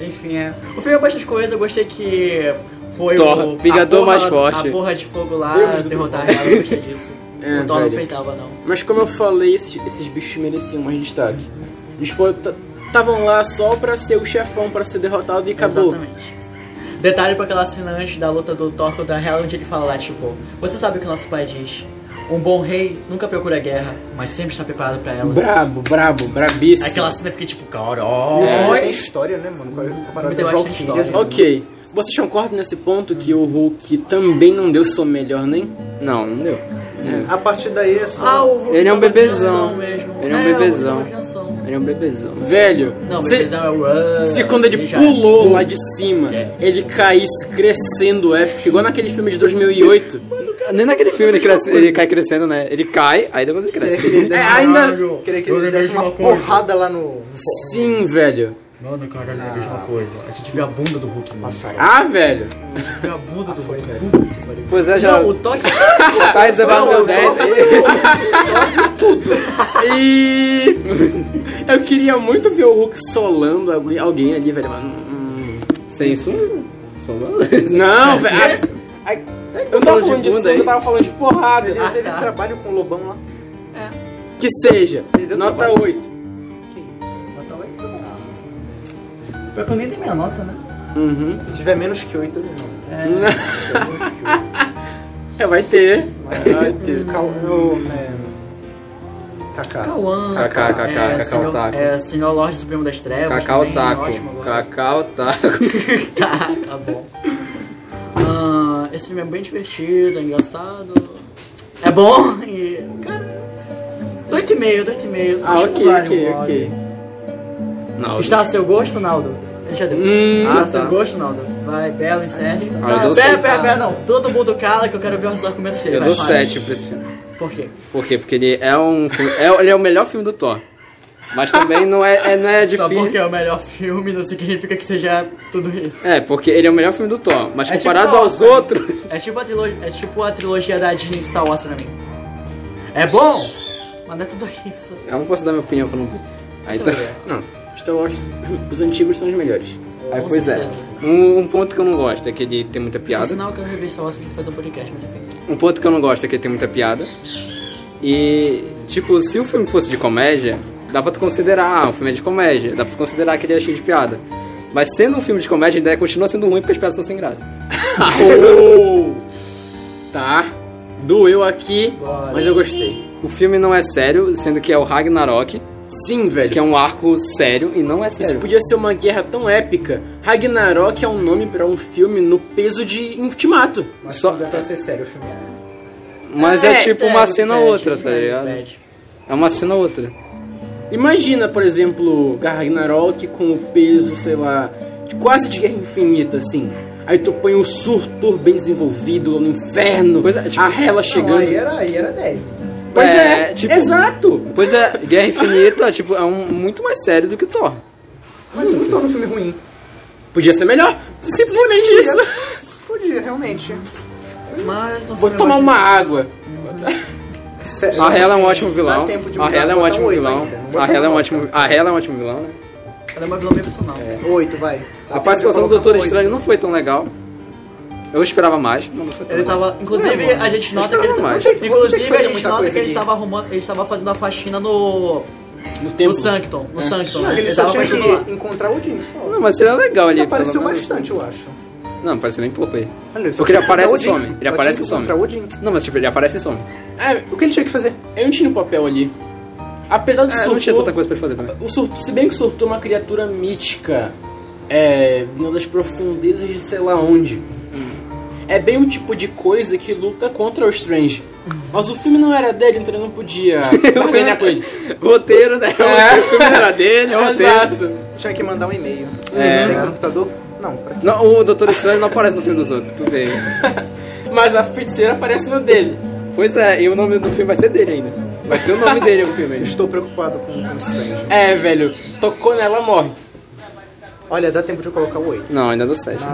Speaker 1: Enfim, é. O filme é bastante coisa, eu gostei que foi
Speaker 2: Thor,
Speaker 1: o.
Speaker 2: Vingador
Speaker 1: a porra,
Speaker 2: mais forte.
Speaker 1: A porra de fogo lá
Speaker 5: Deus do
Speaker 1: derrotar ela, eu gostei disso.
Speaker 4: É,
Speaker 1: o Thor
Speaker 4: velho.
Speaker 1: não peitava, não.
Speaker 4: Mas como eu falei, esses, esses bichos mereciam mais destaque. Eles estavam lá só pra ser o chefão, pra ser derrotado e acabou.
Speaker 1: Exatamente. Detalhe pra aquela cena antes da luta do Thor contra a Hela, onde ele fala lá, tipo, você sabe o que nosso pai diz. Um bom rei nunca procura guerra, mas sempre está preparado pra ela.
Speaker 4: Brabo, brabo, brabíssimo.
Speaker 1: Aquela cena fica tipo,
Speaker 2: É.
Speaker 5: O filme
Speaker 1: caralho.
Speaker 5: tem história, né, mano? Comparado
Speaker 1: Tem
Speaker 5: às
Speaker 1: bastante
Speaker 5: Valkyrias.
Speaker 1: história.
Speaker 5: mano.
Speaker 4: Ok, vocês concordam nesse ponto que o Hulk também não deu seu melhor, nem?
Speaker 2: Não, não deu.
Speaker 5: A partir daí é só.
Speaker 1: Ah, o Hulk
Speaker 2: Ele é um
Speaker 1: tava
Speaker 2: bebezão.
Speaker 1: crianção Mesmo.
Speaker 2: Ele é um
Speaker 1: o Hulk
Speaker 2: bebezão.
Speaker 1: tava crianção.
Speaker 2: Ele é um bebezão.
Speaker 4: Velho,
Speaker 1: Não,
Speaker 4: se-
Speaker 1: bebezão é o...
Speaker 4: Se quando ele
Speaker 1: já-
Speaker 4: pulou lá de cima,
Speaker 1: É.
Speaker 4: ele caísse crescendo épico, igual naquele filme de 2008.
Speaker 2: Nem naquele filme ele, cresce- ele cai crescendo, né? Ele cai, aí depois ele
Speaker 5: Queria que
Speaker 2: cresce.
Speaker 5: ele desse,
Speaker 4: É, ainda-
Speaker 5: uma... Queria que ele desse uma porrada lá no.
Speaker 4: Sim, velho.
Speaker 1: Mano, caralho, é a mesma coisa. A gente vê a bunda do Hulk, mano. Ah,
Speaker 5: Passarela.
Speaker 4: Ah, velho.
Speaker 1: A gente vê a bunda do
Speaker 5: Ah, foi,
Speaker 1: Hulk.
Speaker 5: velho.
Speaker 1: Puta que pariu.
Speaker 2: Pois é, já
Speaker 1: Não, o Thor...
Speaker 2: <laughs> tá reservado
Speaker 1: Não,
Speaker 2: meu
Speaker 1: o Thor-
Speaker 2: 10.
Speaker 4: E <laughs> eu queria muito ver o Hulk solando alguém- alguém ali, velho, mas hum,
Speaker 2: Sem isso,
Speaker 6: <laughs> Sonolência.
Speaker 4: Não, velho. ai, ai, Eu não
Speaker 6: Falando de
Speaker 4: tava falando de
Speaker 6: bunda
Speaker 4: sangue, eu
Speaker 6: aí.
Speaker 4: tava falando de porrada.
Speaker 5: Ele teve trabalho com o Lobão lá.
Speaker 4: Que seja.
Speaker 6: Ele deu
Speaker 4: Nota
Speaker 6: trabalho.
Speaker 4: 8.
Speaker 5: Que isso.
Speaker 1: Nota 8? Pior que eu nem dei minha nota, né?
Speaker 4: Uhum.
Speaker 5: Se tiver menos que oito, eu não.
Speaker 4: É, vai ter.
Speaker 5: Vai ter. Cal... Eu, é... Kaká.
Speaker 1: Cauã.
Speaker 2: Cacá, cacá,
Speaker 1: é,
Speaker 2: cacá
Speaker 1: senhor,
Speaker 2: otaku.
Speaker 1: É, senhor Lorde Supremo das Trevas.
Speaker 2: Cacau
Speaker 1: também, ótimo
Speaker 2: Taco.
Speaker 1: agora.
Speaker 2: Cacau Taco.
Speaker 1: <laughs> Tá, tá bom. Ah, esse filme é bem divertido, é engraçado. É bom e. Cara. 8,5, 8,5.
Speaker 4: Ah,
Speaker 1: Acho que
Speaker 4: ok,
Speaker 1: vale
Speaker 4: ok,
Speaker 1: um vale.
Speaker 4: ok.
Speaker 2: Não,
Speaker 1: Está a seu gosto, Naldo? Deixa eu
Speaker 2: Hum,
Speaker 1: Está a
Speaker 2: tá.
Speaker 1: seu gosto, Naldo? Vai, Belo, encerre.
Speaker 2: Ah, eu dou
Speaker 1: Pera,
Speaker 2: sete.
Speaker 1: pera, pera, não. Todo mundo cala que eu quero ver os argumentos dele.
Speaker 2: eu
Speaker 1: Vai,
Speaker 2: dou
Speaker 1: fala.
Speaker 2: 7 pra esse filme.
Speaker 1: Por quê?
Speaker 2: Por quê? Porque ele é um. filme- É, ele é o melhor filme do Thor. Mas também não é, é- não é
Speaker 1: Só porque
Speaker 2: difícil.
Speaker 1: é o melhor filme não significa que seja tudo isso.
Speaker 2: É, porque ele é o melhor filme do Thor. Mas
Speaker 1: É tipo
Speaker 2: comparado
Speaker 1: Thor,
Speaker 2: aos
Speaker 1: né?
Speaker 2: outros.
Speaker 1: É tipo a trilogia, é tipo a trilogia da Disney de Star Wars pra mim. É bom, mas não é tudo isso.
Speaker 2: Eu não posso dar minha opinião falando. Aí,
Speaker 1: Isso
Speaker 2: então,
Speaker 1: é.
Speaker 2: não.
Speaker 4: Star Wars, os antigos são os melhores.
Speaker 2: aí
Speaker 1: Com
Speaker 2: pois é.
Speaker 1: certeza.
Speaker 2: Um, um ponto que eu não gosto é que ele tem muita
Speaker 1: Por
Speaker 2: piada.
Speaker 1: sinal que eu revi Star Wars pra gente fazer um podcast, mas enfim.
Speaker 2: Um ponto que eu não gosto é que ele tem muita piada. E, tipo, se o filme fosse de comédia, dá pra tu considerar, ah, o filme é de comédia, dá pra tu considerar que ele é cheio de piada. Mas sendo um filme de comédia, a ideia continua sendo ruim porque as piadas são sem graça.
Speaker 4: Oh! tá. Doeu aqui,
Speaker 1: Bora.
Speaker 4: mas eu gostei.
Speaker 2: O filme não é sério, sendo que é o Ragnarok,
Speaker 4: Sim, velho. um-
Speaker 2: que é um arco sério e não é
Speaker 4: Isso
Speaker 2: sério.
Speaker 4: podia ser uma guerra tão épica. Ragnarok é um nome pra um filme no peso de Ultimato.
Speaker 5: Mas
Speaker 2: Só-
Speaker 5: Só... dá pra ser sério o filme. é-
Speaker 2: Mas é,
Speaker 4: É,
Speaker 2: tipo uma cena ou outra, tá ligado? É uma cena ou outra.
Speaker 4: Imagina, por exemplo, Ragnarok com o peso, sei lá, de quase de guerra infinita, assim. Aí tu põe o Surtur bem desenvolvido no inferno,
Speaker 2: Pois é, tipo-
Speaker 4: a Hela
Speaker 5: Não,
Speaker 4: chegando.
Speaker 5: aí era, aí era né? 10.
Speaker 4: Pois é,
Speaker 2: É, tipo-
Speaker 4: exato!
Speaker 2: Pois é, Guerra Infinita, tipo, é um, muito mais sério do que Thor.
Speaker 5: Mas não torna um filme ruim.
Speaker 4: Podia ser melhor, simplesmente isso.
Speaker 5: Podia, realmente.
Speaker 1: Mas um
Speaker 4: Vou
Speaker 1: filme
Speaker 4: tomar
Speaker 1: mais-
Speaker 4: uma água.
Speaker 5: Sério.
Speaker 2: A Hela é um ótimo vilão.
Speaker 5: Dá tempo de
Speaker 2: A
Speaker 5: mudar,
Speaker 2: Hela é um
Speaker 5: botar
Speaker 2: ótimo
Speaker 5: oito
Speaker 2: vilão.
Speaker 5: ainda, Tá, não
Speaker 2: A
Speaker 5: botar
Speaker 2: Hela é um
Speaker 5: nota.
Speaker 2: ótimo, a Hela é um ótimo vilão, né?
Speaker 1: Ela é uma vilã meio personal.
Speaker 5: Oito, vai. Dá
Speaker 2: um- A
Speaker 5: tempo
Speaker 2: participação do
Speaker 5: de colocar
Speaker 2: Doutor
Speaker 5: oito.
Speaker 2: Estranho não foi tão legal. Eu esperava mais, mas não foi tão
Speaker 1: Ele
Speaker 2: legal.
Speaker 1: tava. Inclusive, a gente nota que ele
Speaker 2: não
Speaker 1: tava.
Speaker 2: mais.
Speaker 5: Vamos ter que
Speaker 1: Inclusive,
Speaker 5: fazer
Speaker 1: a gente
Speaker 5: muita
Speaker 1: nota
Speaker 5: coisa
Speaker 1: que ele
Speaker 5: aqui.
Speaker 1: estava arrumando. Ele estava fazendo a faxina no.
Speaker 4: No tempo.
Speaker 1: No Sanctum. No Sanctum.
Speaker 5: Não,
Speaker 1: né?
Speaker 5: ele só
Speaker 1: tava
Speaker 5: tinha que
Speaker 1: fazendo lá.
Speaker 5: encontrar o Jim. Só.
Speaker 2: Não, mas seria legal ali.
Speaker 5: Ele apareceu
Speaker 2: pelo menos.
Speaker 5: bastante, eu acho.
Speaker 2: Não, apareceu nem pouco aí.
Speaker 5: Olha, só
Speaker 2: Porque ele
Speaker 5: tinha que
Speaker 2: aparece e
Speaker 5: encontrar o Odin.
Speaker 2: some. Ele
Speaker 5: Só
Speaker 2: aparece
Speaker 5: tinha
Speaker 2: e
Speaker 5: que
Speaker 2: some.
Speaker 5: encontrar o Odin.
Speaker 2: Não, mas tipo, ele aparece e some.
Speaker 4: É,
Speaker 5: O que ele tinha que fazer?
Speaker 4: eu não tinha no papel ali. Apesar do
Speaker 2: É,
Speaker 4: Surtur,
Speaker 2: não tinha tanta coisa pra ele fazer também.
Speaker 4: O Surtur, se bem que o Surtur é uma criatura mítica, é, vinda das profundezas de sei lá onde. É bem um tipo de coisa que luta contra o Strange. Mas o filme não era dele, então ele
Speaker 2: <laughs>
Speaker 4: não podia ofender com ele.
Speaker 2: Roteiro, né?
Speaker 4: É.
Speaker 2: O filme era dele, é o roteiro.
Speaker 4: Exato. <laughs>
Speaker 5: Tinha que mandar um e-mail.
Speaker 2: É.
Speaker 5: Tem computador? Não, pra quê?
Speaker 2: Não, o Doutor Estranho não aparece no filme dos outros, tu vê.
Speaker 4: Mas a feiticeira aparece no dele.
Speaker 2: Pois é, e o nome do filme vai ser dele ainda. Vai ter o nome dele no filme
Speaker 5: <laughs>
Speaker 2: ainda.
Speaker 5: Estou preocupado com um com o Strange.
Speaker 4: É, velho. Tocou nela, morre. <laughs>
Speaker 5: Olha, dá tempo de eu colocar o Ah, oito.
Speaker 2: Não, ainda é dou 7.
Speaker 5: Não,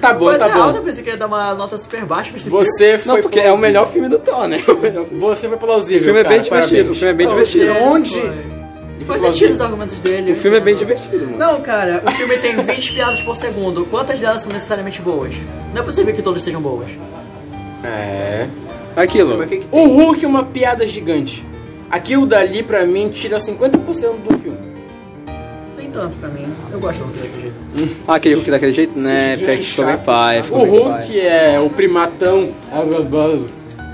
Speaker 4: tá bom,
Speaker 1: Mas
Speaker 4: tá
Speaker 1: é alto,
Speaker 4: bom.
Speaker 1: eu pensei que ele ia dar uma nota super baixa pra esse filme.
Speaker 4: Você foi
Speaker 2: Não, porque é o melhor filme do Thor, né? <laughs> O melhor filme.
Speaker 4: Você foi plausível,
Speaker 2: O filme é bem
Speaker 4: cara,
Speaker 2: divertido, o
Speaker 4: parabéns.
Speaker 2: filme é bem divertido.
Speaker 5: Onde?
Speaker 1: Foi. Faz sentido os argumentos dele.
Speaker 2: O filme é bem
Speaker 1: entendo.
Speaker 2: divertido, mano.
Speaker 1: Não, cara, o filme tem 20 piadas por segundo. Quantas delas são necessariamente boas? Não é possível que todas sejam boas.
Speaker 4: É.
Speaker 2: Aquilo.
Speaker 5: mas o que que
Speaker 4: O Hulk é uma piada gigante. Aquilo dali, pra mim, tira 50% do filme.
Speaker 1: Nem tanto pra mim. Eu gosto do daquele jeito.
Speaker 2: Ah, aquele Hulk daquele jeito, né?
Speaker 5: Esses
Speaker 2: Porque
Speaker 5: dias
Speaker 2: ficou bem
Speaker 5: chatos,
Speaker 2: pai.
Speaker 5: sabe?
Speaker 2: ficou
Speaker 4: O
Speaker 2: bem pai.
Speaker 4: Hulk é o primatão. ah, blá, blá, blá.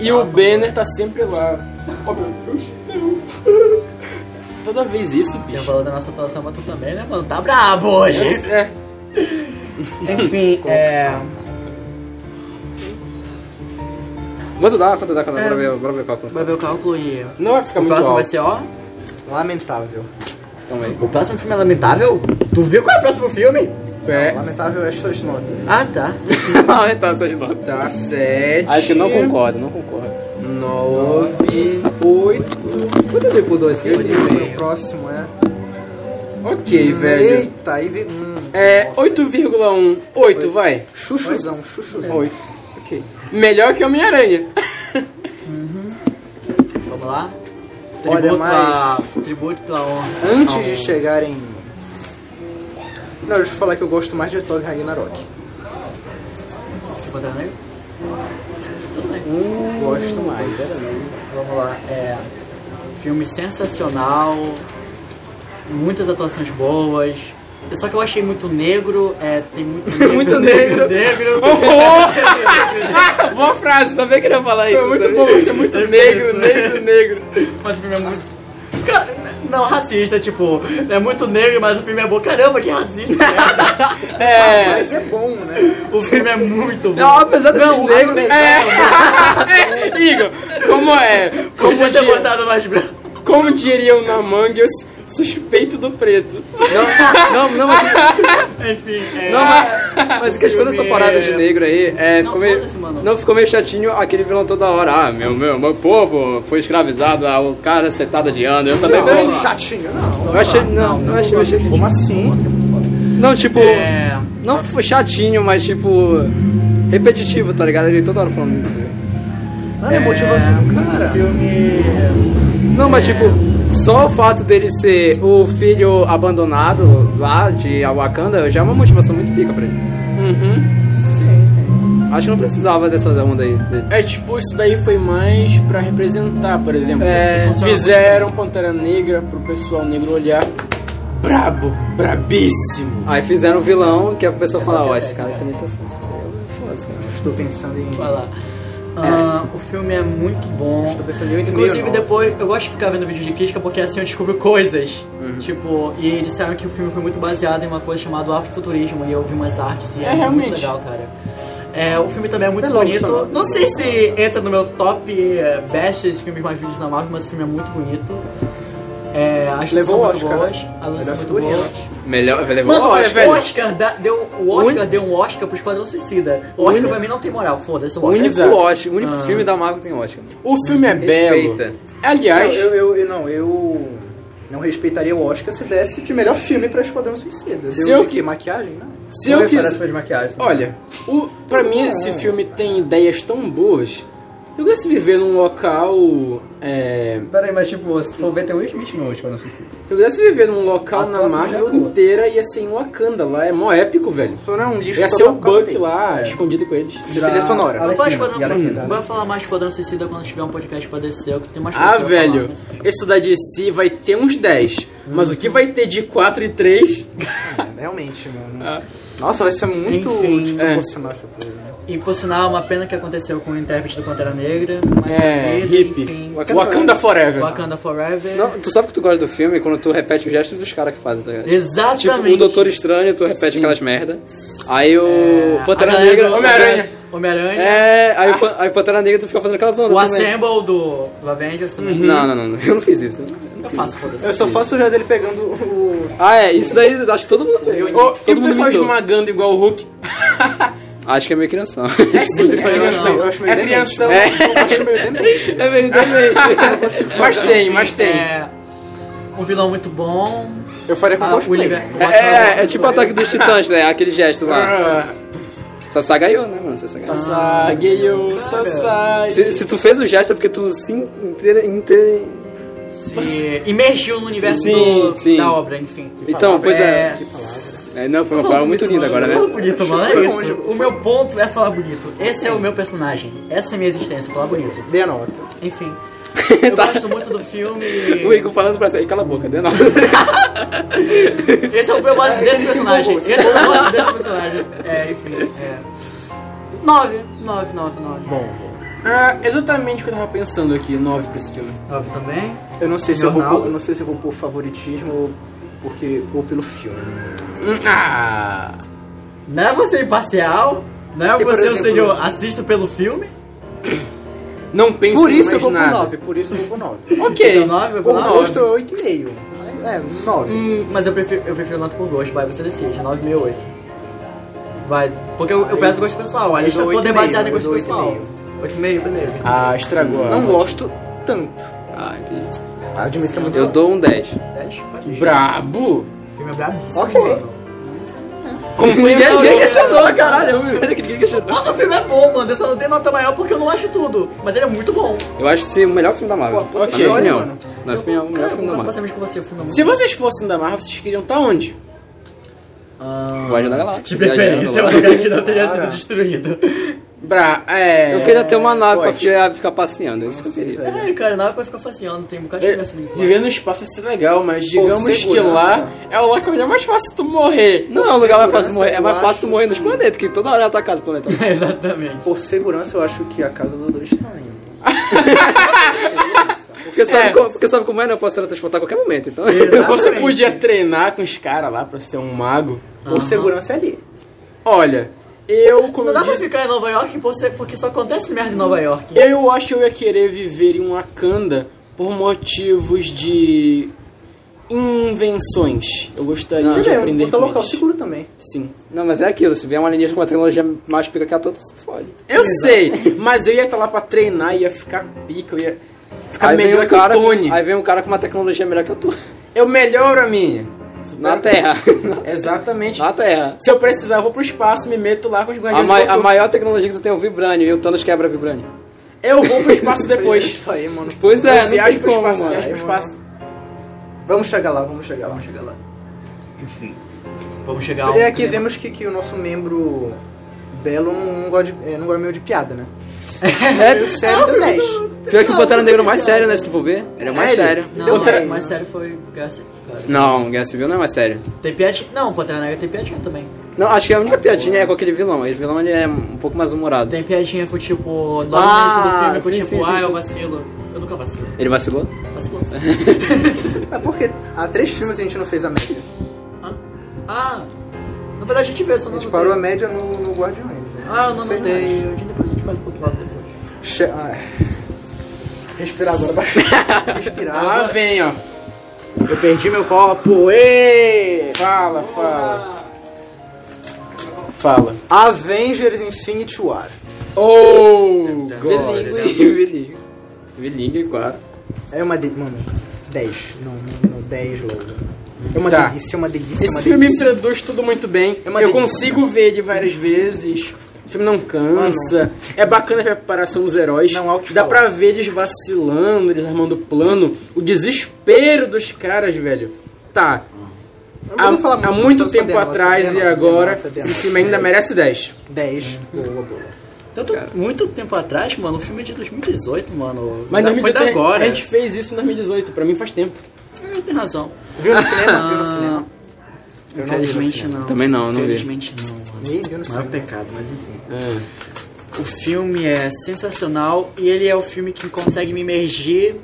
Speaker 4: E o Banner tá sempre lá. Oh, meu Deus. Toda vez isso,
Speaker 1: Você
Speaker 4: bicho.
Speaker 1: falou da nossa atuação, mas tu também, né, mano? Tá brabo hoje.
Speaker 4: É.
Speaker 1: <laughs> Enfim, é.
Speaker 2: Quanto dá? Quanto dá? Quanto dá?
Speaker 1: É.
Speaker 2: Bora ver, bora ver qual que
Speaker 1: Vai ver o cálculo e.
Speaker 4: Não vai ficar
Speaker 1: O
Speaker 4: muito
Speaker 1: próximo vai
Speaker 4: alto.
Speaker 1: ser, ó.
Speaker 5: Lamentável.
Speaker 2: Então aí.
Speaker 1: O próximo filme é lamentável? Tu viu qual é o próximo filme?
Speaker 4: É.
Speaker 5: Lamentável é suas notas.
Speaker 1: Ah, tá.
Speaker 2: <laughs> Ah, tá, essas notas.
Speaker 4: Tá, 7.
Speaker 2: Acho Ah, é que eu não concordo, não concordo.
Speaker 4: 9.
Speaker 2: 8. Quanto eu dei por 2?
Speaker 5: O próximo é.
Speaker 4: Ok, velho.
Speaker 5: Eita, aí vi. Hum,
Speaker 4: É
Speaker 5: nossa.
Speaker 4: 8,1. 8, vai.
Speaker 5: Chuchuzão, chuchuzão.
Speaker 2: Oito.
Speaker 4: Ok. Melhor que Homem-Aranha. <laughs>
Speaker 1: Vamos lá.
Speaker 5: Olha,
Speaker 1: Tributo
Speaker 5: mas-
Speaker 1: a- Tributo à honra.
Speaker 5: Antes de chegarem. Não, deixa eu falar que eu gosto mais de Thor Ragnarok.
Speaker 1: de Pantera Negra?
Speaker 5: Gosto mais.
Speaker 1: Vamos lá. É, filme sensacional, muitas atuações boas. Só que eu achei muito negro, é, tem
Speaker 2: <laughs>
Speaker 1: muito negro.
Speaker 2: Muito negro. <laughs>
Speaker 1: negro.
Speaker 4: Tá
Speaker 2: Boa frase, sabia que ele ia falar isso.
Speaker 4: Foi muito
Speaker 2: sabe?
Speaker 4: bom, é muito negro, negro, negro.
Speaker 1: Mas o filme é muito. Cara, não, racista, tipo, é muito negro, mas o filme é bom. Caramba, que
Speaker 2: <laughs>
Speaker 1: racista!
Speaker 4: É.
Speaker 5: Mas é bom, né?
Speaker 1: o filme é muito bom.
Speaker 2: Não, apesar desses negros...
Speaker 4: É. <laughs> Igor, como é? Como,
Speaker 1: Podia ter
Speaker 4: di-
Speaker 1: botado mais branco.
Speaker 4: como diriam na Mangas, suspeito do preto.
Speaker 2: Não, não, mas, <laughs>
Speaker 1: Enfim, é.
Speaker 2: não, mas, mas a questão dessa
Speaker 1: Filme-
Speaker 2: parada de negro aí é,
Speaker 1: Não,
Speaker 2: ficou meio,
Speaker 1: foda-se, mano.
Speaker 2: não ficou meio chatinho aquele vilão toda hora. Ah, meu, meu, meu povo foi escravizado, ah, o cara setada de ano. Eu também
Speaker 5: Não,
Speaker 2: não,
Speaker 5: chatinho, não.
Speaker 2: eu achei, não, não achei meio chatinho.
Speaker 5: Como assim?
Speaker 2: Não, tipo,
Speaker 1: É.
Speaker 2: não foi chatinho, mas tipo, repetitivo, tá ligado? Ele toda hora falando isso.
Speaker 5: Mano, é motivação do cara.
Speaker 2: Não, mas tipo, só o fato dele ser o filho abandonado lá de Wakanda já é uma motivação muito pica pra ele.
Speaker 4: Uhum.
Speaker 5: Sim, sim.
Speaker 2: Acho que não precisava dessa onda aí dele.
Speaker 4: É tipo, isso daí foi mais pra representar, por exemplo.
Speaker 2: É,
Speaker 4: fizeram Pantera Negra pro pessoal negro olhar. Brabo, brabíssimo.
Speaker 2: Aí fizeram o vilão que a pessoa fala, ó, esse cara também tá sendo. Foda-se, cara.
Speaker 5: Estou pensando em.
Speaker 1: Vai lá. Ah, O filme é muito bom.
Speaker 5: Estou pensando em 8
Speaker 1: Inclusive, depois eu gosto de ficar vendo vídeos de crítica porque assim eu descubro coisas.
Speaker 5: Uhum.
Speaker 1: Tipo, e disseram que o filme foi muito baseado em uma coisa chamada afrofuturismo. E eu vi umas artes e
Speaker 4: É,
Speaker 1: é, muito
Speaker 4: realmente.
Speaker 1: legal, cara. É, o filme também é muito
Speaker 5: É logo, só-
Speaker 1: bonito. Não sei se entra no meu top eh, best esses filmes mais vídeos na Marvel, mas o filme é muito bonito. É, as luzes
Speaker 5: Levou
Speaker 1: são
Speaker 5: o
Speaker 1: muito
Speaker 5: Oscar,
Speaker 1: boas.
Speaker 5: né?
Speaker 1: As luzes são
Speaker 5: Melhor
Speaker 1: muito
Speaker 5: figurino.
Speaker 1: boas.
Speaker 2: Melhor, vai levar
Speaker 1: Mano,
Speaker 2: o
Speaker 1: olha,
Speaker 2: Oscar.
Speaker 1: o Oscar da- deu, o Oscar deu um Oscar pro Esquadrão Suicida. O Oscar pra mim não tem moral, foda-se. o
Speaker 2: O
Speaker 1: Oscar. é
Speaker 2: único
Speaker 4: Exato.
Speaker 2: Oscar, o único
Speaker 1: Ah.
Speaker 2: filme da Marvel que tem Oscar.
Speaker 4: O filme é
Speaker 2: Respeita.
Speaker 4: belo. Aliás,
Speaker 5: Eu, eu, eu- não, eu não respeitaria o Oscar se desse de melhor filme pra Esquadrão Suicida.
Speaker 4: Se
Speaker 5: Deu
Speaker 4: eu
Speaker 5: de quê? Maquiagem? Não.
Speaker 4: se eu
Speaker 2: quis...
Speaker 4: quiser.
Speaker 2: de maquiagem.
Speaker 4: Olha, o, pra mim esse filme tem ideias tão boas. Eu gosto de viver num local. É,
Speaker 2: Pera aí, mas tipo, se tu for ver, tem o Will Smith no Esquadrão Suicida.
Speaker 4: eu gosto de viver num local
Speaker 2: A
Speaker 4: na
Speaker 2: atuação já
Speaker 4: Marvel
Speaker 2: é boa.
Speaker 4: inteira e assim, Wakanda lá. É mó épico, velho.
Speaker 5: Só não é um lixo
Speaker 4: Ia
Speaker 5: só
Speaker 4: ser o
Speaker 5: por causa
Speaker 4: Buck
Speaker 5: dele.
Speaker 4: lá, escondido com eles.
Speaker 5: De trilha sonora.
Speaker 1: Não faz quando-
Speaker 2: Garaquina.
Speaker 1: Vai falar mais de Esquadrão Suicida quando tiver um podcast pra descer, que tem mais coisa
Speaker 4: Ah,
Speaker 1: pra eu
Speaker 4: velho,
Speaker 1: falar, mas-
Speaker 4: esse da DC vai ter uns 10. Mas o que vai ter de 4 e 3?
Speaker 5: É, Realmente, mano. Nossa, vai ser muito tipo,
Speaker 1: Enfim,
Speaker 5: desproporcional essa coisa. né?
Speaker 1: E por sinal, é uma pena que aconteceu com o intérprete do Pantera Negra. Mas <laughs>
Speaker 4: É,
Speaker 1: vida,
Speaker 4: hippie.
Speaker 1: enfim.
Speaker 4: Wakanda, Forever.
Speaker 1: Wakanda Forever.
Speaker 2: Não, tu sabe que tu gosta do filme quando tu repete os gestos dos caras que fazem, tá ligado?
Speaker 1: Exatamente.
Speaker 2: Tipo, o Doutor Estranho, tu repete
Speaker 4: Sim.
Speaker 2: aquelas merda. Aí o
Speaker 1: É, a
Speaker 2: Pantera
Speaker 1: galera
Speaker 2: Negra...
Speaker 1: do-
Speaker 4: Homem-Aranha.
Speaker 1: Homem-Aranha.
Speaker 2: É, aí o Pan- aí o Pantera Negra tu fica fazendo aquelas
Speaker 1: O
Speaker 2: ondas também. Uhum.
Speaker 1: Assemble do, do Avengers também.
Speaker 2: Não, não, não, eu não fiz isso.
Speaker 1: Eu faço, foda-se.
Speaker 5: Eu só faço já dele pegando o.
Speaker 2: Ah, é, isso daí acho que todo mundo fez.
Speaker 4: Ô, e
Speaker 2: todo
Speaker 4: o
Speaker 2: mundo
Speaker 4: pessoal
Speaker 2: imitou.
Speaker 4: esmagando igual o Hulk?
Speaker 2: Acho que é meio criança.
Speaker 4: É
Speaker 5: <laughs>
Speaker 4: sim,
Speaker 5: Isso aí eu acho- eu acho meio
Speaker 4: é
Speaker 5: demente.
Speaker 4: criança.
Speaker 5: Eu acho meio demente.
Speaker 2: é <laughs> verdade.
Speaker 4: <laughs> Mas tem, mas tem.
Speaker 1: É, um vilão muito bom.
Speaker 5: Eu faria com
Speaker 1: Ah, o
Speaker 5: cosplay.
Speaker 1: universo-
Speaker 2: é, é tipo o ataque dos titãs, né? Aquele gesto lá.
Speaker 4: Ah,
Speaker 2: Sassagaiô, né, mano? Sassagaiô.
Speaker 4: Sasageiyo, Sasai.
Speaker 2: Se, se tu fez o gesto é porque tu se inteira, inteira...
Speaker 1: Se imergiu no universo
Speaker 2: Sim,
Speaker 1: do-
Speaker 2: sim.
Speaker 1: da obra, enfim.
Speaker 2: Então, pois é.
Speaker 1: É.
Speaker 5: Que palavra.
Speaker 2: É, não, foi uma palavra muito linda agora, né?
Speaker 1: Fala bonito, mano.
Speaker 5: Foi
Speaker 1: É
Speaker 5: longe.
Speaker 1: isso. O meu ponto é falar bonito. Esse é o meu personagem. Essa é a minha existência, falar bonito.
Speaker 5: Dê a nota.
Speaker 1: Enfim. Eu gosto muito do filme.
Speaker 2: Tá. O Igor falando pra você, cala a boca, né? deu nada.
Speaker 1: Esse é o meu base desse personagem. Esse é o meu base desse personagem. É, enfim. É. 9, 9, 9, 9.
Speaker 5: Bom,
Speaker 4: Ah, exatamente o que eu tava pensando aqui, 9 pra esse filme.
Speaker 1: 9 também.
Speaker 5: eu não sei se eu vou
Speaker 1: Leonardo.
Speaker 5: por, eu não sei se eu vou por favoritismo ou porque ou pelo filme.
Speaker 4: Hum, Ah!
Speaker 1: Não é você imparcial. Não é
Speaker 5: E, por
Speaker 1: você o
Speaker 5: exemplo,
Speaker 1: senhor assista pelo filme.
Speaker 4: Não pense
Speaker 5: Por isso eu
Speaker 4: mais
Speaker 5: vou por
Speaker 4: nada.
Speaker 5: 9, por isso eu vou por <laughs> 9.
Speaker 1: Deu
Speaker 4: Ok.
Speaker 1: 9, vai
Speaker 5: Por
Speaker 1: pro 9.
Speaker 5: gosto é 8,5. É, 9.
Speaker 1: Hum, mas eu prefiro, eu prefiro nota por gosto, vai, você decide, 968. Vai, porque eu, eu peço gosto pessoal, a
Speaker 5: Eu
Speaker 1: lista
Speaker 5: dou
Speaker 1: toda é
Speaker 5: 8,5,
Speaker 1: baseada em
Speaker 5: eu
Speaker 1: gosto
Speaker 5: dou
Speaker 1: pessoal.
Speaker 5: 8,5.
Speaker 1: 8,5, beleza.
Speaker 4: Ah, estragou. a
Speaker 5: Não
Speaker 4: nota.
Speaker 5: gosto tanto.
Speaker 2: Ah, entendi.
Speaker 5: Admito que é muito
Speaker 2: Eu
Speaker 5: bom.
Speaker 2: dou um 10.
Speaker 1: 10, faz isso.
Speaker 4: Brabo!
Speaker 1: O filme é brabíssimo.
Speaker 5: Ok.
Speaker 1: mano.
Speaker 2: <laughs> Ninguém questionou, caralho. Eu me que ninguém questionou.
Speaker 1: Nossa, o filme é bom, mano, eu só não dei nota maior porque eu não acho tudo, mas ele é muito bom.
Speaker 2: Eu acho esse o melhor filme da Marvel.
Speaker 5: Pô, puta
Speaker 2: na minha
Speaker 5: história,
Speaker 2: opinião.
Speaker 5: mano.
Speaker 2: Na minha opinião, o melhor
Speaker 1: Cara, eu
Speaker 2: filme da
Speaker 1: concordo
Speaker 2: Marvel.
Speaker 1: bastante com você, o filme é muito
Speaker 4: Se
Speaker 1: bom.
Speaker 4: vocês fossem da Marvel, vocês queriam estar onde?
Speaker 1: Ah,
Speaker 2: Guardião da Galáxia.
Speaker 1: de preferência, é um
Speaker 2: Viajando lá.
Speaker 1: lugar que não teria sido destruído.
Speaker 4: Bra é,
Speaker 2: Eu queria ter um uma nave pra
Speaker 4: pode.
Speaker 2: ficar, ficar passeando, é isso que eu queria.
Speaker 1: É, cara, nave vai ficar faciando, tem um bocado de
Speaker 4: É,
Speaker 1: conversa bonito lá.
Speaker 4: Viver no espaço ia ser legal, mas digamos que
Speaker 5: segurança.
Speaker 4: lá é o lugar onde é mais fácil tu morrer.
Speaker 2: Não, o lugar mais fácil de morrer. É
Speaker 5: eu
Speaker 2: mais fácil
Speaker 5: acho
Speaker 2: tu morrer nos planetas, que toda hora é atacado pelo
Speaker 1: <laughs>
Speaker 2: planeta.
Speaker 1: Exatamente.
Speaker 5: Por segurança, eu acho que a casa do dois tá indo.
Speaker 2: Porque sabe,
Speaker 4: É.
Speaker 2: como, porque sabe como é, né? Eu posso teletransportar a qualquer momento, então.
Speaker 4: Você
Speaker 1: Exatamente.
Speaker 4: podia treinar com os caras lá pra ser um mago.
Speaker 5: Por segurança é ali.
Speaker 4: Olha, eu como
Speaker 1: Não dá
Speaker 4: eu
Speaker 1: pra
Speaker 4: disse,
Speaker 1: ficar em Nova York você- porque só acontece merda em Nova York.
Speaker 4: eu acho que eu ia querer viver em Wakanda por motivos de invenções. Eu gostaria de
Speaker 5: Também,
Speaker 4: aprender
Speaker 5: botar um
Speaker 4: com
Speaker 5: local
Speaker 4: eles.
Speaker 5: seguro também.
Speaker 4: Sim.
Speaker 2: <laughs> Não, mas é aquilo, se vier uma alienígena com uma tecnologia mais pica que a toda, se fode.
Speaker 4: Eu sei, mas eu ia estar lá pra treinar, ia ficar pica, eu ia ficar
Speaker 2: Aí vem,
Speaker 4: melhor
Speaker 2: um
Speaker 4: que o
Speaker 2: cara,
Speaker 4: Tony.
Speaker 2: aí vem um cara com uma tecnologia melhor que a tua.
Speaker 4: Eu melhoro a minha.
Speaker 2: Na Terra. <laughs>
Speaker 4: Exatamente.
Speaker 2: Na Terra.
Speaker 4: Se eu precisar, eu vou pro espaço, me meto lá com os
Speaker 2: A,
Speaker 4: guardiões.
Speaker 2: mai-
Speaker 4: do
Speaker 2: a
Speaker 4: Futuro.
Speaker 2: maior tecnologia que tu tem é o Vibranium e o Thanos quebra Vibranium.
Speaker 4: Eu vou pro espaço depois.
Speaker 5: Isso aí, mano.
Speaker 2: <laughs> Pois é, não
Speaker 4: viagem
Speaker 2: tem
Speaker 4: pro
Speaker 2: como,
Speaker 4: espaço,
Speaker 2: mano.
Speaker 4: viagem pro espaço.
Speaker 5: Vamos chegar lá, vamos chegar lá. Vamos chegar lá.
Speaker 1: Vamos chegar a
Speaker 5: E
Speaker 1: um
Speaker 5: aqui
Speaker 1: tema.
Speaker 5: vemos É que, que o nosso membro Belo não gosta, de, é, não gosta meio de piada, <laughs> né?
Speaker 2: É,
Speaker 5: O sério deu 10.
Speaker 2: pior que o Pantera Negro é mais sério, né? Se tu for ver, ele é mais
Speaker 4: Sério?
Speaker 2: sério.
Speaker 1: Não,
Speaker 5: Outra-
Speaker 1: mas- mas sério foi Gasser, cara.
Speaker 2: Não, Guerra Civil não é mais sério.
Speaker 1: Tem piadinha? Não, Pantera Negra tem piadinha também.
Speaker 2: Não, acho que a única piadinha é com aquele vilão. Esse vilão ele é um pouco mais humorado.
Speaker 1: Tem piadinha com tipo, logo no
Speaker 2: Ah,
Speaker 1: início do filme, com
Speaker 2: sim,
Speaker 1: tipo,
Speaker 2: sim,
Speaker 1: ah,
Speaker 2: sim,
Speaker 1: eu
Speaker 2: sim.
Speaker 1: vacilo. Eu nunca vacilo.
Speaker 2: Ele vacilou?
Speaker 5: <laughs>
Speaker 1: Vacilo.
Speaker 5: É porque há três filmes a gente não fez a média.
Speaker 1: ah, ah, na verdade a gente vê, só
Speaker 5: A
Speaker 1: não
Speaker 5: gente
Speaker 1: anotei.
Speaker 5: parou a média no, no Guardiões. né?
Speaker 1: Ah, eu não
Speaker 5: fez
Speaker 1: anotei.
Speaker 5: mais.
Speaker 1: Hoje Depois a gente faz um pouco lá depois.
Speaker 5: Che- ah, é. Respirar agora, baixar.
Speaker 1: <laughs> Ah,
Speaker 5: Respirar.
Speaker 4: Lá
Speaker 5: agora.
Speaker 4: vem, ó.
Speaker 1: Eu perdi meu copo, ê!
Speaker 4: Fala, fala. Fala.
Speaker 5: Avengers Infinity War.
Speaker 4: Oh!
Speaker 2: Bilíngue. Bilíngue, claro.
Speaker 5: É uma de... Mano, 10. Não, não, não, 10 logo. É uma
Speaker 4: Tá.
Speaker 5: delícia, é uma delícia, é
Speaker 4: Esse
Speaker 5: uma
Speaker 4: filme
Speaker 5: delícia.
Speaker 4: traduz tudo muito bem.
Speaker 5: É uma
Speaker 4: eu
Speaker 5: delícia.
Speaker 4: consigo ver ele várias vezes. O filme não cansa. É bacana a preparação dos heróis.
Speaker 5: Ah, Não há o que
Speaker 4: Dá
Speaker 5: falar.
Speaker 4: pra ver eles vacilando, eles armando o plano. O desespero dos caras, velho. Tá.
Speaker 5: Eu não
Speaker 4: Há,
Speaker 5: vou falar
Speaker 4: há
Speaker 5: muito,
Speaker 4: muito
Speaker 5: só- só
Speaker 4: tempo
Speaker 5: denota,
Speaker 4: atrás
Speaker 5: denota,
Speaker 4: e agora,
Speaker 5: denota, denota.
Speaker 4: esse filme é
Speaker 5: É.
Speaker 4: ainda merece 10.
Speaker 5: 10. Boa, boa.
Speaker 1: Tanto muito tempo atrás, mano, o filme é de 2018, mano.
Speaker 4: Mas
Speaker 1: Já
Speaker 4: em
Speaker 1: foi da
Speaker 4: 2018,
Speaker 1: agora.
Speaker 4: a gente fez isso em 2018, pra mim faz tempo.
Speaker 1: É, tem razão.
Speaker 5: Viu no cinema? Viu no
Speaker 1: Ah,
Speaker 5: cinema? Eu não vi no
Speaker 1: Infelizmente
Speaker 5: cinema.
Speaker 1: não.
Speaker 2: Também não, não vi.
Speaker 1: Infelizmente não, mano.
Speaker 5: Nem viu no
Speaker 1: Maior
Speaker 5: cinema.
Speaker 1: pecado, mas enfim. O filme é sensacional e ele é o filme que consegue me imergir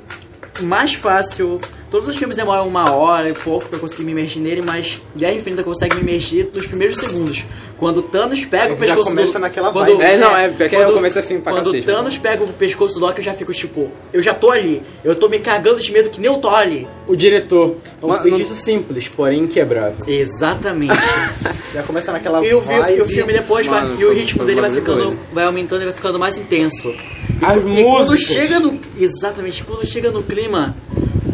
Speaker 1: mais fácil. Todos os filmes demoram uma hora e pouco pra eu conseguir me imergir nele, mas Guerra Infinita consegue me imergir nos primeiros segundos. Quando o Thanos pega o
Speaker 5: Já
Speaker 1: pescoço
Speaker 5: começa
Speaker 1: do...
Speaker 5: naquela
Speaker 1: quando...
Speaker 5: vibe.
Speaker 2: É, não, é, porque eu começo a filme pra
Speaker 1: Quando o
Speaker 2: cacete. né?
Speaker 1: Thanos pega o pescoço do Loki, eu já fico tipo, eu já tô ali. Eu tô me cagando de medo que nem eu tô ali.
Speaker 4: O diretor é um
Speaker 2: Mas
Speaker 4: feitiço simples, porém inquebrável.
Speaker 1: Exatamente.
Speaker 5: Já começa naquela
Speaker 1: E o, vi-
Speaker 5: vibe.
Speaker 1: e o filme depois vai-
Speaker 2: Mano,
Speaker 1: e o
Speaker 2: foi-
Speaker 1: ritmo
Speaker 2: foi
Speaker 1: dele vai
Speaker 2: bagulho
Speaker 1: ficando,
Speaker 2: doido.
Speaker 1: vai aumentando e vai ficando mais intenso. E,
Speaker 4: As
Speaker 1: cu- e quando
Speaker 4: músicas.
Speaker 1: chega no, exatamente, quando chega no clima,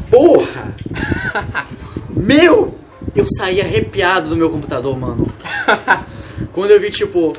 Speaker 1: porra, meu, eu saí arrepiado do meu computador, mano. quando eu vi tipo,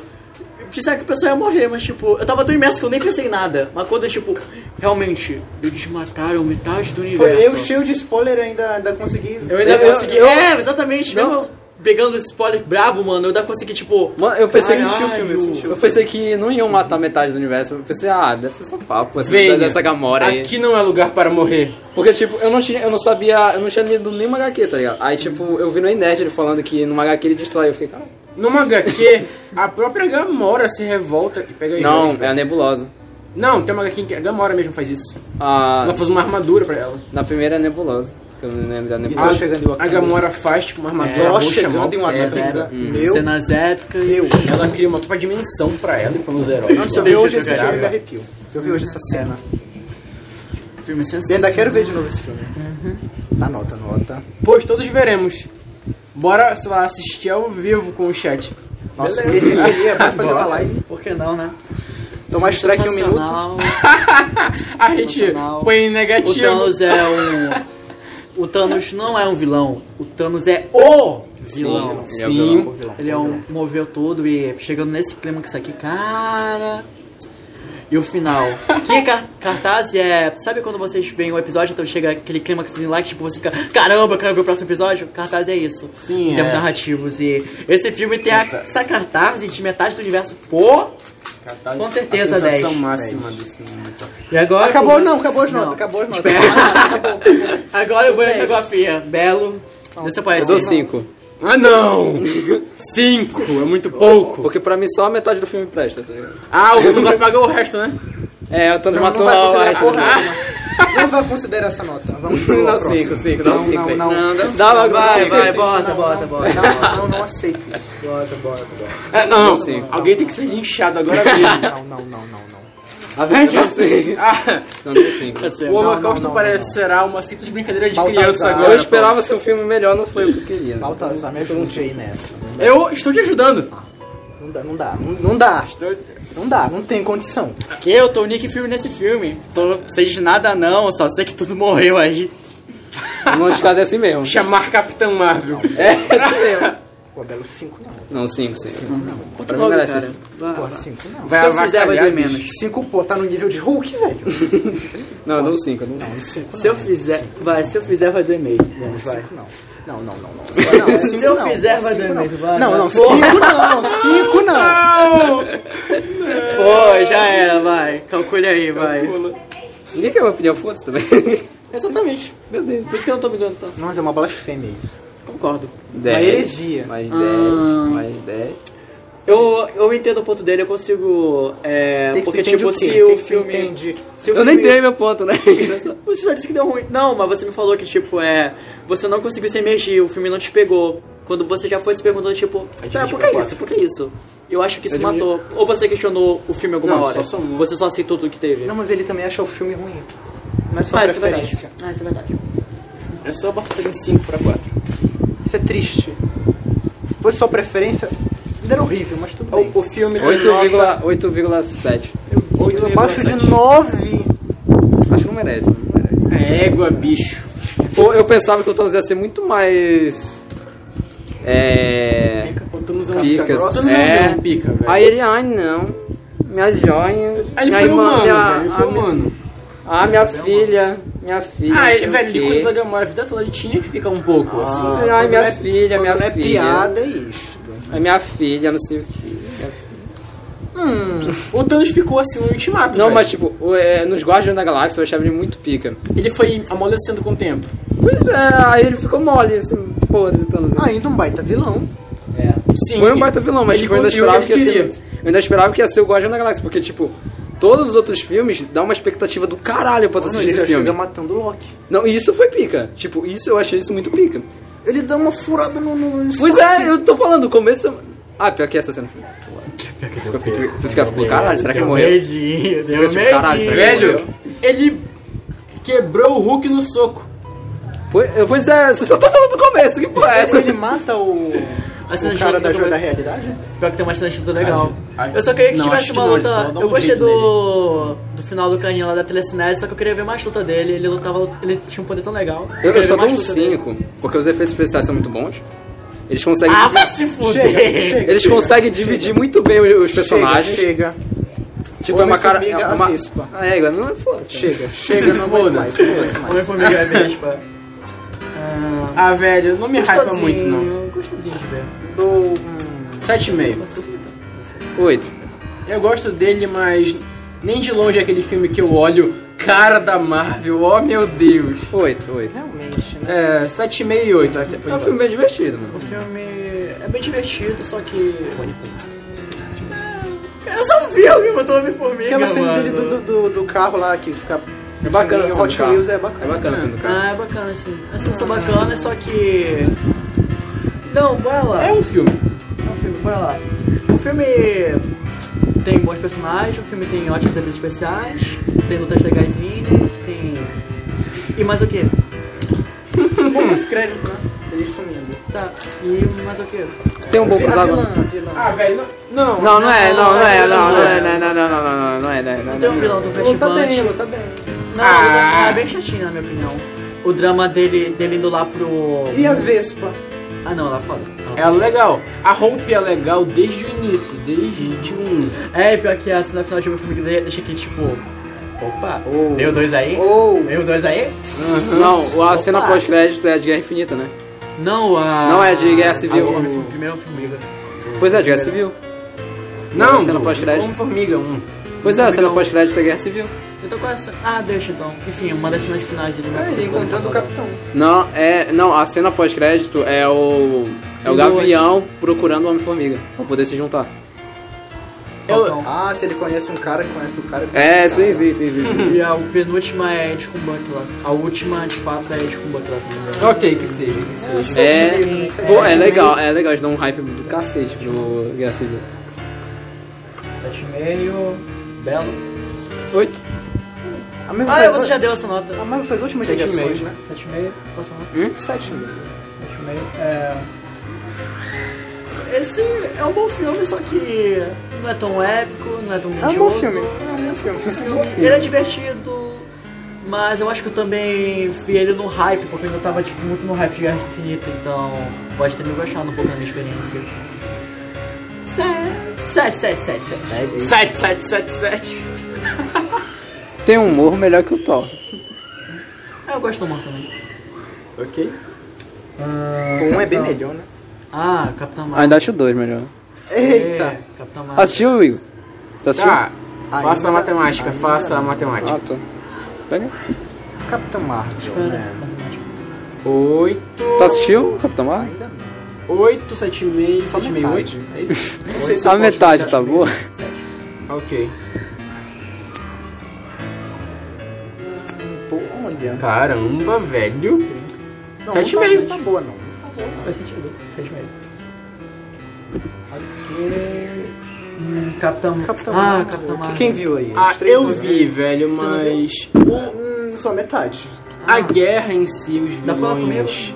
Speaker 1: eu pensava que o pessoal ia morrer, mas tipo, eu tava tão imerso que eu nem pensei em nada. Mas quando eu tipo, realmente, eles mataram metade do universo.
Speaker 5: Eu cheio de spoiler ainda, ainda consegui.
Speaker 1: Eu ainda
Speaker 2: Eu- eu-
Speaker 1: consegui.
Speaker 2: eu-
Speaker 1: é, exatamente. Mesmo eu pegando esse spoiler brabo, mano, eu ainda consegui, tipo.
Speaker 2: Mano, eu pensei que
Speaker 1: Caralho.
Speaker 2: tinha o filme. assim, Eu pensei que não iam matar metade do universo. Eu pensei, ah, deve ser só papo. Essa
Speaker 4: Venha.
Speaker 2: dessa Gamora aí.
Speaker 4: Aqui não é lugar para morrer.
Speaker 2: Porque, tipo, eu não tinha, eu não sabia, eu não tinha lido nenhuma HQ, tá ligado? Aí, tipo, eu vi no Nerd ele falando que numa HQ ele destrói. Eu fiquei, cara.
Speaker 4: Numa HQ, a própria Gamora se revolta e pega as
Speaker 2: Não,
Speaker 4: joias,
Speaker 2: é a
Speaker 4: velho.
Speaker 2: nebulosa.
Speaker 4: Não, tem uma HQ que a Gamora mesmo faz isso.
Speaker 2: Ah,
Speaker 4: Ela faz uma armadura pra ela.
Speaker 2: na primeira é a nebulosa. Que eu não lembro da
Speaker 5: E
Speaker 2: nebulosa.
Speaker 5: Thor chegando em
Speaker 4: A
Speaker 5: Wakanda.
Speaker 4: Gamora faz tipo uma armadura
Speaker 5: Thor
Speaker 4: roxa mal.
Speaker 5: Tá chegando em Wakanda.
Speaker 1: César.
Speaker 5: Meu
Speaker 1: Cenas épicas.
Speaker 5: Deus.
Speaker 4: Ela cria uma própria dimensão pra ela e para os heróis.
Speaker 5: Mano, se eu
Speaker 4: lá.
Speaker 5: ver hoje esse
Speaker 1: Jogar,
Speaker 5: filme, eu me
Speaker 1: velho.
Speaker 5: arrepio. Se eu ver hoje essa cena.
Speaker 1: Filme
Speaker 5: E ainda
Speaker 1: sensacional.
Speaker 5: quero ver de novo esse filme. Dá nota, nota.
Speaker 4: Pois todos veremos. Bora, sei lá, assistir ao vivo com o chat.
Speaker 5: Nossa, eu queria, queria, vamos fazer uma live.
Speaker 1: Por que não, né?
Speaker 5: Tomar strike em um
Speaker 1: <laughs>
Speaker 5: minuto.
Speaker 1: Sensacional.
Speaker 4: A gente
Speaker 1: Sensacional.
Speaker 4: põe em
Speaker 1: O
Speaker 4: negativo.
Speaker 1: Thanos é um. O Thanos não é um vilão. O Thanos é o vilão.
Speaker 2: Ele é o vilão.
Speaker 1: um Ele é um. Moveu tudo e chegando nesse clima que isso aqui, cara. E o final. que ca- cartaz é. Sabe quando vocês veem um episódio, então chega aquele clímaxzinho lá que tipo, você fica, caramba, eu quero ver o próximo episódio? Cartaz é isso.
Speaker 4: Sim,
Speaker 1: Em termos
Speaker 4: é.
Speaker 1: narrativos. E esse filme tem a, essa cartaz de metade do universo. Pô! Com certeza,
Speaker 4: Tá a sensação
Speaker 1: 10.
Speaker 4: máxima desse mundo.
Speaker 1: E agora.
Speaker 5: Acabou
Speaker 1: eu vou-
Speaker 5: não, acabou as notas,
Speaker 1: Não.
Speaker 5: acabou as notas.
Speaker 1: Espera. Agora eu vou na geografia. Belo. Dessa
Speaker 2: Eu dou
Speaker 1: poesia.
Speaker 2: 5.
Speaker 4: Ah, não! Cinco! É muito pouco!
Speaker 2: Porque pra mim só a metade do filme presta, tá ligado?
Speaker 4: Ah, o Fusão pagou o resto, né?
Speaker 2: É, o Thanos
Speaker 5: Não,
Speaker 2: matou
Speaker 5: não
Speaker 2: né?
Speaker 5: vai
Speaker 2: lá o
Speaker 5: considerar
Speaker 2: resto.
Speaker 5: porra nenhuma. Não vai considerar essa nota. Vamos pro
Speaker 2: Dá 5,
Speaker 5: próximo.
Speaker 2: 5, dá
Speaker 5: Não,
Speaker 2: 5.
Speaker 5: não,
Speaker 2: velho.
Speaker 5: não.
Speaker 2: Dá logo
Speaker 1: Vai,
Speaker 2: cinco.
Speaker 1: vai,
Speaker 5: Aceito isso,
Speaker 1: bota,
Speaker 5: não,
Speaker 1: bota,
Speaker 5: não,
Speaker 1: bota.
Speaker 5: Não, não, não aceito isso. Bota, bota, bota.
Speaker 4: Ah, não,
Speaker 2: Sim.
Speaker 4: alguém tem que ser linchado agora mesmo.
Speaker 5: Não, não, não, não,
Speaker 4: <laughs>
Speaker 5: não.
Speaker 4: Ah,
Speaker 2: Não, deu 5.
Speaker 4: o
Speaker 5: Não,
Speaker 4: Holocausto
Speaker 5: não, não,
Speaker 4: parece será uma simples brincadeira de
Speaker 5: Baltazar.
Speaker 4: criança
Speaker 2: Eu
Speaker 4: agora.
Speaker 2: esperava ser um filme melhor, não foi o que eu queria. né?
Speaker 5: Baltazar, me ajude aí nessa.
Speaker 4: Eu estou te ajudando.
Speaker 5: Não dá, não dá, não não dá,
Speaker 4: Estou-
Speaker 5: não dá, não tem condição.
Speaker 1: Que eu tô o Nick Fury nesse filme. Tô, não sei de nada não, só sei que tudo morreu aí.
Speaker 2: O nome de casa é assim mesmo.
Speaker 4: Chamar Capitão Marvel.
Speaker 2: É, assim
Speaker 5: Pô, Belo 5 não.
Speaker 2: mesmo. <laughs> Não, 5, 5.
Speaker 4: Puta
Speaker 2: Pra mim
Speaker 4: logo,
Speaker 2: merece
Speaker 4: cara.
Speaker 2: isso.
Speaker 5: Pô, 5 não.
Speaker 1: Se eu fizer, vai doer menos.
Speaker 5: 5, pô, tá no nível de Hulk, velho.
Speaker 2: Não, eu dou 5, eu dou um
Speaker 5: Não, 5 não.
Speaker 1: Se eu fizer, vai, se eu fizer, vai doer meio. Menos, vai.
Speaker 5: 5 não. Não, não, não, não. Cinco não,
Speaker 1: Se
Speaker 5: cinco
Speaker 1: eu
Speaker 5: não,
Speaker 1: fizer, vai
Speaker 5: cinco
Speaker 1: dar
Speaker 5: não.
Speaker 1: mesmo, vai,
Speaker 5: Não,
Speaker 1: vai.
Speaker 5: não, 5 não, 5 não.
Speaker 1: Pô, já era, vai. Calcule aí, vai.
Speaker 2: Ninguém quer uma opinião, foda-se também. <laughs>
Speaker 1: Exatamente. Meu Deus. Por isso que eu não tô me dando tanto.
Speaker 5: Nossa, é uma blasfêmia isso.
Speaker 1: Concordo.
Speaker 2: 10.
Speaker 5: heresia.
Speaker 2: Mais 10,
Speaker 1: Ah.
Speaker 2: mais 10.
Speaker 1: Eu, eu entendo o ponto dele, eu consigo. É,
Speaker 5: Tem que
Speaker 1: porque,
Speaker 5: entender
Speaker 1: tipo,
Speaker 5: o quê?
Speaker 1: se o
Speaker 5: Tem que
Speaker 1: filme.
Speaker 5: entender.
Speaker 1: se o
Speaker 2: Eu nem
Speaker 1: filme-
Speaker 2: dei meu ponto,
Speaker 5: <laughs>
Speaker 2: né?
Speaker 1: Você só disse que deu ruim. Não, mas você me falou que, tipo, é. Você não conseguiu se emergir, o filme não te pegou. Quando você já foi se perguntando, tipo, tá, por que é isso? Por que é isso? Eu acho que isso matou. Ou você questionou o filme alguma
Speaker 4: Não,
Speaker 1: hora.
Speaker 4: só somou.
Speaker 1: você só aceitou tudo que teve.
Speaker 5: Não, mas ele também acha o filme ruim. Não é só
Speaker 1: ah, isso é verdade.
Speaker 5: preferência.
Speaker 1: Ah, isso é verdade.
Speaker 4: Eu só boto de 5 pra 4.
Speaker 5: Isso é triste. Foi só preferência. Ainda era horrível, mas tudo bem.
Speaker 4: O, o filme tem nota...
Speaker 2: 8,7.
Speaker 5: Eu
Speaker 1: é
Speaker 5: abaixo de
Speaker 4: 8,7.
Speaker 5: 9.
Speaker 2: Acho que não merece, não merece.
Speaker 4: É égua, bicho.
Speaker 2: Pô, eu pensava que o Thanos ia ser muito mais. É.
Speaker 4: Botamos um
Speaker 5: Casca
Speaker 2: Picas.
Speaker 5: grossa.
Speaker 2: É.
Speaker 4: um pica, velho.
Speaker 2: Aí ele, ai não. Minhas joias.
Speaker 4: Aí ele
Speaker 2: minha
Speaker 4: foi
Speaker 2: irmã-
Speaker 4: humano,
Speaker 2: minha-
Speaker 4: velho. Ele foi
Speaker 2: a minha-
Speaker 4: humano.
Speaker 2: Ah, minha filha. Minha filha.
Speaker 4: Ah, ele,
Speaker 2: não sei
Speaker 4: velho,
Speaker 2: o
Speaker 4: ele
Speaker 2: quê.
Speaker 4: cuida da Gamora a vida toda, ele tinha que ficar um pouco, assim.
Speaker 5: Ah,
Speaker 2: Ai,
Speaker 5: quando
Speaker 2: minha
Speaker 5: não é-
Speaker 2: filha,
Speaker 5: quando
Speaker 2: minha
Speaker 5: não é
Speaker 2: filha.
Speaker 5: piada, é isto.
Speaker 2: É minha filha, não sei o que.
Speaker 4: O Thanos ficou assim no ultimato,
Speaker 2: Não,
Speaker 4: velho.
Speaker 2: mas tipo, o- é, nos Guardiões da Galáxia eu achava ele muito pica.
Speaker 4: Ele foi amolecendo com o tempo.
Speaker 2: Pois é, aí ele ficou mole, assim, pô, esse Thanos.
Speaker 5: Ah, Ainda um baita vilão.
Speaker 4: Sim.
Speaker 2: Foi um baita vilão, mas
Speaker 4: ele
Speaker 2: tipo, eu ainda
Speaker 4: conseguiu o
Speaker 2: esperava que
Speaker 4: que ele
Speaker 2: ia ser.
Speaker 4: queria.
Speaker 2: Eu ainda esperava que ia ser o Guardião da Galáxia, porque tipo, todos os outros filmes dá uma expectativa do caralho pra tu
Speaker 5: Mano,
Speaker 2: assistir esse
Speaker 5: ele já chega
Speaker 2: filme.
Speaker 5: matando o Loki.
Speaker 2: Não, e isso foi pica. Tipo, isso eu achei isso muito pica.
Speaker 5: Ele dá uma furada no. no no-
Speaker 2: Pois é, eu tô falando, o começo. Ah, pior que essa cena. Tu fica- Tu ficava com caralho, será que ele morreu?
Speaker 1: Beijinho,
Speaker 2: Eu tipo, caralho, será que ele
Speaker 4: Velho,
Speaker 2: morreu?
Speaker 4: ele quebrou o Hulk no soco.
Speaker 2: Pois, eu- pois é, eu só tô falando do começo, que porra é essa?
Speaker 5: Essa ele mata o.
Speaker 1: A cena
Speaker 5: O
Speaker 1: de
Speaker 5: cara
Speaker 1: Loki
Speaker 5: da
Speaker 1: do
Speaker 5: joia da
Speaker 1: começo.
Speaker 5: realidade?
Speaker 1: Pior que tem uma cena de tudo legal.
Speaker 4: Ai,
Speaker 1: Eu só queria que
Speaker 4: não,
Speaker 1: tivesse
Speaker 4: acho
Speaker 1: uma
Speaker 4: que não,
Speaker 1: luta.
Speaker 4: eles só dão
Speaker 1: eu
Speaker 4: um
Speaker 1: gostei
Speaker 4: jeito
Speaker 1: do. do final do caninho lá da telecinese, só que eu queria ver mais luta dele. Ele lutava. Ele tinha um poder tão legal.
Speaker 2: Eu, eu
Speaker 1: queria
Speaker 2: só
Speaker 1: ver
Speaker 2: dou
Speaker 1: mais
Speaker 2: um
Speaker 1: luta dele.
Speaker 2: 5, porque os efeitos especiais são muito bons. Eles conseguem.
Speaker 1: Ah, vai se fuder!
Speaker 5: Chega, chega.
Speaker 2: Eles conseguem dividir muito bem os os
Speaker 5: Chega,
Speaker 2: personagens.
Speaker 5: chega.
Speaker 2: Tipo, é uma cara.
Speaker 5: Homem-Formiga,
Speaker 2: É uma...
Speaker 5: a Vespa.
Speaker 2: Ah, é, agora não é foda.
Speaker 5: Chega, chega, não aguento mais. Não aguento mais.
Speaker 1: Homem-Formiga é Vespa. Ah,
Speaker 4: Ah, velho, não me hypa
Speaker 1: gostosinho,
Speaker 4: muito, não.
Speaker 1: Gostosinho de ver.
Speaker 5: Eu, hum,
Speaker 4: 7,5.
Speaker 2: Oito.
Speaker 4: Eu gosto dele, mas nem de longe é aquele filme que eu olho cara da Marvel, oh meu Deus.
Speaker 2: Oito, oito.
Speaker 5: realmente, né?
Speaker 4: É, 7,5 e 8 até por
Speaker 2: É um
Speaker 4: enquanto.
Speaker 2: filme bem divertido, mano.
Speaker 1: O filme é bem divertido, só que. É, Eu só vi alguém botou Homem-Formiga.
Speaker 5: Aquela cena
Speaker 1: mano.
Speaker 5: dele do, do, do- do carro lá que fica.
Speaker 2: É bacana
Speaker 5: em
Speaker 2: a
Speaker 5: Hot
Speaker 2: cena do
Speaker 5: Wheels é
Speaker 2: carro.
Speaker 5: bacana.
Speaker 2: É bacana sendo cara.
Speaker 1: Ah, é bacana assim. As cenas são bacanas, só que. Não, bora lá.
Speaker 4: É um filme.
Speaker 1: É um filme, bora lá. O filme tem bons personagens, o filme tem ótimos efeitos especiais, tem lutas legaisinhas, tem. E mais o que?
Speaker 5: Bom, os créditos, né? Eles sumindo.
Speaker 1: Tá. E mais o que?
Speaker 2: Tem um bom
Speaker 5: Vi- A vilã,
Speaker 2: protagonista.
Speaker 5: a vilã.
Speaker 4: Ah, velho, não.
Speaker 2: Não, não é, não, não
Speaker 1: não,
Speaker 2: é, não, não é,
Speaker 1: não,
Speaker 2: não, não, não, não, não, não é, não é, não
Speaker 1: Não
Speaker 2: é, não
Speaker 1: tem
Speaker 2: é.
Speaker 1: um vilão tão
Speaker 5: Ela tá bem,
Speaker 1: cativante.
Speaker 5: ela tá bem.
Speaker 1: Não, o vilão é bem chatinho, na minha opinião. O drama dele, dele indo lá pro.
Speaker 5: E a Vespa?
Speaker 1: Ah não, ela é foda.
Speaker 4: Ela é legal. A Hope é legal desde o início, desde um.
Speaker 1: É, pior que a cena final de um filme que deixa aqui, tipo.
Speaker 2: Ah,
Speaker 1: Opa,
Speaker 5: Ou-
Speaker 1: veio dois aí?
Speaker 5: Ou.
Speaker 1: Veio dois aí?
Speaker 2: Não, a cena
Speaker 1: Opa.
Speaker 2: pós-crédito é de Guerra Infinita, né?
Speaker 1: Não, a.
Speaker 2: Não é de Guerra Civil.
Speaker 1: Ah, o filme- o primeiro filme.
Speaker 2: Pois é, de Guerra Civil.
Speaker 4: Não,
Speaker 2: cena
Speaker 4: do-
Speaker 2: pós-crédito.
Speaker 4: Homem Formiga um.
Speaker 2: Pois é, a cena pós-crédito é Guerra Civil.
Speaker 1: Eu tô com essa. Ah, deixa então. Enfim, uma das cenas finais dele.
Speaker 5: Ah, ele encontrando o capitão.
Speaker 2: Não, é. Não, a cena pós-crédito é o. É o
Speaker 1: E
Speaker 2: Gavião procurando o Homem-Formiga pra poder se juntar.
Speaker 4: Eu,
Speaker 5: Ah, se ele conhece um cara que conhece o cara. que
Speaker 2: É,
Speaker 5: conhece o
Speaker 2: sim,
Speaker 5: cara.
Speaker 2: sim, sim, sim. sim.
Speaker 1: E a penúltima é de Kumbuck lá. A última, de fato, é de Kumbuck lá. se não me engano.
Speaker 4: ok, que seja, que seja.
Speaker 2: É,
Speaker 5: Sete
Speaker 2: pô, é
Speaker 5: meses.
Speaker 2: legal, é legal, eles dão um hype do cacete pro Guerra Civil.
Speaker 1: Sete e meio. Belo.
Speaker 2: Oito.
Speaker 5: A mesma
Speaker 1: Ah,
Speaker 5: faz
Speaker 1: você
Speaker 5: o-
Speaker 1: já deu essa nota.
Speaker 5: A mesma faz as últimas
Speaker 1: Sete e meio.
Speaker 5: direções, né?
Speaker 1: Sete e meio. Passa a nota.
Speaker 5: Sete meses.
Speaker 1: Sete e meio. É. Esse é um bom filme, só que não é tão épico, não é tão
Speaker 5: É
Speaker 1: grandioso.
Speaker 5: um bom filme. É um filme.
Speaker 1: Ele é divertido, mas eu acho que eu também vi ele no hype, porque eu ainda tava tipo, muito no hype de Guerra Infinita, então pode ter me gostado um pouco da minha experiência. Sete, sete, sete, sete. sete.
Speaker 4: é
Speaker 5: Sete.
Speaker 4: 7777.
Speaker 2: Tem um humor melhor que o Thor.
Speaker 1: Ah, Eu gosto do humor também.
Speaker 4: Ok.
Speaker 5: Um é bem melhor, né?
Speaker 1: Ah, Capitão Marvel.
Speaker 2: Ainda acho o dois melhor.
Speaker 5: Eita!
Speaker 1: É, Capitão Marvel.
Speaker 2: Assistiu, Igor? Tu assistiu?
Speaker 4: Tá, faça a
Speaker 5: Ainda-
Speaker 4: matemática,
Speaker 5: ainda
Speaker 4: faça a
Speaker 5: não.
Speaker 2: Ah,
Speaker 4: matemática.
Speaker 2: tá. Pega.
Speaker 5: Capitão Marvel,
Speaker 4: Hum.
Speaker 5: né?
Speaker 2: Tu
Speaker 4: 8,
Speaker 2: Tá assistiu, Capitão Marvel?
Speaker 5: Ainda não.
Speaker 4: 8, 7,5,
Speaker 5: Só
Speaker 4: 7,5, 8?
Speaker 5: metade.
Speaker 4: É isso?
Speaker 5: Não sei se eu
Speaker 2: A
Speaker 5: gosto de
Speaker 2: metade
Speaker 5: sete
Speaker 2: tá
Speaker 5: meses.
Speaker 2: boa?
Speaker 4: <laughs>
Speaker 2: <laughs>
Speaker 4: ok.
Speaker 5: Pô, olha.
Speaker 4: Caramba, velho.
Speaker 5: Não,
Speaker 4: Sete
Speaker 5: não
Speaker 4: e
Speaker 5: tá-
Speaker 4: meio.
Speaker 5: Não tá boa, não. Não tá boa, não.
Speaker 1: Faz sentido, faz meio. Ok. Hum, Capitão...
Speaker 5: Capitão
Speaker 1: ah,
Speaker 5: Marvel.
Speaker 1: Capitão Marvel.
Speaker 5: Que- Quem viu aí?
Speaker 4: Ah,
Speaker 5: Os três
Speaker 4: eu
Speaker 5: viram?
Speaker 4: vi, velho, mas
Speaker 5: Hum, só metade.
Speaker 4: a guerra em si, os
Speaker 1: Dá pra falar
Speaker 4: vilões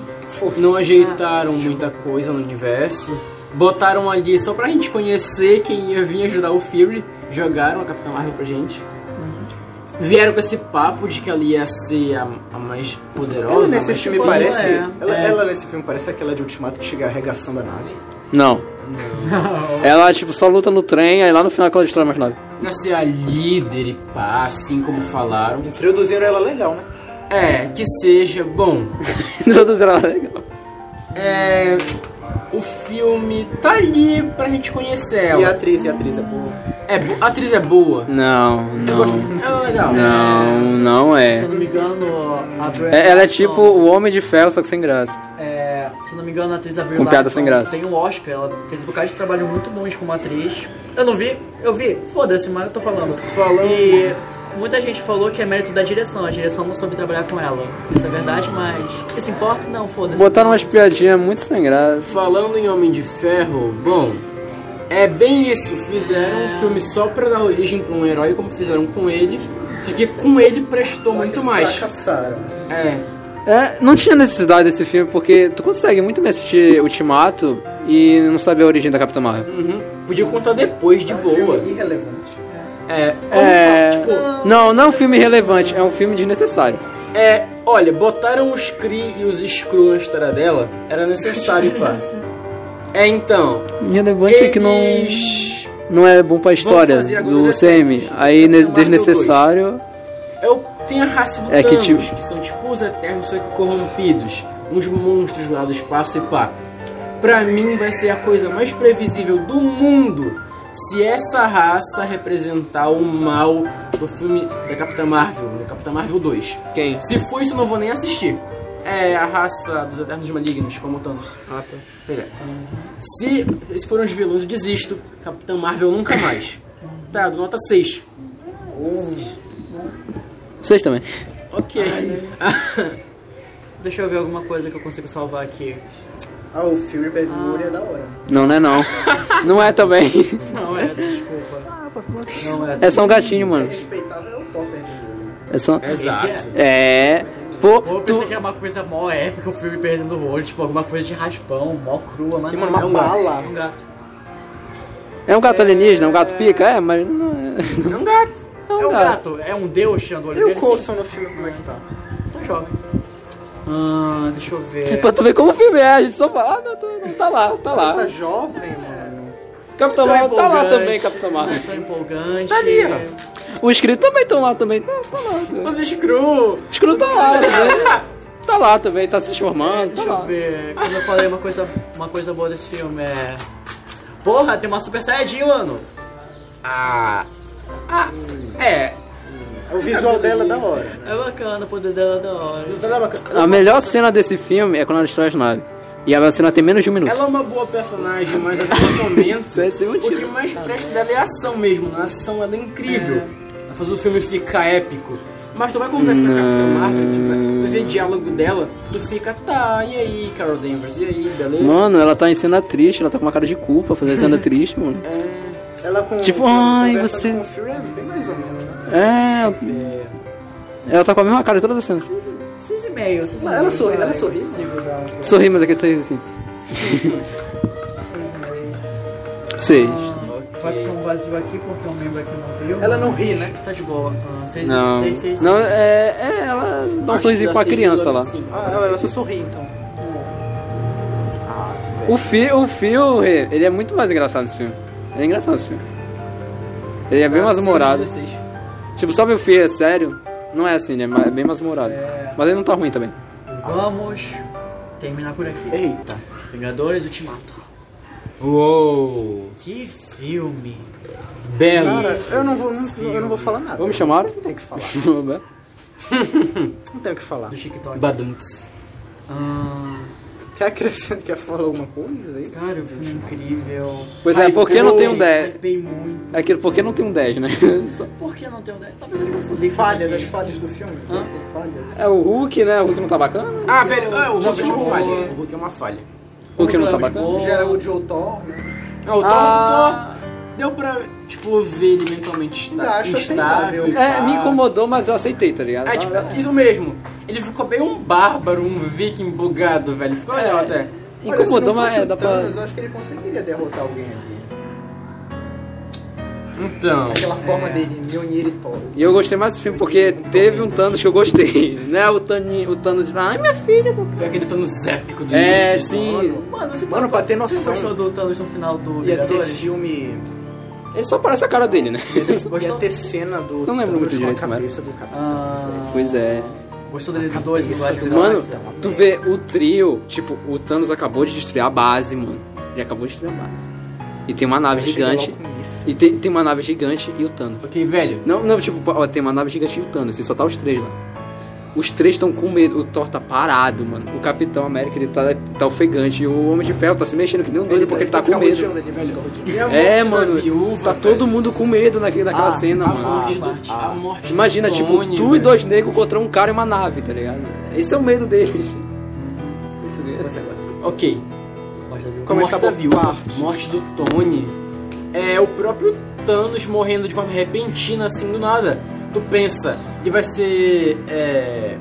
Speaker 4: não ajeitaram muita coisa no universo. Botaram ali só pra gente conhecer quem ia vir ajudar o Fury. Jogaram a Capitã Marvel pra gente. Vieram com esse papo de que ela ia ser a, a mais poderosa.
Speaker 5: Ela
Speaker 4: a
Speaker 5: nesse
Speaker 4: mais
Speaker 5: filme
Speaker 1: foda,
Speaker 5: parece.
Speaker 1: é.
Speaker 5: Ela,
Speaker 4: É.
Speaker 5: ela nesse filme parece aquela de Ultimato que chega arregaçando a nave.
Speaker 2: Não. Ela, tipo, só luta no trem, aí lá no final que ela destrói mais <laughs> nada.
Speaker 4: Pra ser a líder e pá, assim como falaram.
Speaker 5: Introduziram ela legal, né?
Speaker 4: É, que seja bom.
Speaker 2: Introduziram ela legal.
Speaker 4: É. O filme tá ali pra gente conhecer
Speaker 5: E a
Speaker 4: ela.
Speaker 5: atriz, e a atriz é boa.
Speaker 4: É, bo- a atriz é boa.
Speaker 2: Não,
Speaker 4: Eu
Speaker 2: não.
Speaker 4: gosto. Ela é legal.
Speaker 2: Não, não
Speaker 1: Se eu
Speaker 2: é.
Speaker 1: não me engano, a Brie
Speaker 2: É, Ela é
Speaker 1: Larson-
Speaker 2: tipo o Homem de Ferro, só que sem graça.
Speaker 1: É, se eu não me engano, a atriz Avril
Speaker 2: Com piada
Speaker 1: Lavigne
Speaker 2: sem graça.
Speaker 1: tem um Oscar, ela fez um bocado de trabalho muito bons como atriz. Eu não vi, eu vi, foda-se, mas eu tô falando.
Speaker 4: Falando.
Speaker 1: E muita gente falou que é mérito da direção, a direção não soube trabalhar com ela. Isso é verdade, mas. Isso importa? Não, foda-se.
Speaker 2: Botaram umas piadinhas muito sem graça.
Speaker 4: Falando em Homem de Ferro, bom, é bem isso. Fizeram
Speaker 5: É.
Speaker 4: um filme só pra dar origem pra um herói, como fizeram com ele. Só que com ele prestou
Speaker 5: Só
Speaker 4: muito
Speaker 5: que
Speaker 4: mais.
Speaker 5: Fracassaram.
Speaker 4: É,
Speaker 2: É, não tinha necessidade desse filme, porque tu consegue muito bem assistir Ultimato e não saber a origem da Capitã Marvel.
Speaker 4: uhum. podia contar depois de
Speaker 5: É um
Speaker 4: boa.
Speaker 5: filme irrelevante.
Speaker 4: É,
Speaker 2: É. Não, não é um filme relevante, é um filme desnecessário.
Speaker 4: é, olha, botaram os Kree e os Skrull na história dela, era necessário,
Speaker 5: <laughs>
Speaker 4: pá. É, então,
Speaker 2: Relevante é que não,
Speaker 4: eles...
Speaker 2: não é bom pra história
Speaker 4: fazer agora
Speaker 2: do
Speaker 4: os
Speaker 2: CM.
Speaker 4: efeitos.
Speaker 2: Aí ne-
Speaker 4: Marvel
Speaker 2: desnecessário.
Speaker 4: Eu tenho a raça do
Speaker 2: É que
Speaker 4: Thanos,
Speaker 2: tipo-
Speaker 4: que são tipo os eternos só que corrompidos, uns monstros lá do espaço e pá. Pra mim vai ser a coisa mais previsível do mundo se essa raça representar o mal do filme da Capitã Marvel, no Capitã Marvel 2.
Speaker 2: Quem?
Speaker 4: Se for isso, eu não vou nem assistir. É a raça dos Eternos Malignos, como o Thanos. Ah, tá. Pois é. Se esses foram os vilões, eu desisto. Capitã Marvel nunca mais. Tá, eu dou nota 6.
Speaker 2: Vocês também.
Speaker 4: Ok.
Speaker 1: Deixa eu ver alguma coisa que eu consigo salvar aqui.
Speaker 5: Ah, o Fury Bad Moon
Speaker 2: Ah.
Speaker 5: é da hora.
Speaker 2: Não, não é
Speaker 4: <laughs>
Speaker 2: não. não é também.
Speaker 1: Não é, desculpa. Não é.
Speaker 2: É só um gatinho, mano.
Speaker 5: Respeitável é o top Bad Moon.
Speaker 2: É só.
Speaker 4: assim. Exato.
Speaker 2: É. Pô,
Speaker 1: Pô, eu pensei
Speaker 2: tu.
Speaker 1: que era uma coisa mó épica, o filme perdendo o olho, tipo alguma coisa de raspão, mó crua, mas
Speaker 5: Sim,
Speaker 1: não,
Speaker 5: uma
Speaker 1: é um gato.
Speaker 5: bala.
Speaker 1: É um gato.
Speaker 2: É um gato alienígena, um gato pica? É, mas não é. <laughs>
Speaker 4: É um gato.
Speaker 1: É um gato, é um deus tirando o olho
Speaker 5: E o
Speaker 1: dele. sim.
Speaker 5: Coulson no filme, como é que tá?
Speaker 1: Tá jovem. Ah, deixa eu ver.
Speaker 2: Pra tu ver como o filme é, a gente só fala, ah, não, tô- não, tá lá, tá lá.
Speaker 5: Tá jovem, mano.
Speaker 1: Tão
Speaker 2: Capitão Marvel tá lá
Speaker 1: empolgante.
Speaker 2: também, Capitão Marvel.
Speaker 1: Tão empolgante.
Speaker 4: Tá ali, ó.
Speaker 2: O Screw também estão lá também, tá, tá lá.
Speaker 4: Os Screw!
Speaker 2: O Screw tá lá, também. tá lá também, tá se transformando, tá
Speaker 1: Deixa eu
Speaker 2: lá.
Speaker 1: ver. Como eu falei, uma coisa, uma coisa boa desse filme é. Porra, tem uma Super Saiyajin, mano.
Speaker 4: É,
Speaker 5: O visual dela é da hora.
Speaker 1: É bacana, o poder dela é da hora.
Speaker 2: A melhor cena desse filme é quando ela destrói as naves. E a cena tem menos de um minuto.
Speaker 4: ela é uma boa personagem, mas até o momento.
Speaker 2: Isso é sem
Speaker 4: o que
Speaker 2: motivo.
Speaker 4: mais presta dela é a ação mesmo. Na ação ela é incrível. Ela faz o filme ficar épico. Mas tu vai conversar com a Capitã Marvel, tipo, tu vê diálogo dela, tu fica, tá, e aí, Carol Danvers, e aí, beleza?
Speaker 2: Mano, ela tá em cena triste, ela tá com uma cara de culpa fazendo cena triste, mano.
Speaker 5: Ela com.
Speaker 2: Tipo,
Speaker 5: com-
Speaker 2: ai,
Speaker 5: conversa
Speaker 2: você-
Speaker 5: Com o Fury é bem mais ou menos, né?
Speaker 2: É. Ela tá com a mesma cara toda a cena.
Speaker 1: Seis e meio, seis e meio.
Speaker 5: Ela sorri, ela
Speaker 1: vai.
Speaker 5: sorri sim, legal.
Speaker 2: Sorri, mas é que seis assim. Seis.
Speaker 1: Vai ficar um vazio aqui porque um membro aqui não viu.
Speaker 5: Ela não ri, né?
Speaker 1: tá de boa. Ah, seis,
Speaker 2: Não.
Speaker 1: seis, seis,
Speaker 2: Não, é. é, ela dá um sorrisinho com a criança lá.
Speaker 4: assim.
Speaker 5: Ah, ela- ela só sorri então.
Speaker 2: O Phil, o Phil, é, ele é muito mais engraçado nesse filme. Ele é engraçado nesse filme. Ele é bem mais humorado. Tipo, sabe o Phil, é sério? Não é assim, ele é ma- é bem mais humorado. Mas ele não tá ruim também.
Speaker 1: Vamos terminar por aqui.
Speaker 5: Eita.
Speaker 1: Vingadores Ultimato.
Speaker 4: Uou!
Speaker 1: Que filme.
Speaker 4: Belo!
Speaker 5: Cara, eu não vou, não- eu não vou falar nada.
Speaker 2: Ô, me <laughs> chamaram?
Speaker 5: Não tem o que falar. Não tem o que falar.
Speaker 1: Do TikTok.
Speaker 4: Badunts.
Speaker 1: Ah,
Speaker 5: Quer acrescentar, quer falar alguma coisa aí?
Speaker 1: cara, o filme é incrível.
Speaker 2: Pois é,
Speaker 4: Ai,
Speaker 2: por que não tem um
Speaker 4: foi.
Speaker 2: 10?
Speaker 1: Hypei muito.
Speaker 2: É aquilo, por que não tem um 10, né? <laughs> Só-
Speaker 1: Por que não tem um o 10? Na verdade, eu fudei.
Speaker 5: Falhas, as falhas do filme.
Speaker 1: Hã?
Speaker 5: Tem falhas.
Speaker 2: É o Hulk, né? O Hulk não tá bacana?
Speaker 4: Ah, velho, ah, o Hulk é
Speaker 1: Jogou.
Speaker 4: uma falha. O Hulk é uma falha.
Speaker 2: O Hulk não tá bacana?
Speaker 1: Bom,
Speaker 5: Gera o Joe Thor, né?
Speaker 4: Ah, o Thor,
Speaker 2: Ah.
Speaker 4: Thor deu pra, tipo, ver ele mentalmente
Speaker 5: Ainda
Speaker 4: está,
Speaker 5: acho
Speaker 4: instável.
Speaker 5: aceitável.
Speaker 4: e
Speaker 2: É,
Speaker 4: tal.
Speaker 2: me incomodou, mas eu aceitei, tá ligado?
Speaker 4: É, tipo, isso mesmo. Ele ficou bem um bárbaro, um viking bugado, velho. Ficou
Speaker 2: É.
Speaker 4: legal até.
Speaker 2: Incomodou,
Speaker 5: Olha,
Speaker 2: mas
Speaker 5: se
Speaker 2: é,
Speaker 5: não fosse
Speaker 2: dá
Speaker 5: o Thanos,
Speaker 2: pra.
Speaker 5: Eu acho que ele conseguiria derrotar alguém ali.
Speaker 4: Então...
Speaker 5: Aquela forma dele, Mjolnir e Thor.
Speaker 2: E eu gostei mais desse filme porque teve um Thanos que eu gostei, <laughs> né? O, Tani, o Thanos de. Ai, minha filha!
Speaker 4: Foi aquele Thanos épico do
Speaker 2: É,
Speaker 4: início. assim.
Speaker 2: sim.
Speaker 1: Mano, esse
Speaker 5: Mano, pra ter
Speaker 1: Você
Speaker 5: noção,
Speaker 1: gostou do Thanos no final do
Speaker 5: ia ter
Speaker 1: Vingadores?
Speaker 5: filme...
Speaker 2: Ele só parece a cara dele, né?
Speaker 5: Ia ter cena do
Speaker 2: Não lembro muito
Speaker 5: Thanos
Speaker 2: direito,
Speaker 5: com a
Speaker 2: mas-
Speaker 5: cabeça do Capitão.
Speaker 1: Ah,
Speaker 2: Pois é.
Speaker 1: Gostou dele do 2, do
Speaker 5: Cabeça
Speaker 1: Guardiões
Speaker 5: do-
Speaker 1: da
Speaker 2: Mano,
Speaker 1: Galáxia?
Speaker 2: tu vê o trio, tipo, o Thanos acabou de destruir a base, mano. Ele acabou de destruir a base. E tem uma nave
Speaker 5: Eu cheguei
Speaker 2: gigante.
Speaker 5: logo com isso.
Speaker 2: E tem, tem uma nave gigante e o Thanos.
Speaker 4: Ok, velho.
Speaker 2: Não, não, tipo, ó, tem uma nave gigante e o Thanos, e só tá os três lá. Os três estão com medo, o Thor tá parado, mano. O Capitão América, ele tá, tá ofegante. E o Homem de Ferro tá se mexendo que nem um doido porque ele tá com
Speaker 5: fica
Speaker 2: medo.
Speaker 5: rodeando ali, velho, rodeando.
Speaker 2: É,
Speaker 4: da
Speaker 2: mano,
Speaker 4: viúva,
Speaker 2: tá
Speaker 4: velho.
Speaker 2: todo mundo com medo naquele, naquela cena,
Speaker 4: A
Speaker 2: mano.
Speaker 4: morte
Speaker 5: Ah,
Speaker 4: do...
Speaker 5: ah.
Speaker 4: a morte do
Speaker 2: Imagina, tipo,
Speaker 4: Tony,
Speaker 2: tu e
Speaker 4: velho.
Speaker 2: dois negros contra um cara e uma nave, tá ligado? Esse é o medo deles.
Speaker 4: Ok.
Speaker 5: Começar
Speaker 4: morte da
Speaker 5: por
Speaker 4: viúva,
Speaker 5: partes.
Speaker 4: morte do Tony. É o próprio Thanos morrendo de forma repentina, assim, do nada. Tu pensa, ele vai ser é,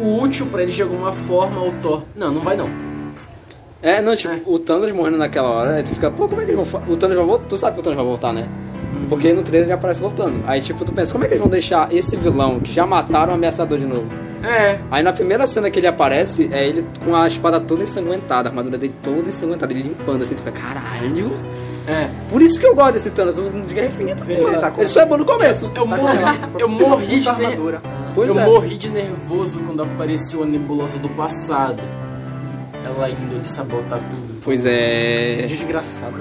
Speaker 4: o útil pra ele de alguma forma, o Thor. Não, não vai não.
Speaker 2: É, não, tipo,
Speaker 4: É.
Speaker 2: o Thanos morrendo naquela hora, aí tu fica, pô, como é que eles vão. fa- O Thanos vai voltar. Tu sabe que o Thanos vai voltar, né?
Speaker 5: Uhum.
Speaker 2: Porque no trailer ele aparece voltando. Aí, tipo, tu pensa, como é que eles vão deixar esse vilão que já mataram o ameaçador de novo?
Speaker 4: É,
Speaker 2: Aí na primeira cena que ele aparece, é ele com a espada toda ensanguentada, a armadura dele toda ensanguentada, ele limpando assim, tu fica, caralho.
Speaker 4: é.
Speaker 2: Por isso que eu gosto desse Thanos, um de guerra infinita, pô.
Speaker 5: Ele tá com-
Speaker 2: Ele só é bom no começo.
Speaker 4: Eu
Speaker 5: Tá com
Speaker 4: morri,
Speaker 5: aquela-
Speaker 4: eu morri de
Speaker 5: puta
Speaker 4: ner-
Speaker 5: é armadura.
Speaker 2: Pois
Speaker 4: eu
Speaker 2: é.
Speaker 4: morri de nervoso quando apareceu a nebulosa do passado. Ela indo ele sabotar tudo.
Speaker 2: Pois é.
Speaker 5: Desgraçado.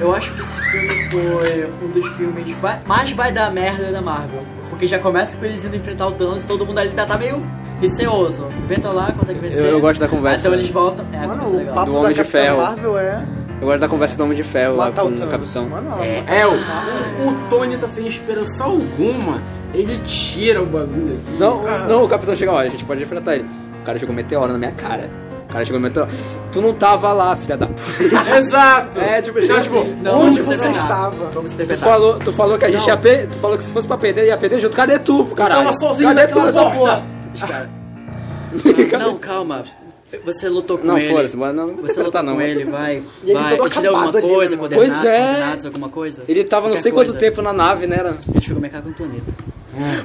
Speaker 1: Eu acho que esse filme foi um dos filmes vai- mais vai dar merda da Marvel. Porque já começa com eles indo enfrentar o Thanos e todo mundo ali ainda tá meio receoso. Inventa lá, consegue vencer.
Speaker 2: Eu, eu gosto da conversa. né?
Speaker 1: Então eles voltam. É,
Speaker 5: Mano,
Speaker 1: começa
Speaker 5: o
Speaker 1: legal.
Speaker 5: papo
Speaker 2: Do Homem
Speaker 5: da
Speaker 2: de
Speaker 5: Capitã
Speaker 2: Ferro.
Speaker 5: Marvel é
Speaker 2: Eu gosto da conversa do Homem de Ferro lá
Speaker 5: matar
Speaker 2: com
Speaker 5: o
Speaker 2: o
Speaker 5: Thanos.
Speaker 2: capitão.
Speaker 5: Mano,
Speaker 4: É, o, o Tony tá sem esperança alguma. Ele tira o bagulho aqui.
Speaker 2: Não, não, o capitão chega, olha, a gente pode enfrentar ele. O cara jogou meteoro na minha cara. O cara jogou meteoro. Tu não tava lá, filha da puta.
Speaker 4: <laughs> Exato!
Speaker 2: É, tipo, já, tipo,
Speaker 4: assim.
Speaker 5: onde você
Speaker 1: tá?
Speaker 5: estava?
Speaker 1: Vamos
Speaker 2: <laughs> tu
Speaker 1: interpretar.
Speaker 2: falou, tu falou que a gente ia perder. Tu falou que se fosse pra perder, ia perder junto. Cadê tu, caralho?
Speaker 4: tava sozinho
Speaker 2: Cadê tu
Speaker 4: naquela
Speaker 2: nessa
Speaker 4: bosta?
Speaker 2: porra? <laughs>
Speaker 1: Não, calma. Você lutou com
Speaker 2: Não,
Speaker 1: ele.
Speaker 2: foda-se, mano, não, não
Speaker 1: Você lutou
Speaker 2: interpretar, não.
Speaker 1: com ele, vai.
Speaker 5: E ele
Speaker 1: Vai,
Speaker 5: todo
Speaker 1: eu te dei
Speaker 5: acabado
Speaker 1: alguma
Speaker 5: ali,
Speaker 1: coisa,
Speaker 5: né, mano?
Speaker 1: coordenados,
Speaker 2: Pois é.
Speaker 1: coordenados, alguma coisa.
Speaker 2: Ele tava não
Speaker 1: Qualquer
Speaker 2: sei quanto
Speaker 1: coisa.
Speaker 2: tempo na nave, né? Era...
Speaker 1: A gente ficou minha cara com o planeta.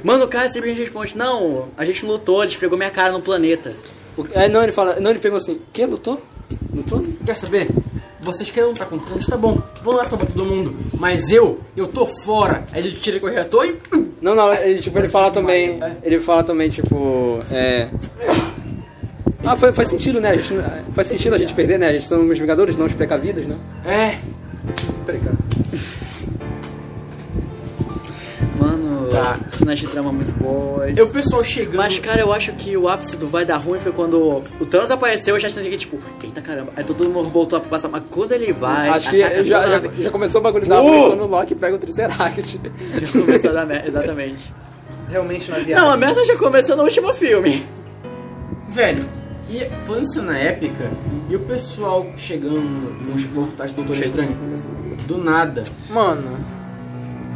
Speaker 1: Mano, o cara sempre responde, não, a gente lutou, ele esfregou minha cara no planeta.
Speaker 2: Porque- É, não, ele fala. Não, ele pergunta assim: que? Lutou? Lutou?
Speaker 4: Quer saber? Vocês querem lutar com planos, tá bom. Vamos lá salvar todo mundo. Mas eu, eu tô fora. Aí ele tira o corretor e...
Speaker 2: Não, não, ele, tipo, ele fala também. Ele fala também, tipo. É. Ah, faz, faz sentido, né? A gente, não- faz sentido a gente perder, né? A gente somos Vingadores, não os precavidos, né?
Speaker 4: É,
Speaker 1: Mano,
Speaker 4: Tá.
Speaker 1: cenas de drama muito boas.
Speaker 4: eu o pessoal chegando...
Speaker 1: Mas, cara, eu acho que o ápice do vai dar ruim foi quando o Thanos apareceu e já tinha tipo, eita caramba, aí todo mundo voltou a passar, mas quando ele vai.
Speaker 2: Acho que
Speaker 1: ataca
Speaker 2: já,
Speaker 1: do
Speaker 2: já,
Speaker 4: <laughs>
Speaker 1: nada,
Speaker 2: já começou o bagulho da
Speaker 1: Uh!
Speaker 2: quando o Loki pega o Triceratops.
Speaker 1: já começou a dar merda,
Speaker 4: <laughs>
Speaker 1: exatamente.
Speaker 5: Realmente não havia.
Speaker 1: Não, a merda já começou no último filme.
Speaker 4: Velho, e falando isso na épica, e o pessoal chegando nos portais do Doutor Estranho, do nada. um
Speaker 5: Mano.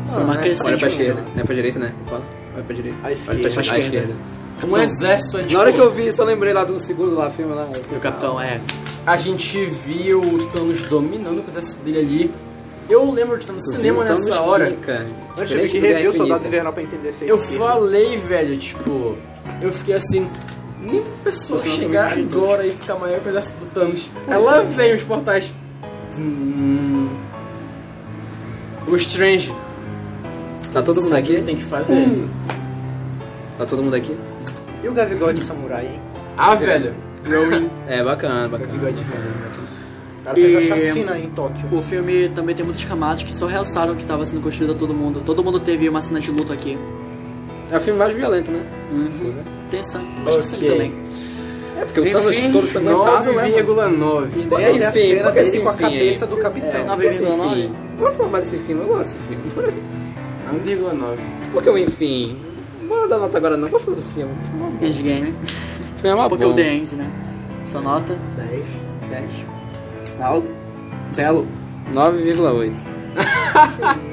Speaker 4: Ah,
Speaker 1: Foi
Speaker 4: é.
Speaker 1: uma
Speaker 2: Olha pra
Speaker 1: crescente.
Speaker 2: esquerda, né? Pra direita, né? Fala. Olha pra direita.
Speaker 5: A
Speaker 2: Olha pra
Speaker 5: esquerda.
Speaker 2: esquerda. esquerda.
Speaker 4: Um exército de
Speaker 2: Então, Na hora que eu vi isso, eu lembrei lá do segundo lá, filme lá.
Speaker 1: E o capitão é.
Speaker 4: A gente viu o Thanos dominando o exército dele ali. Eu lembro de estar no cinema
Speaker 2: Então,
Speaker 4: nessa
Speaker 2: explica.
Speaker 4: hora.
Speaker 5: Eu
Speaker 2: Diferente
Speaker 5: tive que
Speaker 2: do Guerra
Speaker 5: rever o Soldado
Speaker 2: Infinita.
Speaker 5: Invernal pra entender se é
Speaker 4: Eu
Speaker 5: esquerda.
Speaker 4: falei, velho, tipo, eu fiquei assim. Nem pra pessoa chegar agora e ficar maior que o exército do Thanos. Aí lá
Speaker 2: é.
Speaker 4: vem os portais. Hum. O Strange.
Speaker 2: Tá todo mundo
Speaker 4: sabe o que
Speaker 2: aqui?
Speaker 4: tem que fazer?
Speaker 2: Hum. Tá todo mundo aqui?
Speaker 5: E o Gavigol de Samurai, hein?
Speaker 4: Ah, velho.
Speaker 2: É, bacana, bacana.
Speaker 5: O cara fez
Speaker 1: E-
Speaker 5: a chacina em Tóquio.
Speaker 1: O filme também tem muitas camadas que só realçaram que tava sendo construído a todo mundo. Todo mundo teve uma cena de luto aqui.
Speaker 2: É o filme mais violento, né?
Speaker 1: Tem sangue, mas tem sangue
Speaker 4: Ok.
Speaker 1: também.
Speaker 2: É, porque o Thanos todo sangrentado, né?
Speaker 4: 9,9.
Speaker 5: E daí até a
Speaker 2: Enfim,
Speaker 5: cena
Speaker 2: porque
Speaker 5: dele
Speaker 2: esse
Speaker 5: com a
Speaker 2: enfim aí.
Speaker 5: cabeça do capitão.
Speaker 1: Não,
Speaker 2: Esse
Speaker 1: não, não.
Speaker 2: enfim. Bora falar mais desse filme, eu gosto desse filme.
Speaker 4: 1,9.
Speaker 2: Por que o enfim? Bora dar nota agora não, bora falar do filme.
Speaker 1: Endgame.
Speaker 2: O filme é uma
Speaker 1: Porque o
Speaker 2: boa.
Speaker 1: The End, né? Sua nota?
Speaker 5: 10.
Speaker 1: 10.
Speaker 5: Algo. Belo.
Speaker 2: 9,8.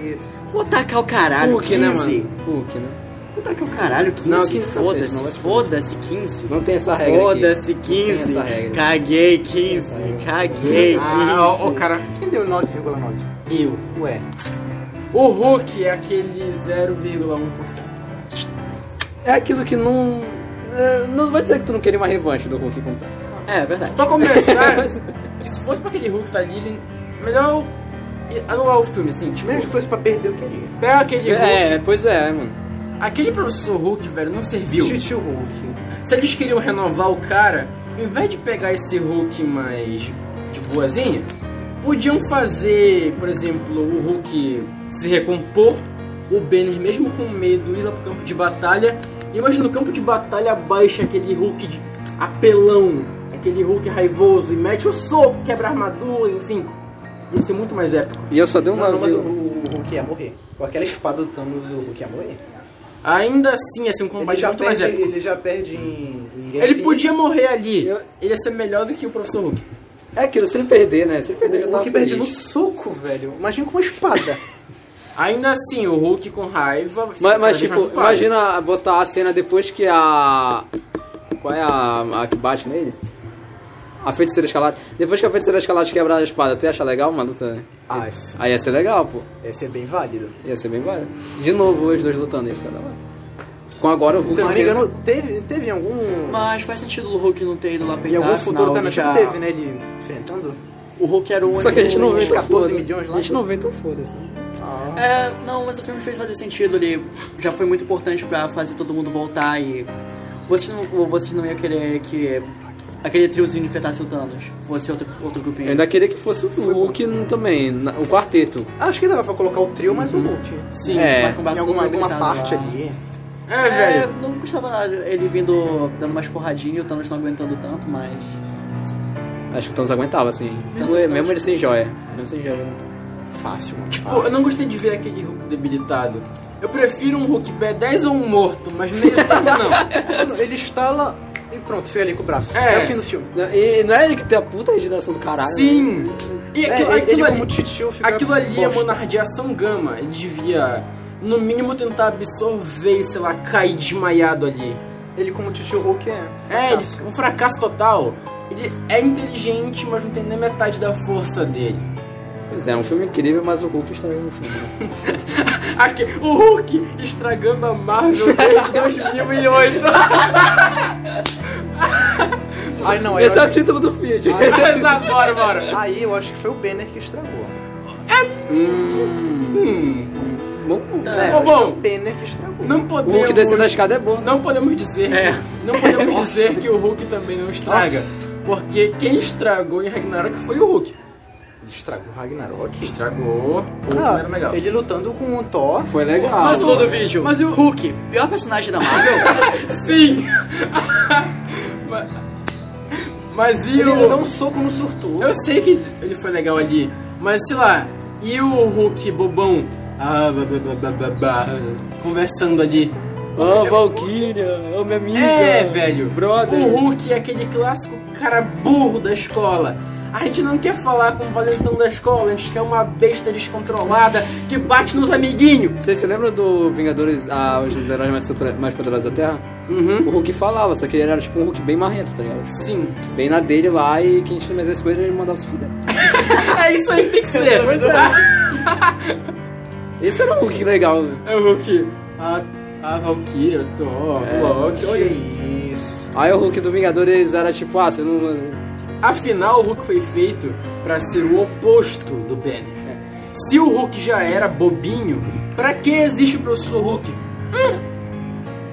Speaker 5: Isso.
Speaker 1: Vou tacar o caralho.
Speaker 2: Hulk, né,
Speaker 1: 15.
Speaker 2: mano? Hulk, né?
Speaker 1: Vou tacar o caralho, 15.
Speaker 2: Não, 15 tá certo, não vai
Speaker 1: foda-se. Foda-se,
Speaker 2: ser
Speaker 1: 15.
Speaker 2: Não tem essa regra aqui.
Speaker 1: Foda-se,
Speaker 2: Tem
Speaker 1: 15.
Speaker 2: essa regra.
Speaker 1: Caguei, 15. Caguei, 15.
Speaker 4: Ah, ó, ó, cara.
Speaker 5: Quem deu 9,9?
Speaker 4: Eu.
Speaker 5: Ué.
Speaker 4: O Hulk é aquele 0,1%.
Speaker 2: É aquilo que não... é, Não vai dizer que tu não queria uma revanche do Hulk com o Thanos.
Speaker 1: É, verdade.
Speaker 4: Pra começar,
Speaker 2: <laughs>
Speaker 4: se fosse pra aquele Hulk que tá ali, ele- melhor é eu- anular o filme, assim. Tipo,
Speaker 5: Menos coisa pra perder, eu queria.
Speaker 4: pega aquele Hulk.
Speaker 2: É, pois é, mano.
Speaker 4: Aquele professor Hulk, velho, não serviu.
Speaker 5: Tio Hulk.
Speaker 4: Se eles queriam renovar o cara, em vez de pegar esse Hulk mais de boazinha, podiam fazer, por exemplo, o Hulk se recompor, o Banner mesmo com medo ir lá pro campo de batalha. Imagina o campo de batalha baixa aquele Hulk de apelão, aquele Hulk raivoso e mete o soco, quebra a armadura, enfim. Ia ser muito mais épico.
Speaker 2: E eu só dei um
Speaker 5: Não, não, mas o,
Speaker 2: 9,8.
Speaker 5: o Hulk ia morrer. Com aquela espada do Thanos, o Hulk ia morrer.
Speaker 4: Ainda assim ia ser um combate
Speaker 5: Ele já,
Speaker 4: muito mais
Speaker 5: perde,
Speaker 4: épico.
Speaker 5: ele já perde em... em
Speaker 4: Ele
Speaker 5: Guerra Infinita.
Speaker 4: podia morrer ali.
Speaker 2: Eu-
Speaker 4: Ele ia ser melhor do que o professor Hulk.
Speaker 2: É aquilo, se ele perder, né? Se ele perder, eu já
Speaker 5: O
Speaker 2: tava
Speaker 5: Hulk perde no
Speaker 2: feliz.
Speaker 5: soco, velho. Imagina com uma espada.
Speaker 4: Ainda assim, o Hulk com raiva.
Speaker 2: Mas, mas,
Speaker 4: fica
Speaker 2: tipo,
Speaker 4: mais ocupado.
Speaker 2: imagina botar a cena depois que a. Qual é a, a que bate nele? A feiticeira escalada. Depois que a feiticeira escalada quebrar a espada, tu ia achar legal uma luta?
Speaker 5: <laughs> ah, isso.
Speaker 2: Aí ia ser legal, pô.
Speaker 5: Esse é bem válido.
Speaker 2: Ia ser bem válido. De novo, os dois lutando, ia ficar da hora. Com agora o Hulk.
Speaker 5: Se eu não me engano, teve, teve em algum...
Speaker 1: Mas faz sentido o Hulk não ter ido lá
Speaker 5: Em
Speaker 1: pegar.
Speaker 5: algum futuro
Speaker 1: afinal,
Speaker 5: Thanos
Speaker 1: já-
Speaker 5: teve, né? Ele enfrentando.
Speaker 1: O Hulk era o único.
Speaker 2: Só que a gente não vê,
Speaker 5: Uns
Speaker 2: então
Speaker 5: 14
Speaker 2: foda-se.
Speaker 5: milhões lá.
Speaker 2: A gente não vê, então foda-se. né?
Speaker 5: Ah.
Speaker 1: É, não, mas o filme fez fazer sentido ali. Já foi muito importante pra fazer todo mundo voltar e. Vocês não, vocês não iam querer que aquele triozinho enfrentasse o Thanos. Fosse outro, outro
Speaker 2: Eu
Speaker 1: grupinho.
Speaker 2: ainda queria que fosse o Hulk também, na- o quarteto.
Speaker 5: É, Acho que dava pra colocar o trio, mas o Hulk.
Speaker 4: Sim.
Speaker 2: É.
Speaker 1: Vai com o
Speaker 5: Em
Speaker 1: braço
Speaker 5: alguma,
Speaker 1: todo né?
Speaker 5: alguma
Speaker 1: gritado
Speaker 4: né?
Speaker 5: parte
Speaker 1: lá.
Speaker 5: ali.
Speaker 4: É,
Speaker 1: É,
Speaker 4: velho.
Speaker 1: não custava nada ele vindo dando umas porradinhas e o Thanos não aguentando tanto, mas.
Speaker 2: Acho que o Thanos aguentava, assim.
Speaker 1: Thanos-
Speaker 2: Mesmo ele sem joia. Mesmo sem joia.
Speaker 5: Fácil, mano. Ah.
Speaker 4: Pô, Tipo, eu
Speaker 5: <laughs>
Speaker 4: não gostei de ver aquele Hulk debilitado. Eu prefiro um Hulk B10 ou um morto, mas meio
Speaker 2: <laughs>
Speaker 4: tá não.
Speaker 5: Mano, ele estala e pronto, fica ali com o braço.
Speaker 4: É.
Speaker 5: É, o fim do filme.
Speaker 2: E não é ele que tem a puta regeneração do caralho. né?
Speaker 4: Sim. E
Speaker 5: É,
Speaker 4: aquilo,
Speaker 5: ele- ele
Speaker 4: aquilo
Speaker 5: como
Speaker 4: ali,
Speaker 5: titio fica
Speaker 4: aquilo ali é
Speaker 5: bosta.
Speaker 4: uma radiação gama. Ele devia, no mínimo, tentar absorver, e, sei lá, cair desmaiado ali.
Speaker 5: Ele como titio Hulk é.
Speaker 4: É, ele,
Speaker 2: Tá.
Speaker 5: fracasso.
Speaker 4: um fracasso total. Ele é inteligente, mas não tem nem metade da força dele.
Speaker 2: Pois é, é um filme incrível, mas o Hulk estragou o filme. <laughs> né?
Speaker 4: Aqui, o Hulk estragando a Marvel desde 2008.
Speaker 5: Ai, não, aí,
Speaker 2: Esse
Speaker 5: eu
Speaker 2: é o
Speaker 5: acho-
Speaker 2: título do Fiat.
Speaker 4: Exato, bora, bora.
Speaker 5: aí eu acho que foi o Banner que estragou.
Speaker 2: Hum. Bom,
Speaker 5: É,
Speaker 4: Ô,
Speaker 5: acho que
Speaker 4: bom.
Speaker 5: foi o Banner que estragou.
Speaker 4: Não
Speaker 2: o Hulk descendo da
Speaker 4: podemos,
Speaker 2: escada é bom.
Speaker 4: não podemos dizer, que, não podemos dizer que o Hulk também não estraga, porque quem estragou em Ragnarok foi o Hulk.
Speaker 5: Ele estragou o Ragnarok.
Speaker 4: Estragou, o Hulk não
Speaker 5: Cara,
Speaker 4: era legal.
Speaker 5: ele lutando com o Thor.
Speaker 2: Foi legal.
Speaker 1: Mas
Speaker 4: todo
Speaker 1: o vídeo. Mas o Hulk, pior personagem da Marvel.
Speaker 4: Sim. <laughs> mas, mas e
Speaker 5: Ele
Speaker 4: o
Speaker 5: dá um soco no surtudo.
Speaker 4: Eu sei que ele foi legal ali, mas sei lá, e o Hulk bobão ah, blá, blá, blá, blá, blá, blá, conversando ali.
Speaker 2: Ô, Ah, Valkyria, ô, minha amiga.
Speaker 4: É, velho.
Speaker 2: Então, Brother.
Speaker 4: O Hulk é aquele clássico cara burro da escola. A gente não quer falar com o valentão da escola, a gente quer uma besta descontrolada que bate nos amiguinhos.
Speaker 2: Vocês se lembram do Vingadores, ah, os heróis mais, super- mais poderosos da Terra?
Speaker 4: Uhum.
Speaker 2: O Hulk falava, só que ele era tipo um Hulk bem marrento, tá ligado?
Speaker 4: Sim.
Speaker 2: Bem na dele lá e quem tinha mais as coisas ele mandava se fuder.
Speaker 4: É isso aí que tem que ser.
Speaker 2: Esse era um Hulk legal. velho.
Speaker 4: É o Hulk. A, a Valkyria, o Thor,
Speaker 5: É.
Speaker 4: o Loki,
Speaker 5: Que
Speaker 4: olha
Speaker 5: isso.
Speaker 2: Aí o Hulk do Vingadores era tipo, ah, você não.
Speaker 4: Afinal, o Hulk foi feito pra ser o oposto do Banner. É. Se o Hulk já era bobinho, pra que existe o professor Hulk?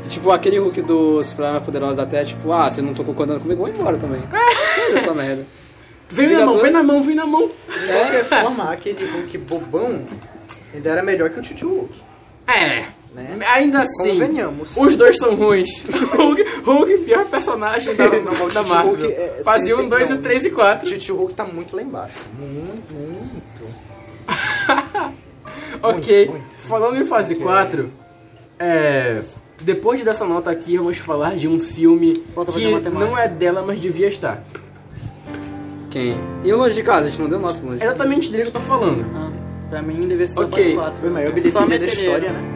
Speaker 2: Tipo, aquele Hulk do Superman Poderoso da Terra, tipo, ah, você não tô concordando comigo, vou embora também. Olha essa merda.
Speaker 4: Vem na mão, vem na mão, vem na mão.
Speaker 5: De qualquer forma, aquele Hulk bobão ainda era melhor que o Tio Hulk,
Speaker 4: É,
Speaker 5: né?
Speaker 4: ainda assim,
Speaker 5: Convenhamos.
Speaker 4: os dois são ruins. <laughs> Hulk, Hulk pior personagem da, da Marvel.
Speaker 5: Hulk é-
Speaker 4: Fazia
Speaker 5: tem-
Speaker 4: um,
Speaker 5: tem-
Speaker 4: dois,
Speaker 5: não.
Speaker 4: e três e quatro.
Speaker 5: O Tio Hulk tá muito lá embaixo. Muito, muito. um,
Speaker 4: Ok,
Speaker 5: muito.
Speaker 4: falando em fase 4, é... Depois dessa nota aqui, vamos falar de um filme
Speaker 2: Falta fazer
Speaker 4: que
Speaker 2: matemática.
Speaker 4: não é dela, mas devia estar.
Speaker 2: Quem? E o longe de casa, a gente não deu nota pro longe.
Speaker 4: É exatamente dele que eu tô falando.
Speaker 1: Ah, pra mim, deveria ser
Speaker 4: Ok.
Speaker 1: da fase 4.
Speaker 5: Foi a maior bilheteria da
Speaker 1: meteria,
Speaker 5: história,
Speaker 1: né?
Speaker 5: né?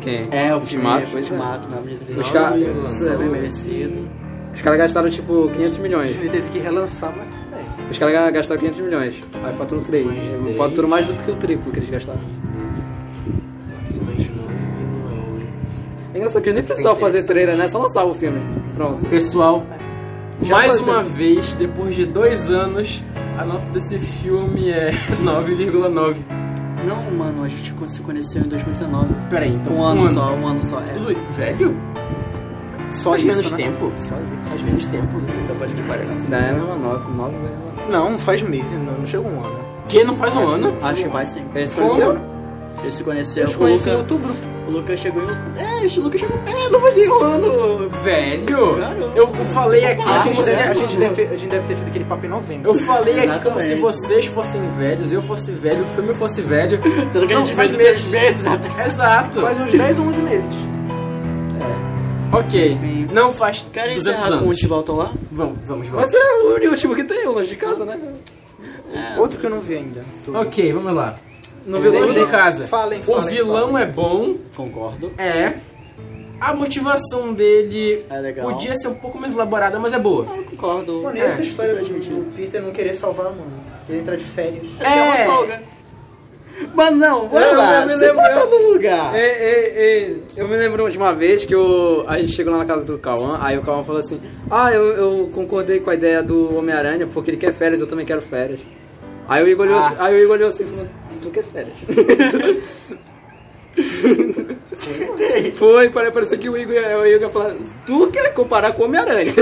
Speaker 2: Quem?
Speaker 1: É, o
Speaker 2: Ultimato,
Speaker 1: Ultimato,
Speaker 2: pois é.
Speaker 1: Ultimato, meu bilheteria.
Speaker 2: Os caras-
Speaker 1: Não, Super bem merecido.
Speaker 2: Os caras gastaram tipo 500 milhões.
Speaker 5: Ele teve que relançar, mas tudo bem.
Speaker 2: Os caras gastaram 500 milhões. Aí faturou 3. Faturou mais do que o triplo que eles gastaram. Uhum. É engraçado que eles nem precisavam fazer trailer, né? Só lançava o filme. Pronto.
Speaker 4: Pessoal,
Speaker 2: Já
Speaker 4: mais
Speaker 2: aconteceu.
Speaker 4: uma vez, depois de dois anos, a nota desse filme é <laughs> 9,9.
Speaker 1: Não, mano, a gente con- se conheceu em 2019.
Speaker 4: Peraí, então
Speaker 1: Um ano só, um ano só. É.
Speaker 4: Tudo velho?
Speaker 5: Só
Speaker 4: Faz
Speaker 5: isso,
Speaker 4: menos
Speaker 5: né?
Speaker 4: tempo?
Speaker 5: Só isso.
Speaker 4: Faz menos tempo do que pode que parece.
Speaker 2: Não, é a mesma nota, né? 9 mesmo.
Speaker 5: Não, faz meses, não, não chegou um ano.
Speaker 4: Que não faz um ano?
Speaker 1: Acho que vai sim.
Speaker 2: Eles se conheceram?
Speaker 1: Eles se conheceram.
Speaker 5: Eu te
Speaker 1: o
Speaker 5: conheci em
Speaker 1: Lucas
Speaker 5: outubro.
Speaker 1: o Lucas chegou em. É, o Lucas chegou. É, não fazia um ano.
Speaker 4: Velho!
Speaker 1: Caramba.
Speaker 4: Eu falei aqui
Speaker 5: A
Speaker 4: como
Speaker 5: gente, deve, a,
Speaker 4: se...
Speaker 5: gente deve, a gente deve ter feito aquele papo em novembro.
Speaker 4: é Eu falei aqui como se
Speaker 1: Exatamente.
Speaker 4: vocês fossem velhos, eu fosse velho, o filme fosse velho.
Speaker 1: Tanto que a
Speaker 4: Não,
Speaker 1: gente
Speaker 4: faz
Speaker 1: fez seis
Speaker 4: meses.
Speaker 1: meses até.
Speaker 4: Exato.
Speaker 5: Faz uns 10, 11 meses.
Speaker 4: Ok.
Speaker 1: Enfim.
Speaker 4: Não faz
Speaker 1: Querem encerrar
Speaker 4: 200
Speaker 1: com o
Speaker 4: anos.
Speaker 1: Monte Volta lá?
Speaker 4: Vamos, vamos, vamos.
Speaker 2: Mas é o último que tem, o longe de casa, né?
Speaker 5: Outro que eu não vi ainda. Tudo.
Speaker 4: É. Ok, vamos lá. No
Speaker 5: Ele
Speaker 4: vilão
Speaker 5: tem-
Speaker 4: de casa.
Speaker 5: Falem,
Speaker 4: o
Speaker 5: falem,
Speaker 4: vilão é
Speaker 5: falem.
Speaker 4: bom,
Speaker 1: Concordo.
Speaker 4: é. A motivação dele
Speaker 1: É legal.
Speaker 4: podia ser um pouco mais elaborada, mas é boa.
Speaker 1: Eu concordo.
Speaker 5: Mano, e essa história do, do Peter não querer salvar, mano? Ele entrar de férias.
Speaker 4: É.
Speaker 1: Mas não, bora
Speaker 2: Eu-
Speaker 1: lá.
Speaker 2: eu me
Speaker 1: Você
Speaker 2: lembro-
Speaker 5: tá
Speaker 1: bota no lugar.
Speaker 2: Ei, ei, ei, eu me lembro de uma vez que eu, a gente chegou lá na casa do Cauã, aí o Cauã falou assim, ah, eu, eu concordei com a ideia do Homem-Aranha, porque ele quer férias, eu também quero férias. Aí o Igor
Speaker 4: Ah.
Speaker 2: olhou, assim- aí o Igor olhou assim e falou, tu quer
Speaker 4: <laughs>
Speaker 2: férias? Foi, pare- parecia que o Igor, ia- o Igor ia falar, tu quer comparar com o Homem-Aranha?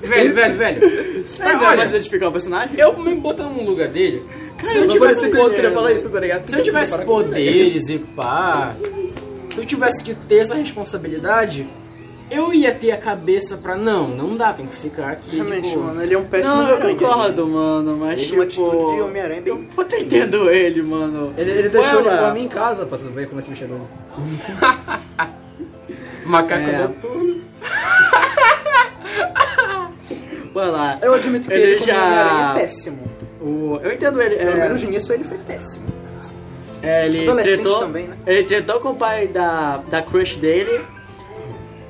Speaker 4: Velho, velho, velho.
Speaker 1: Mas
Speaker 4: olha,
Speaker 1: mais identificar o personagem?
Speaker 4: Eu me botando no lugar dele. se eu
Speaker 2: Não
Speaker 4: tivesse, né?
Speaker 2: parecia que o outro ia falar isso, tá ligado?
Speaker 4: se eu tivesse poderes e pá. Se eu tivesse que ter essa responsabilidade, eu ia ter a cabeça pra. Não, não dá, tem que ficar aqui.
Speaker 5: Realmente,
Speaker 4: tipo,
Speaker 5: mano, ele é um péssimo
Speaker 1: Não, eu
Speaker 5: Homem-Aranha.
Speaker 1: concordo, mano, mas
Speaker 5: Ele
Speaker 1: tipo...
Speaker 5: tem uma atitude de Homem-Aranha bem...
Speaker 1: Eu até entendo ele, mano.
Speaker 2: Ele, ele deixou
Speaker 1: Olha.
Speaker 2: ele pra mim em casa pra ver como esse é mexedor.
Speaker 4: Macaco
Speaker 1: É.
Speaker 4: noturno.
Speaker 1: Bora lá.
Speaker 5: Eu admito que
Speaker 1: Ele
Speaker 5: ele, como
Speaker 1: já-
Speaker 5: Homem-Aranha é péssimo.
Speaker 1: O- Eu entendo ele.
Speaker 5: Pelo
Speaker 1: É,
Speaker 5: menos nisso ele foi péssimo.
Speaker 1: é, ele
Speaker 5: adolescente
Speaker 1: tretou,
Speaker 5: também, né?
Speaker 1: ele tretou com o pai da, da crush dele.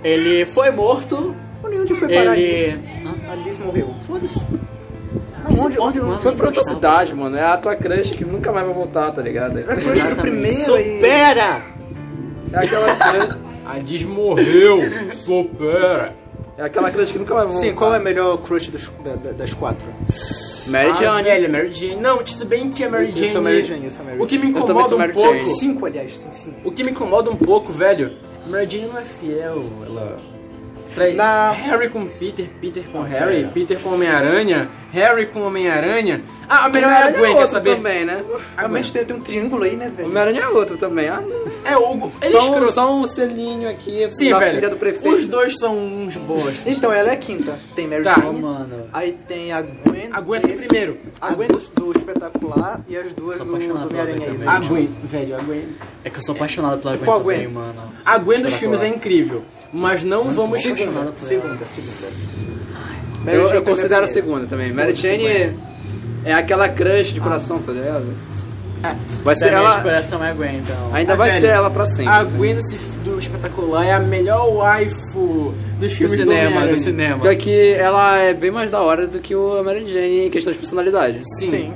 Speaker 1: Ele foi morto.
Speaker 5: Olha onde foi parar
Speaker 1: Ele-
Speaker 5: Alice. A Alice morreu. Foda-se.
Speaker 1: Onde, onde, mano,
Speaker 2: Foi pra outra cidade, mano. É a tua crush que nunca mais vai voltar, tá ligado? É
Speaker 5: Era crush do primeiro e...
Speaker 1: Supera!
Speaker 4: Ah,
Speaker 2: aquela crush.
Speaker 4: <laughs> A Diz morreu, supera.
Speaker 2: É aquela crush que nunca vai voltar.
Speaker 5: Sim, qual é a melhor crush dos- da- da- das quatro?
Speaker 6: Mary
Speaker 4: Ah,
Speaker 6: Jane.
Speaker 4: velho, é Mary Jane. Não, tudo bem que é Mary
Speaker 5: Eu
Speaker 4: Jane.
Speaker 5: sou Mary Jane, eu sou Mary
Speaker 4: O que me
Speaker 6: também
Speaker 4: incomoda
Speaker 6: sou
Speaker 4: um
Speaker 6: Mary
Speaker 4: pouco.
Speaker 6: Jane.
Speaker 5: Cinco, aliás, tem cinco.
Speaker 4: O que me incomoda um pouco, velho. Mary Jane não é fiel. Ela. Trai
Speaker 5: Na-
Speaker 4: Harry com Peter, Peter com Harry, Peter com Homem-Aranha, Harry com Homem-Aranha. Ah, a melhor é a
Speaker 2: Homem-Aranha é
Speaker 4: Gwen, quer
Speaker 2: outro
Speaker 4: saber?
Speaker 2: também, né?
Speaker 4: A Gwen.
Speaker 5: Realmente tem, tem um triângulo aí, né, velho?
Speaker 2: Homem-Aranha é outro também. Ah, não.
Speaker 4: É o. Ele é
Speaker 2: só, um,
Speaker 4: escroto.
Speaker 2: só um selinho aqui
Speaker 4: Sim,
Speaker 2: da
Speaker 4: velho.
Speaker 2: filha do prefeito.
Speaker 4: Os dois são uns boas.
Speaker 5: Então, ela é a quinta. Tem Mary
Speaker 4: Tá.
Speaker 1: Ô,
Speaker 5: Jane,
Speaker 1: mano.
Speaker 5: aí tem a Gwen...
Speaker 4: Aguenta
Speaker 5: desse-
Speaker 4: primeiro.
Speaker 5: A Gwen do, do espetacular e as duas
Speaker 1: Sou
Speaker 5: do, do
Speaker 1: apaixonado pela
Speaker 5: Homem-Aranha
Speaker 1: Gwen
Speaker 5: aí.
Speaker 4: A Gwen, velho, a Gwen.
Speaker 1: É que eu sou apaixonado pela Gwen
Speaker 5: Qual
Speaker 1: também,
Speaker 5: Gwen?
Speaker 1: mano.
Speaker 4: A Gwen dos filmes é incrível, mas não vamos.
Speaker 5: Segunda, segunda, segunda. Mary
Speaker 2: Eu,
Speaker 5: Jane
Speaker 2: eu
Speaker 5: também é
Speaker 2: considero a
Speaker 5: primeira.
Speaker 2: segunda também. Mary Jane é, é aquela crush de coração, tá ligado? Vai ser
Speaker 1: Também de
Speaker 2: ela.
Speaker 1: coração é Gwen, então.
Speaker 2: Ainda
Speaker 4: Ah,
Speaker 2: vai
Speaker 4: velho.
Speaker 2: ser ela pra sempre. né?
Speaker 4: A Gwen desse- do espetacular é a melhor waifu dos
Speaker 1: Do
Speaker 4: filmes
Speaker 1: cinema, do
Speaker 4: Homem-Aranha.
Speaker 1: cinema.
Speaker 2: Pior que ela é bem mais da hora do que o Mary Jane em questão de personalidade.
Speaker 4: Sim.
Speaker 5: Sim, sim,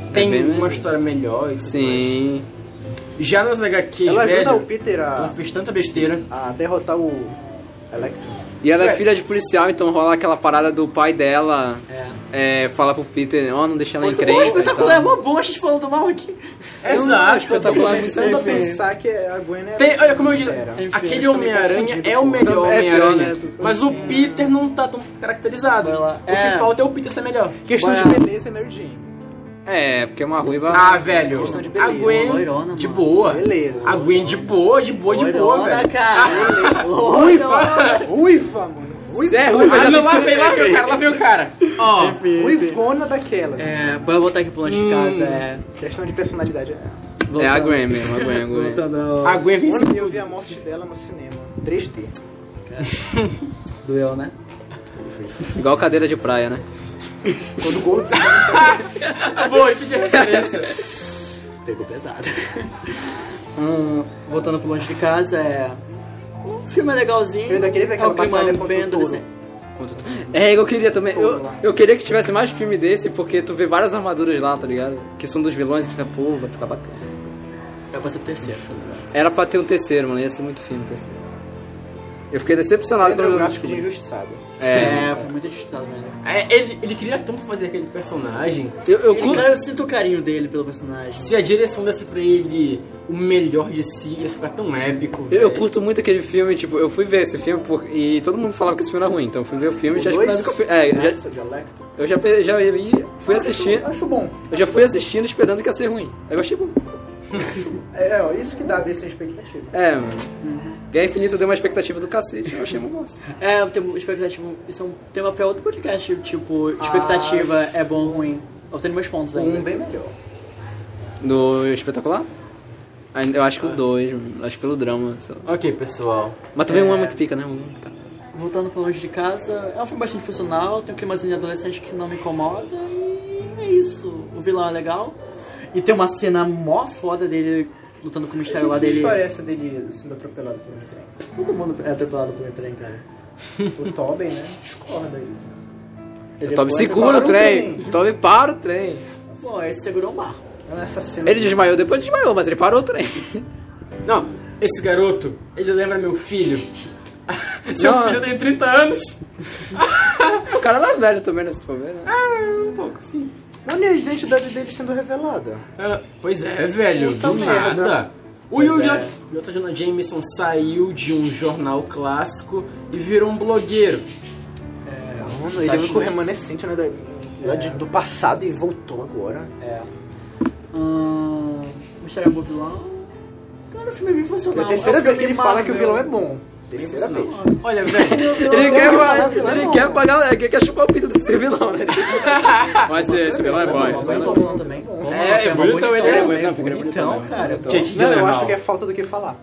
Speaker 5: sim.
Speaker 4: Tem
Speaker 2: É bem
Speaker 4: uma
Speaker 2: melhor.
Speaker 4: história melhor e tudo
Speaker 2: Sim.
Speaker 4: mais. Já nas HQs,
Speaker 5: Ela
Speaker 4: velho,
Speaker 5: ajuda o Peter
Speaker 4: ela
Speaker 5: a,
Speaker 4: fez tanta besteira.
Speaker 5: a derrotar o Electro.
Speaker 2: E ela é
Speaker 4: Ué.
Speaker 2: filha de policial, então rola aquela parada do pai dela. É, fala pro Peter, ó, não deixa ela em
Speaker 1: Pô,
Speaker 2: crente. então.
Speaker 1: espetacular é mó bom, a gente falando do mal aqui.
Speaker 4: Exato.
Speaker 2: espetacular.
Speaker 5: Começando a pensar que a Gwen é...
Speaker 4: Tem- olha como eu disse,
Speaker 5: Era.
Speaker 4: aquele
Speaker 5: eu tô meio
Speaker 4: Homem-Aranha
Speaker 5: confundido,
Speaker 4: é o
Speaker 5: pô.
Speaker 4: melhor
Speaker 2: É pior,
Speaker 4: Homem-Aranha,
Speaker 2: né? Tô-
Speaker 4: mas o Peter não tá tão caracterizado.
Speaker 1: Vai lá.
Speaker 4: O que
Speaker 1: É.
Speaker 4: falta é o Peter ser melhor.
Speaker 5: Questão de beleza é Mary Jane.
Speaker 2: É, porque uma ruiva.
Speaker 4: Ah, velho,
Speaker 5: Questão de
Speaker 4: a
Speaker 5: beleza.
Speaker 4: Gwen
Speaker 1: Loirona,
Speaker 4: de
Speaker 1: mano.
Speaker 4: boa.
Speaker 5: Beleza.
Speaker 4: A Gwen de boa, de boa, de boa, né,
Speaker 1: Loirona,
Speaker 4: velho. Ah,
Speaker 1: cara.
Speaker 5: Ruiva! é Ruiva, mano. Ruiva.
Speaker 2: Zé Ruiva.
Speaker 4: Ah, não, lá vem, lá vem o cara, lá vem o cara. Ó,
Speaker 5: Ruivona daquelas.
Speaker 1: É, bora voltar aqui pro longe de casa. É,
Speaker 5: Questão de personalidade. é.
Speaker 2: É a Gwen mesmo, a Gwen, a Gwen.
Speaker 4: a Gwen venceu.
Speaker 5: Mano, eu vi a morte dela no cinema. 3D.
Speaker 1: Doeu, né?
Speaker 2: Igual cadeira de praia, né?
Speaker 5: Quando o Gold
Speaker 4: <laughs> Boa, isso de referência.
Speaker 1: Pegou pesado. <laughs> Hum, voltando pro longe de casa, é. O filme é legalzinho.
Speaker 5: Eu ainda queria ver
Speaker 1: é o
Speaker 5: aquela
Speaker 1: clima
Speaker 5: batalha contra
Speaker 1: bem
Speaker 5: o touro.
Speaker 1: adolescente.
Speaker 2: Quanto tu- É, eu queria também. Eu, eu queria que tivesse mais filme desse, porque tu vê várias armaduras lá, tá ligado? Que são dos vilões e fica, pô, vai ficar bacana.
Speaker 1: Eu passei pro terceiro, sabe?
Speaker 2: Era pra ter um terceiro, mano. Ia ser muito filme o terceiro. Eu fiquei decepcionado
Speaker 5: Pedro
Speaker 2: quando
Speaker 5: é um
Speaker 2: eu
Speaker 5: gráfico
Speaker 2: vi.
Speaker 5: injustiçado.
Speaker 2: É.
Speaker 1: foi muito injustiçado mesmo.
Speaker 4: É, ele, ele queria tanto fazer aquele personagem.
Speaker 2: Eu, eu,
Speaker 1: Eu,
Speaker 2: cu-
Speaker 1: cara, eu sinto o carinho dele pelo personagem.
Speaker 4: Se a direção desse pra ele o melhor de si, ia ficar tão épico.
Speaker 2: eu, eu
Speaker 4: velho.
Speaker 2: curto muito aquele filme, tipo, eu fui ver esse filme por- e todo mundo falava que esse filme era ruim, então eu fui ver o filme e já esperando que o filme. É, já-
Speaker 5: Nossa, de Electro.
Speaker 2: eu já, pe- já ia- fui assistir.
Speaker 5: Acho bom.
Speaker 2: Eu já fui assistindo esperando que ia ser ruim. Eu achei bom.
Speaker 5: É, é, ó, isso que dá a ver sem expectativa.
Speaker 2: É, mano. Guerra Infinita deu uma expectativa do cacete, eu achei uma bosta.
Speaker 1: É, eu tenho expectativa. Isso é um tema pra outro podcast. Tipo, expectativa é bom ou ruim. Eu tenho meus pontos ainda.
Speaker 5: Ah, Um bem melhor.
Speaker 2: No espetacular? Ah, Eu acho que o 2, acho pelo drama, sei lá.
Speaker 4: Ok, pessoal.
Speaker 2: Mas também um
Speaker 1: É.
Speaker 2: é muito pica, né? Um, cara.
Speaker 1: Voltando pra longe de casa, é um filme bastante funcional, tem um climazinho de adolescente que não me incomoda e é isso. O vilão é legal. E tem uma cena mó foda dele lutando com o mistério lá
Speaker 5: que
Speaker 1: dele.
Speaker 5: história é essa dele sendo atropelado por um trem?
Speaker 1: Todo mundo é atropelado por um trem, cara.
Speaker 5: O Tobin, né? Discorda aí.
Speaker 1: Ele
Speaker 2: O
Speaker 5: é
Speaker 2: Toby
Speaker 1: foi-
Speaker 2: segura
Speaker 5: para
Speaker 2: o
Speaker 5: o
Speaker 2: trem.
Speaker 5: trem.
Speaker 2: O Toby para o trem.
Speaker 1: Pô, esse segurou o barco.
Speaker 5: Nessa cena.
Speaker 2: Ele desmaiou, depois desmaiou, mas ele parou o trem.
Speaker 4: Não, esse garoto, ele lembra meu filho. <laughs> Seu
Speaker 2: Não.
Speaker 4: filho tem 30 anos?
Speaker 2: <laughs> O cara lá é velho também, né? Se tu for ver, né?
Speaker 4: Ah, um pouco, sim.
Speaker 5: Olha a identidade dele sendo revelada.
Speaker 4: Ah, pois é, velho,
Speaker 5: Puta
Speaker 4: do
Speaker 5: merda.
Speaker 4: nada. O
Speaker 1: Pois
Speaker 4: Yu
Speaker 1: é.
Speaker 4: J. Jonah Jameson saiu de um jornal clássico e virou um blogueiro.
Speaker 5: Mano, ele
Speaker 1: Sabe
Speaker 5: é o
Speaker 1: como é?
Speaker 5: remanescente, né? Da, lá de- do passado e voltou agora.
Speaker 1: É. Hum, mistério é bom vilão. Cara, o filme é bem
Speaker 5: É
Speaker 1: funcional.
Speaker 5: a terceira
Speaker 1: É um
Speaker 5: vez que
Speaker 1: filme
Speaker 5: ele fala que o
Speaker 1: Marvel.
Speaker 5: vilão é bom. Terceira vez.
Speaker 4: Olha, velho,
Speaker 2: Ele quer,
Speaker 5: não, não, não,
Speaker 2: ele
Speaker 5: não.
Speaker 2: quer pagar, ele quer chupar o pinto desse vilão, né? Mas esse, esse vilão é
Speaker 1: Bom,
Speaker 2: bom.
Speaker 1: bom,
Speaker 2: esse vilão
Speaker 1: bom,
Speaker 2: é bom.
Speaker 1: bom também.
Speaker 4: é, é bonitão, ele
Speaker 2: né?
Speaker 4: é.
Speaker 1: Então, cara.
Speaker 4: Gente, que
Speaker 5: Não, eu
Speaker 4: legal.
Speaker 5: acho que é falta do que falar.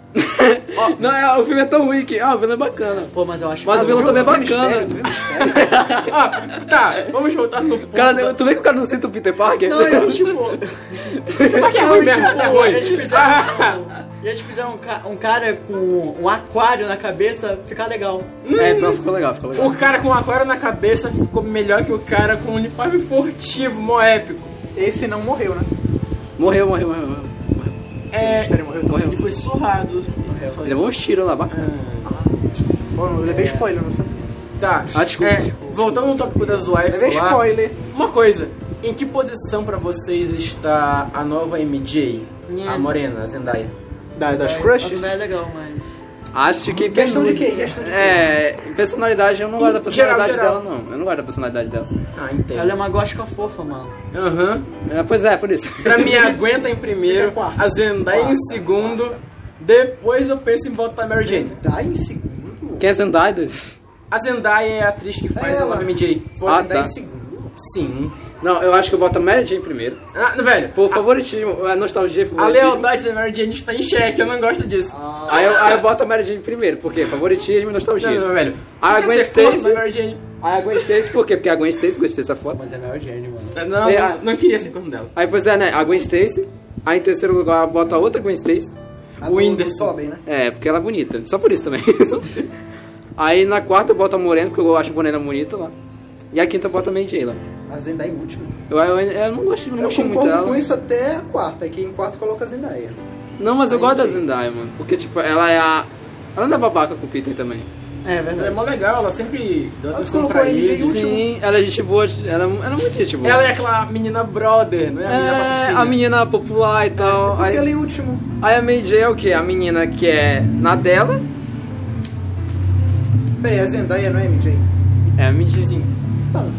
Speaker 2: Não, é, o filme é tão ruim que. Ah, o vilão é bacana.
Speaker 1: Pô, mas eu acho
Speaker 2: Mas o
Speaker 1: <laughs>
Speaker 2: vilão também é
Speaker 5: Mistério,
Speaker 2: bacana.
Speaker 5: tu viu?
Speaker 4: Ah, tá, vamos voltar no ponto.
Speaker 2: Cara, tu vê que o cara não sente o Peter Parker?
Speaker 1: Não, eu, tipo.
Speaker 4: Mas que é Ah, ruim mesmo, é ruim.
Speaker 1: Eles fizeram, eles fizeram um, ca- um cara com um aquário na cabeça ficar legal.
Speaker 2: <laughs> É, ficou- ficou legal, ficou legal.
Speaker 4: O cara com aquário na cabeça ficou melhor que o cara com uniforme furtivo, mó épico.
Speaker 5: Esse não morreu, né?
Speaker 2: Morreu, morreu, morreu. morreu.
Speaker 5: O
Speaker 4: É,
Speaker 5: mistério morreu também.
Speaker 4: ele foi surrado.
Speaker 2: Ele levou uns tiros lá, bacana.
Speaker 5: Bom, eu levei spoiler, não sei.
Speaker 4: Tá.
Speaker 2: Ah, desculpa,
Speaker 4: É, voltando no tópico das wife
Speaker 5: É
Speaker 4: lá,
Speaker 5: spoiler.
Speaker 4: Uma coisa. Em que posição pra vocês está a nova MJ? A morena, a Zendaya.
Speaker 5: Da, das
Speaker 1: Mas
Speaker 5: crushes?
Speaker 1: não é legal, mas.
Speaker 2: Acho que.
Speaker 5: Questão de quê? Questão de quê?
Speaker 2: É, personalidade, eu não gosto da
Speaker 4: Geral,
Speaker 2: personalidade
Speaker 4: geral.
Speaker 2: dela, não. Eu não gosto da personalidade dela.
Speaker 4: Ah, entendo.
Speaker 1: Ela é uma gótica fofa, mano.
Speaker 4: Aham.
Speaker 2: É, pois é, por isso.
Speaker 4: Pra mim, aguenta em primeiro,
Speaker 5: Fica quarto.
Speaker 4: a Zendaya em segundo, depois eu penso em voltar pra Mary Jane.
Speaker 5: Dá em segundo?
Speaker 2: Quem é Zendaya? doido?
Speaker 4: A Zendaya é a atriz que faz a
Speaker 5: Ela.
Speaker 4: Love MJ.
Speaker 5: Pô,
Speaker 2: Ah,
Speaker 5: você dá
Speaker 2: tá.
Speaker 5: em segundo?
Speaker 4: Sim.
Speaker 2: Não, eu acho que eu boto a Mary Jane primeiro.
Speaker 4: Ah, velho,
Speaker 2: Por favoritismo, a nostalgia
Speaker 4: a
Speaker 2: favoritismo.
Speaker 4: lealdade da Mary Jane está em xeque, eu não gosto disso.
Speaker 5: Ah.
Speaker 2: Aí eu, aí eu boto a Mary Jane primeiro, por quê? Favoritismo e
Speaker 4: não,
Speaker 2: nostalgia.
Speaker 4: não, velho.
Speaker 2: Ah,
Speaker 4: Você quer
Speaker 2: Gwen
Speaker 4: ser corno
Speaker 2: Stacy?
Speaker 4: da Mary Jane?
Speaker 2: Aí a Gwen Stacy, por quê? Porque a Gwen Stacy, gostei dessa foto.
Speaker 1: Mas ela é o gênio, mano.
Speaker 4: Não,
Speaker 2: É, a-
Speaker 4: não queria ser corno dela.
Speaker 2: Aí, pois é, né? A Gwen Stacy. Aí, em terceiro lugar, eu boto a outra Gwen Stacy.
Speaker 5: A do-
Speaker 4: Whindersson.
Speaker 5: do Sobem, né?
Speaker 2: É, porque ela é bonita. Só por isso também. <laughs> aí, na quarta, eu boto a Morena, porque eu acho a Morena bonita lá. E a quinta, eu boto a Mandy lá.
Speaker 5: A Zendaya em último.
Speaker 2: Eu, eu, eu não gosto, não
Speaker 5: Eu
Speaker 2: gosto muito
Speaker 5: concordo
Speaker 2: dela.
Speaker 5: com isso até a quarta, que em quarto coloca a Zendaya.
Speaker 2: Não, mas eu gosto da Zendaya, mano. Porque, tipo, ela é a... Ela não é babaca com o Peter também.
Speaker 1: É
Speaker 4: Ela é
Speaker 1: verdade.
Speaker 4: mó legal, ela sempre dá
Speaker 5: Ela
Speaker 4: atenção
Speaker 5: colocou
Speaker 4: pra
Speaker 5: a MJ
Speaker 4: ele.
Speaker 5: em último.
Speaker 2: Sim, ela é gente boa. Ela, é- ela é muito gente boa.
Speaker 4: Ela é aquela menina brother, não é a menina
Speaker 2: É,
Speaker 4: patricinha.
Speaker 2: a menina É, popular e tal.
Speaker 5: Porque
Speaker 2: Aí,
Speaker 5: ela em último.
Speaker 2: aí a Mary J é o quê? A menina que é na dela.
Speaker 5: Peraí, a Zendaya não é MJ?
Speaker 2: É a Mary J.
Speaker 5: Então.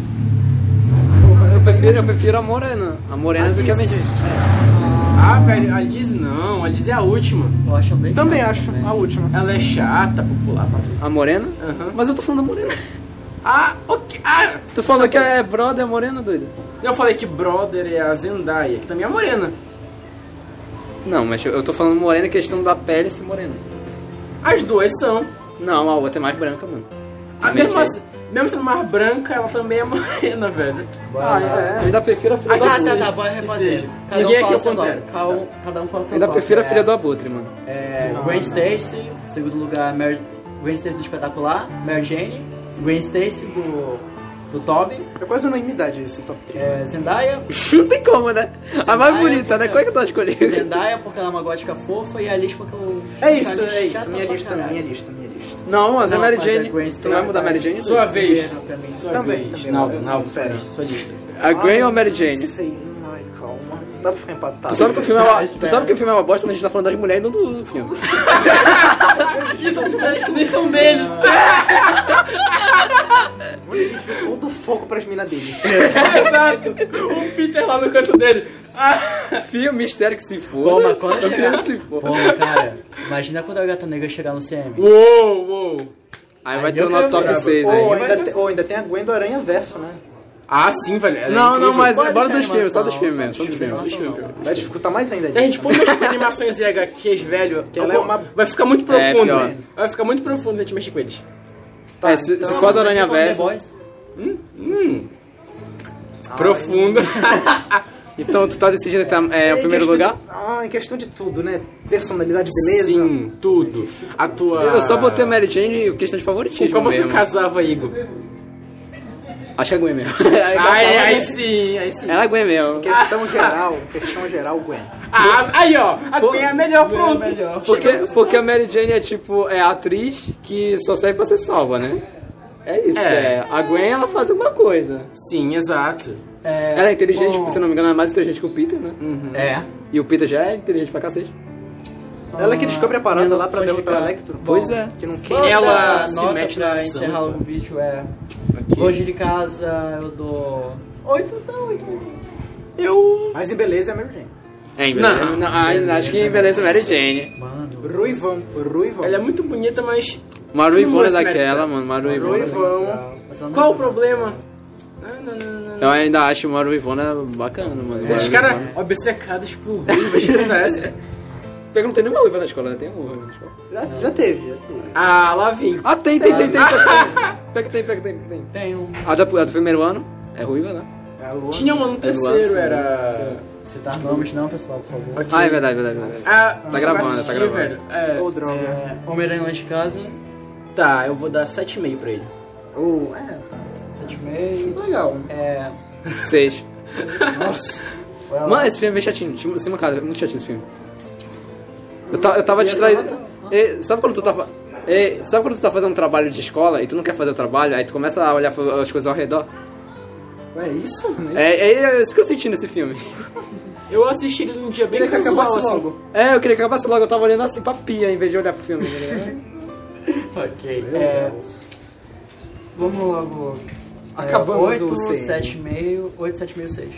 Speaker 2: Eu prefiro, eu prefiro a Morena. A Morena
Speaker 5: A
Speaker 2: do que a Mary J.
Speaker 5: Liz.
Speaker 4: Ah, velho, a Liz não, a Liz é a última.
Speaker 1: Eu acho bem.
Speaker 5: Também
Speaker 1: chato,
Speaker 5: acho,
Speaker 1: né?
Speaker 5: a última.
Speaker 4: Ela é chata, popular,
Speaker 2: A
Speaker 4: patricinha.
Speaker 2: Morena?
Speaker 4: Aham.
Speaker 2: Mas eu tô falando da Morena.
Speaker 4: Ah, ok. Ah,
Speaker 2: <laughs> Tu falou que é brother a Morena, doido?
Speaker 4: eu falei que brother é a Zendaya, que também é morena.
Speaker 2: Não, mas eu eu tô falando Morena questão da pele ser Morena.
Speaker 4: As duas são.
Speaker 2: Não, a outra é mais branca, mano.
Speaker 4: A
Speaker 2: Também
Speaker 4: mesma,
Speaker 2: sei.
Speaker 4: mesmo sendo mais branca, ela também é <laughs> morena, velho.
Speaker 2: Ah, é. Ainda prefiro a filha
Speaker 4: Ah,
Speaker 2: do
Speaker 1: Tá, tá,
Speaker 2: Abutre.
Speaker 1: tá, bora refazer.
Speaker 4: Seja,
Speaker 1: Cada
Speaker 4: ninguém
Speaker 1: um
Speaker 4: aqui
Speaker 1: fala
Speaker 4: é o
Speaker 1: seu nome.
Speaker 4: contrário.
Speaker 1: Cada
Speaker 5: Tá.
Speaker 1: um, cada um fala seu
Speaker 2: Ainda
Speaker 1: nome.
Speaker 2: prefiro a
Speaker 1: É,
Speaker 2: filha do Abutre, mano. <laughs>
Speaker 5: Ah,
Speaker 1: É, Gwen Stacy, em segundo lugar, Mary... Gwen Stacy do Espetacular, Mary Jane, Gwen Stacy do, do Tobin,
Speaker 5: É quase unanimidade esse top 3.
Speaker 1: é, Zendaya,
Speaker 5: <laughs>
Speaker 2: Não tem como, né? A mais
Speaker 1: Zendaya,
Speaker 2: bonita, né? Qual é que tu escolhendo?
Speaker 1: Zendaya porque ela é uma gótica fofa e a Liz porque eu...
Speaker 5: É isso,
Speaker 1: Cara,
Speaker 5: é isso.
Speaker 1: chata
Speaker 5: Minha
Speaker 1: pra
Speaker 5: lista,
Speaker 1: caralho.
Speaker 5: minha lista, minha lista.
Speaker 2: Não, mas é
Speaker 1: Não,
Speaker 2: Mary
Speaker 1: mas é
Speaker 2: Jane.
Speaker 1: Gwen
Speaker 2: tu vai
Speaker 1: Stacy.
Speaker 2: mudar a Mary Jane?
Speaker 4: Sua vez.
Speaker 1: Erro pra mim.
Speaker 4: Sua
Speaker 5: Também,
Speaker 4: vez.
Speaker 5: também.
Speaker 4: Naldo,
Speaker 5: Eu-
Speaker 4: Naldo, sua
Speaker 5: pera.
Speaker 4: lista, sua lista.
Speaker 2: A Gwen ou a Mary
Speaker 5: Não
Speaker 2: Jane?
Speaker 5: sei, não, ai, calma. Não dá pra ficar empatado.
Speaker 2: Tu sabe que o filme é uma,
Speaker 1: Espera.
Speaker 2: tu sabe que o filme é uma bosta quando a gente tá falando das mulheres e não do, do filme.
Speaker 4: São de mulheres que nem são dele.
Speaker 5: Todo foco pras
Speaker 2: <laughs>
Speaker 5: minas dele.
Speaker 4: Exato. O Peter lá no canto dele.
Speaker 2: Fio mistério que se
Speaker 1: Pô,
Speaker 2: for.
Speaker 1: mas quando
Speaker 2: Eu queria que é. se
Speaker 1: chegar...
Speaker 2: for.
Speaker 1: Pô, cara, imagina quando a gata negra chegar no CM.
Speaker 4: Uou, uou.
Speaker 2: Aí vai
Speaker 1: Aí
Speaker 2: ter
Speaker 1: eu
Speaker 2: o nosso
Speaker 1: quero
Speaker 2: top
Speaker 1: ver,
Speaker 2: 6 aí.
Speaker 5: Ou
Speaker 4: aí vai
Speaker 5: ainda,
Speaker 4: ser-
Speaker 5: te- ou ainda tem a Gwen do Aranha Verso, né?
Speaker 4: Ah, sim, velho. ela é
Speaker 2: Não,
Speaker 4: incrível.
Speaker 2: não, mas
Speaker 1: Pode
Speaker 2: bora
Speaker 1: deixar
Speaker 2: dos filmes, só dos
Speaker 1: animação,
Speaker 2: filmes mesmo, só dos filmes.
Speaker 1: animação, não.
Speaker 5: Vai dificultar mais ainda.
Speaker 4: Se a gente for mexer com animações e HQs, velho,
Speaker 5: Que ela é uma-
Speaker 4: vai ficar muito profundo.
Speaker 2: pior.
Speaker 4: vai ficar muito profundo se a gente mexer com eles.
Speaker 2: É, se, se for do Aranha Verso,
Speaker 4: Hum. Profundo.
Speaker 2: então tu tá decidindo tá, é, o
Speaker 5: Em
Speaker 2: primeiro
Speaker 5: questão
Speaker 2: lugar?
Speaker 5: de- Ah, em questão de tudo, né? Personalidade, beleza.
Speaker 4: Sim, tudo. A tua.
Speaker 2: Eu só botei a Mary Jane e questão de
Speaker 4: Com
Speaker 2: favoritismo
Speaker 4: qual você
Speaker 2: mesmo.
Speaker 4: casava, Igor?
Speaker 2: Acho que é Gwen mesmo. é
Speaker 4: Aí, aí, sim, aí sim.
Speaker 2: Ela é Gwen mesmo.
Speaker 5: Questão geral, questão geral, Gwen.
Speaker 4: Ah, aí, ó. A
Speaker 2: Pô,
Speaker 4: Gwen é a melhor, pronto.
Speaker 2: Porque, porque a Mary Jane é tipo, é a atriz que só serve pra ser salva, né? É isso,
Speaker 4: É.
Speaker 2: é. A Gwen, ela faz alguma coisa.
Speaker 4: Sim, exato.
Speaker 2: Ela é inteligente, se não me engano, ela é mais inteligente que o Peter, né?
Speaker 1: É.
Speaker 2: E o Peter já é inteligente pra cacete.
Speaker 5: Ela que descobre a parada lá pra
Speaker 1: pode
Speaker 5: derrotar o
Speaker 1: ficar.
Speaker 5: Electro.
Speaker 2: Pois é.
Speaker 5: Que não quer.
Speaker 1: Vamos
Speaker 4: Ela
Speaker 1: dar a
Speaker 4: se
Speaker 1: nota
Speaker 4: mete
Speaker 1: pra
Speaker 4: na ação,
Speaker 1: encerrar
Speaker 4: cara.
Speaker 1: o vídeo, é...
Speaker 4: Aqui.
Speaker 1: Hoje de casa eu dou... Oito, não, oito.
Speaker 4: eu.
Speaker 5: Mas em beleza é a Mary Jane.
Speaker 2: É, em beleza. Não, ah, acho que em beleza é Mary Jane.
Speaker 1: Mano...
Speaker 5: Ruivão, ruivão.
Speaker 4: Ela é muito bonita, mas.
Speaker 2: Maru
Speaker 4: Não
Speaker 2: Ivone é
Speaker 4: gosto de
Speaker 2: daquela,
Speaker 4: Mary
Speaker 2: mano. Maru Ivone.
Speaker 5: ruivão.
Speaker 1: mas ela não- tá.
Speaker 4: Qual o problema? Ah, não, não, não, não.
Speaker 2: Eu ainda acho o Maru Ivone bacana, mano.
Speaker 4: Esses
Speaker 2: Maru Ivone.
Speaker 4: caras obcecados por ruivas, que coisa é essa?
Speaker 2: Pior que não tem nenhuma ruiva na escola, né? Tem uma ruiva na escola.
Speaker 5: Já, já teve, já teve.
Speaker 4: Ah, lá vem.
Speaker 2: Ah, tem, tem, tem, tem. <laughs> tem. Pega, tem, pega, tem, pega, tem.
Speaker 1: Tem um...
Speaker 2: A da- a do, primeiro ano é ruiva, né?
Speaker 5: A Luana.
Speaker 4: Tinha uma no terceiro, era.
Speaker 1: Citar nomes tá não, pessoal, por favor.
Speaker 4: Ok.
Speaker 2: Ah, é verdade, verdade, verdade.
Speaker 4: Ah,
Speaker 2: Tá gravando, tá gravando.
Speaker 4: Velho. É,
Speaker 5: Ou droga.
Speaker 1: É, Homem-Aranha lá de casa.
Speaker 4: tá, eu vou dar 7,5 pra ele.
Speaker 5: Ou. É, tá.
Speaker 1: Sete e meio.
Speaker 5: Legal.
Speaker 1: É...
Speaker 2: Seis.
Speaker 5: Nossa.
Speaker 2: Mano, esse filme é bem chatinho. Tipo, Sim, cara, é muito chatinho esse filme. Eu, ta- eu tava distraído. E- sabe quando tu tava. E sabe quando tu tá fazendo um trabalho de escola e tu não quer fazer o trabalho, aí tu começa a olhar pro- as coisas ao redor?
Speaker 5: É isso? Né?
Speaker 2: É, é isso que eu senti nesse filme. <laughs>
Speaker 4: Eu assisti ele num dia bem
Speaker 5: Queria que
Speaker 4: casual,
Speaker 5: acabasse
Speaker 4: assim.
Speaker 5: logo.
Speaker 2: É, eu queria que acabasse logo, eu tava olhando assim pra pia em vez de olhar pro filme. tá <laughs> ligado?
Speaker 1: Ok.
Speaker 5: Meu
Speaker 1: é,
Speaker 5: Deus.
Speaker 1: vamos logo.
Speaker 5: Acabamos
Speaker 1: é,
Speaker 5: o
Speaker 1: 8,
Speaker 5: CN.
Speaker 1: 7,5, 8, 7,5, 6.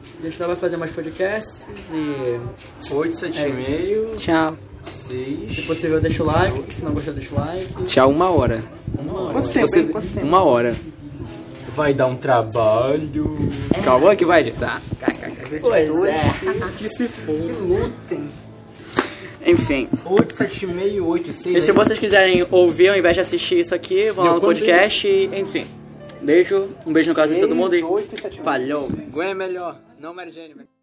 Speaker 1: A gente lá vai fazer mais podcasts e
Speaker 4: 8,
Speaker 1: Tipo,
Speaker 4: 7,5,
Speaker 2: Tchau.
Speaker 4: 6.
Speaker 1: É se possível deixa o like, se não gostou deixa o like.
Speaker 2: Tchau, uma hora.
Speaker 5: Quanto tempo,
Speaker 2: Você-
Speaker 5: hein? Quanto tempo?
Speaker 2: Uma hora.
Speaker 4: Vai dar um trabalho.
Speaker 2: Calma que vai editar.
Speaker 5: Os editores
Speaker 1: Pois é.
Speaker 2: Que se
Speaker 5: Que lutem.
Speaker 2: Enfim.
Speaker 4: 8, 7,5, 8, 6.
Speaker 1: E se vocês quiserem ouvir ao invés de assistir isso aqui, vão lá no
Speaker 4: Deu quanto
Speaker 1: podcast e enfim. Beijo, um beijo no caso de todo mundo e
Speaker 5: Seis, oito, sete, nove.
Speaker 1: falhou.
Speaker 2: Gwen é melhor. Não Mary Jane.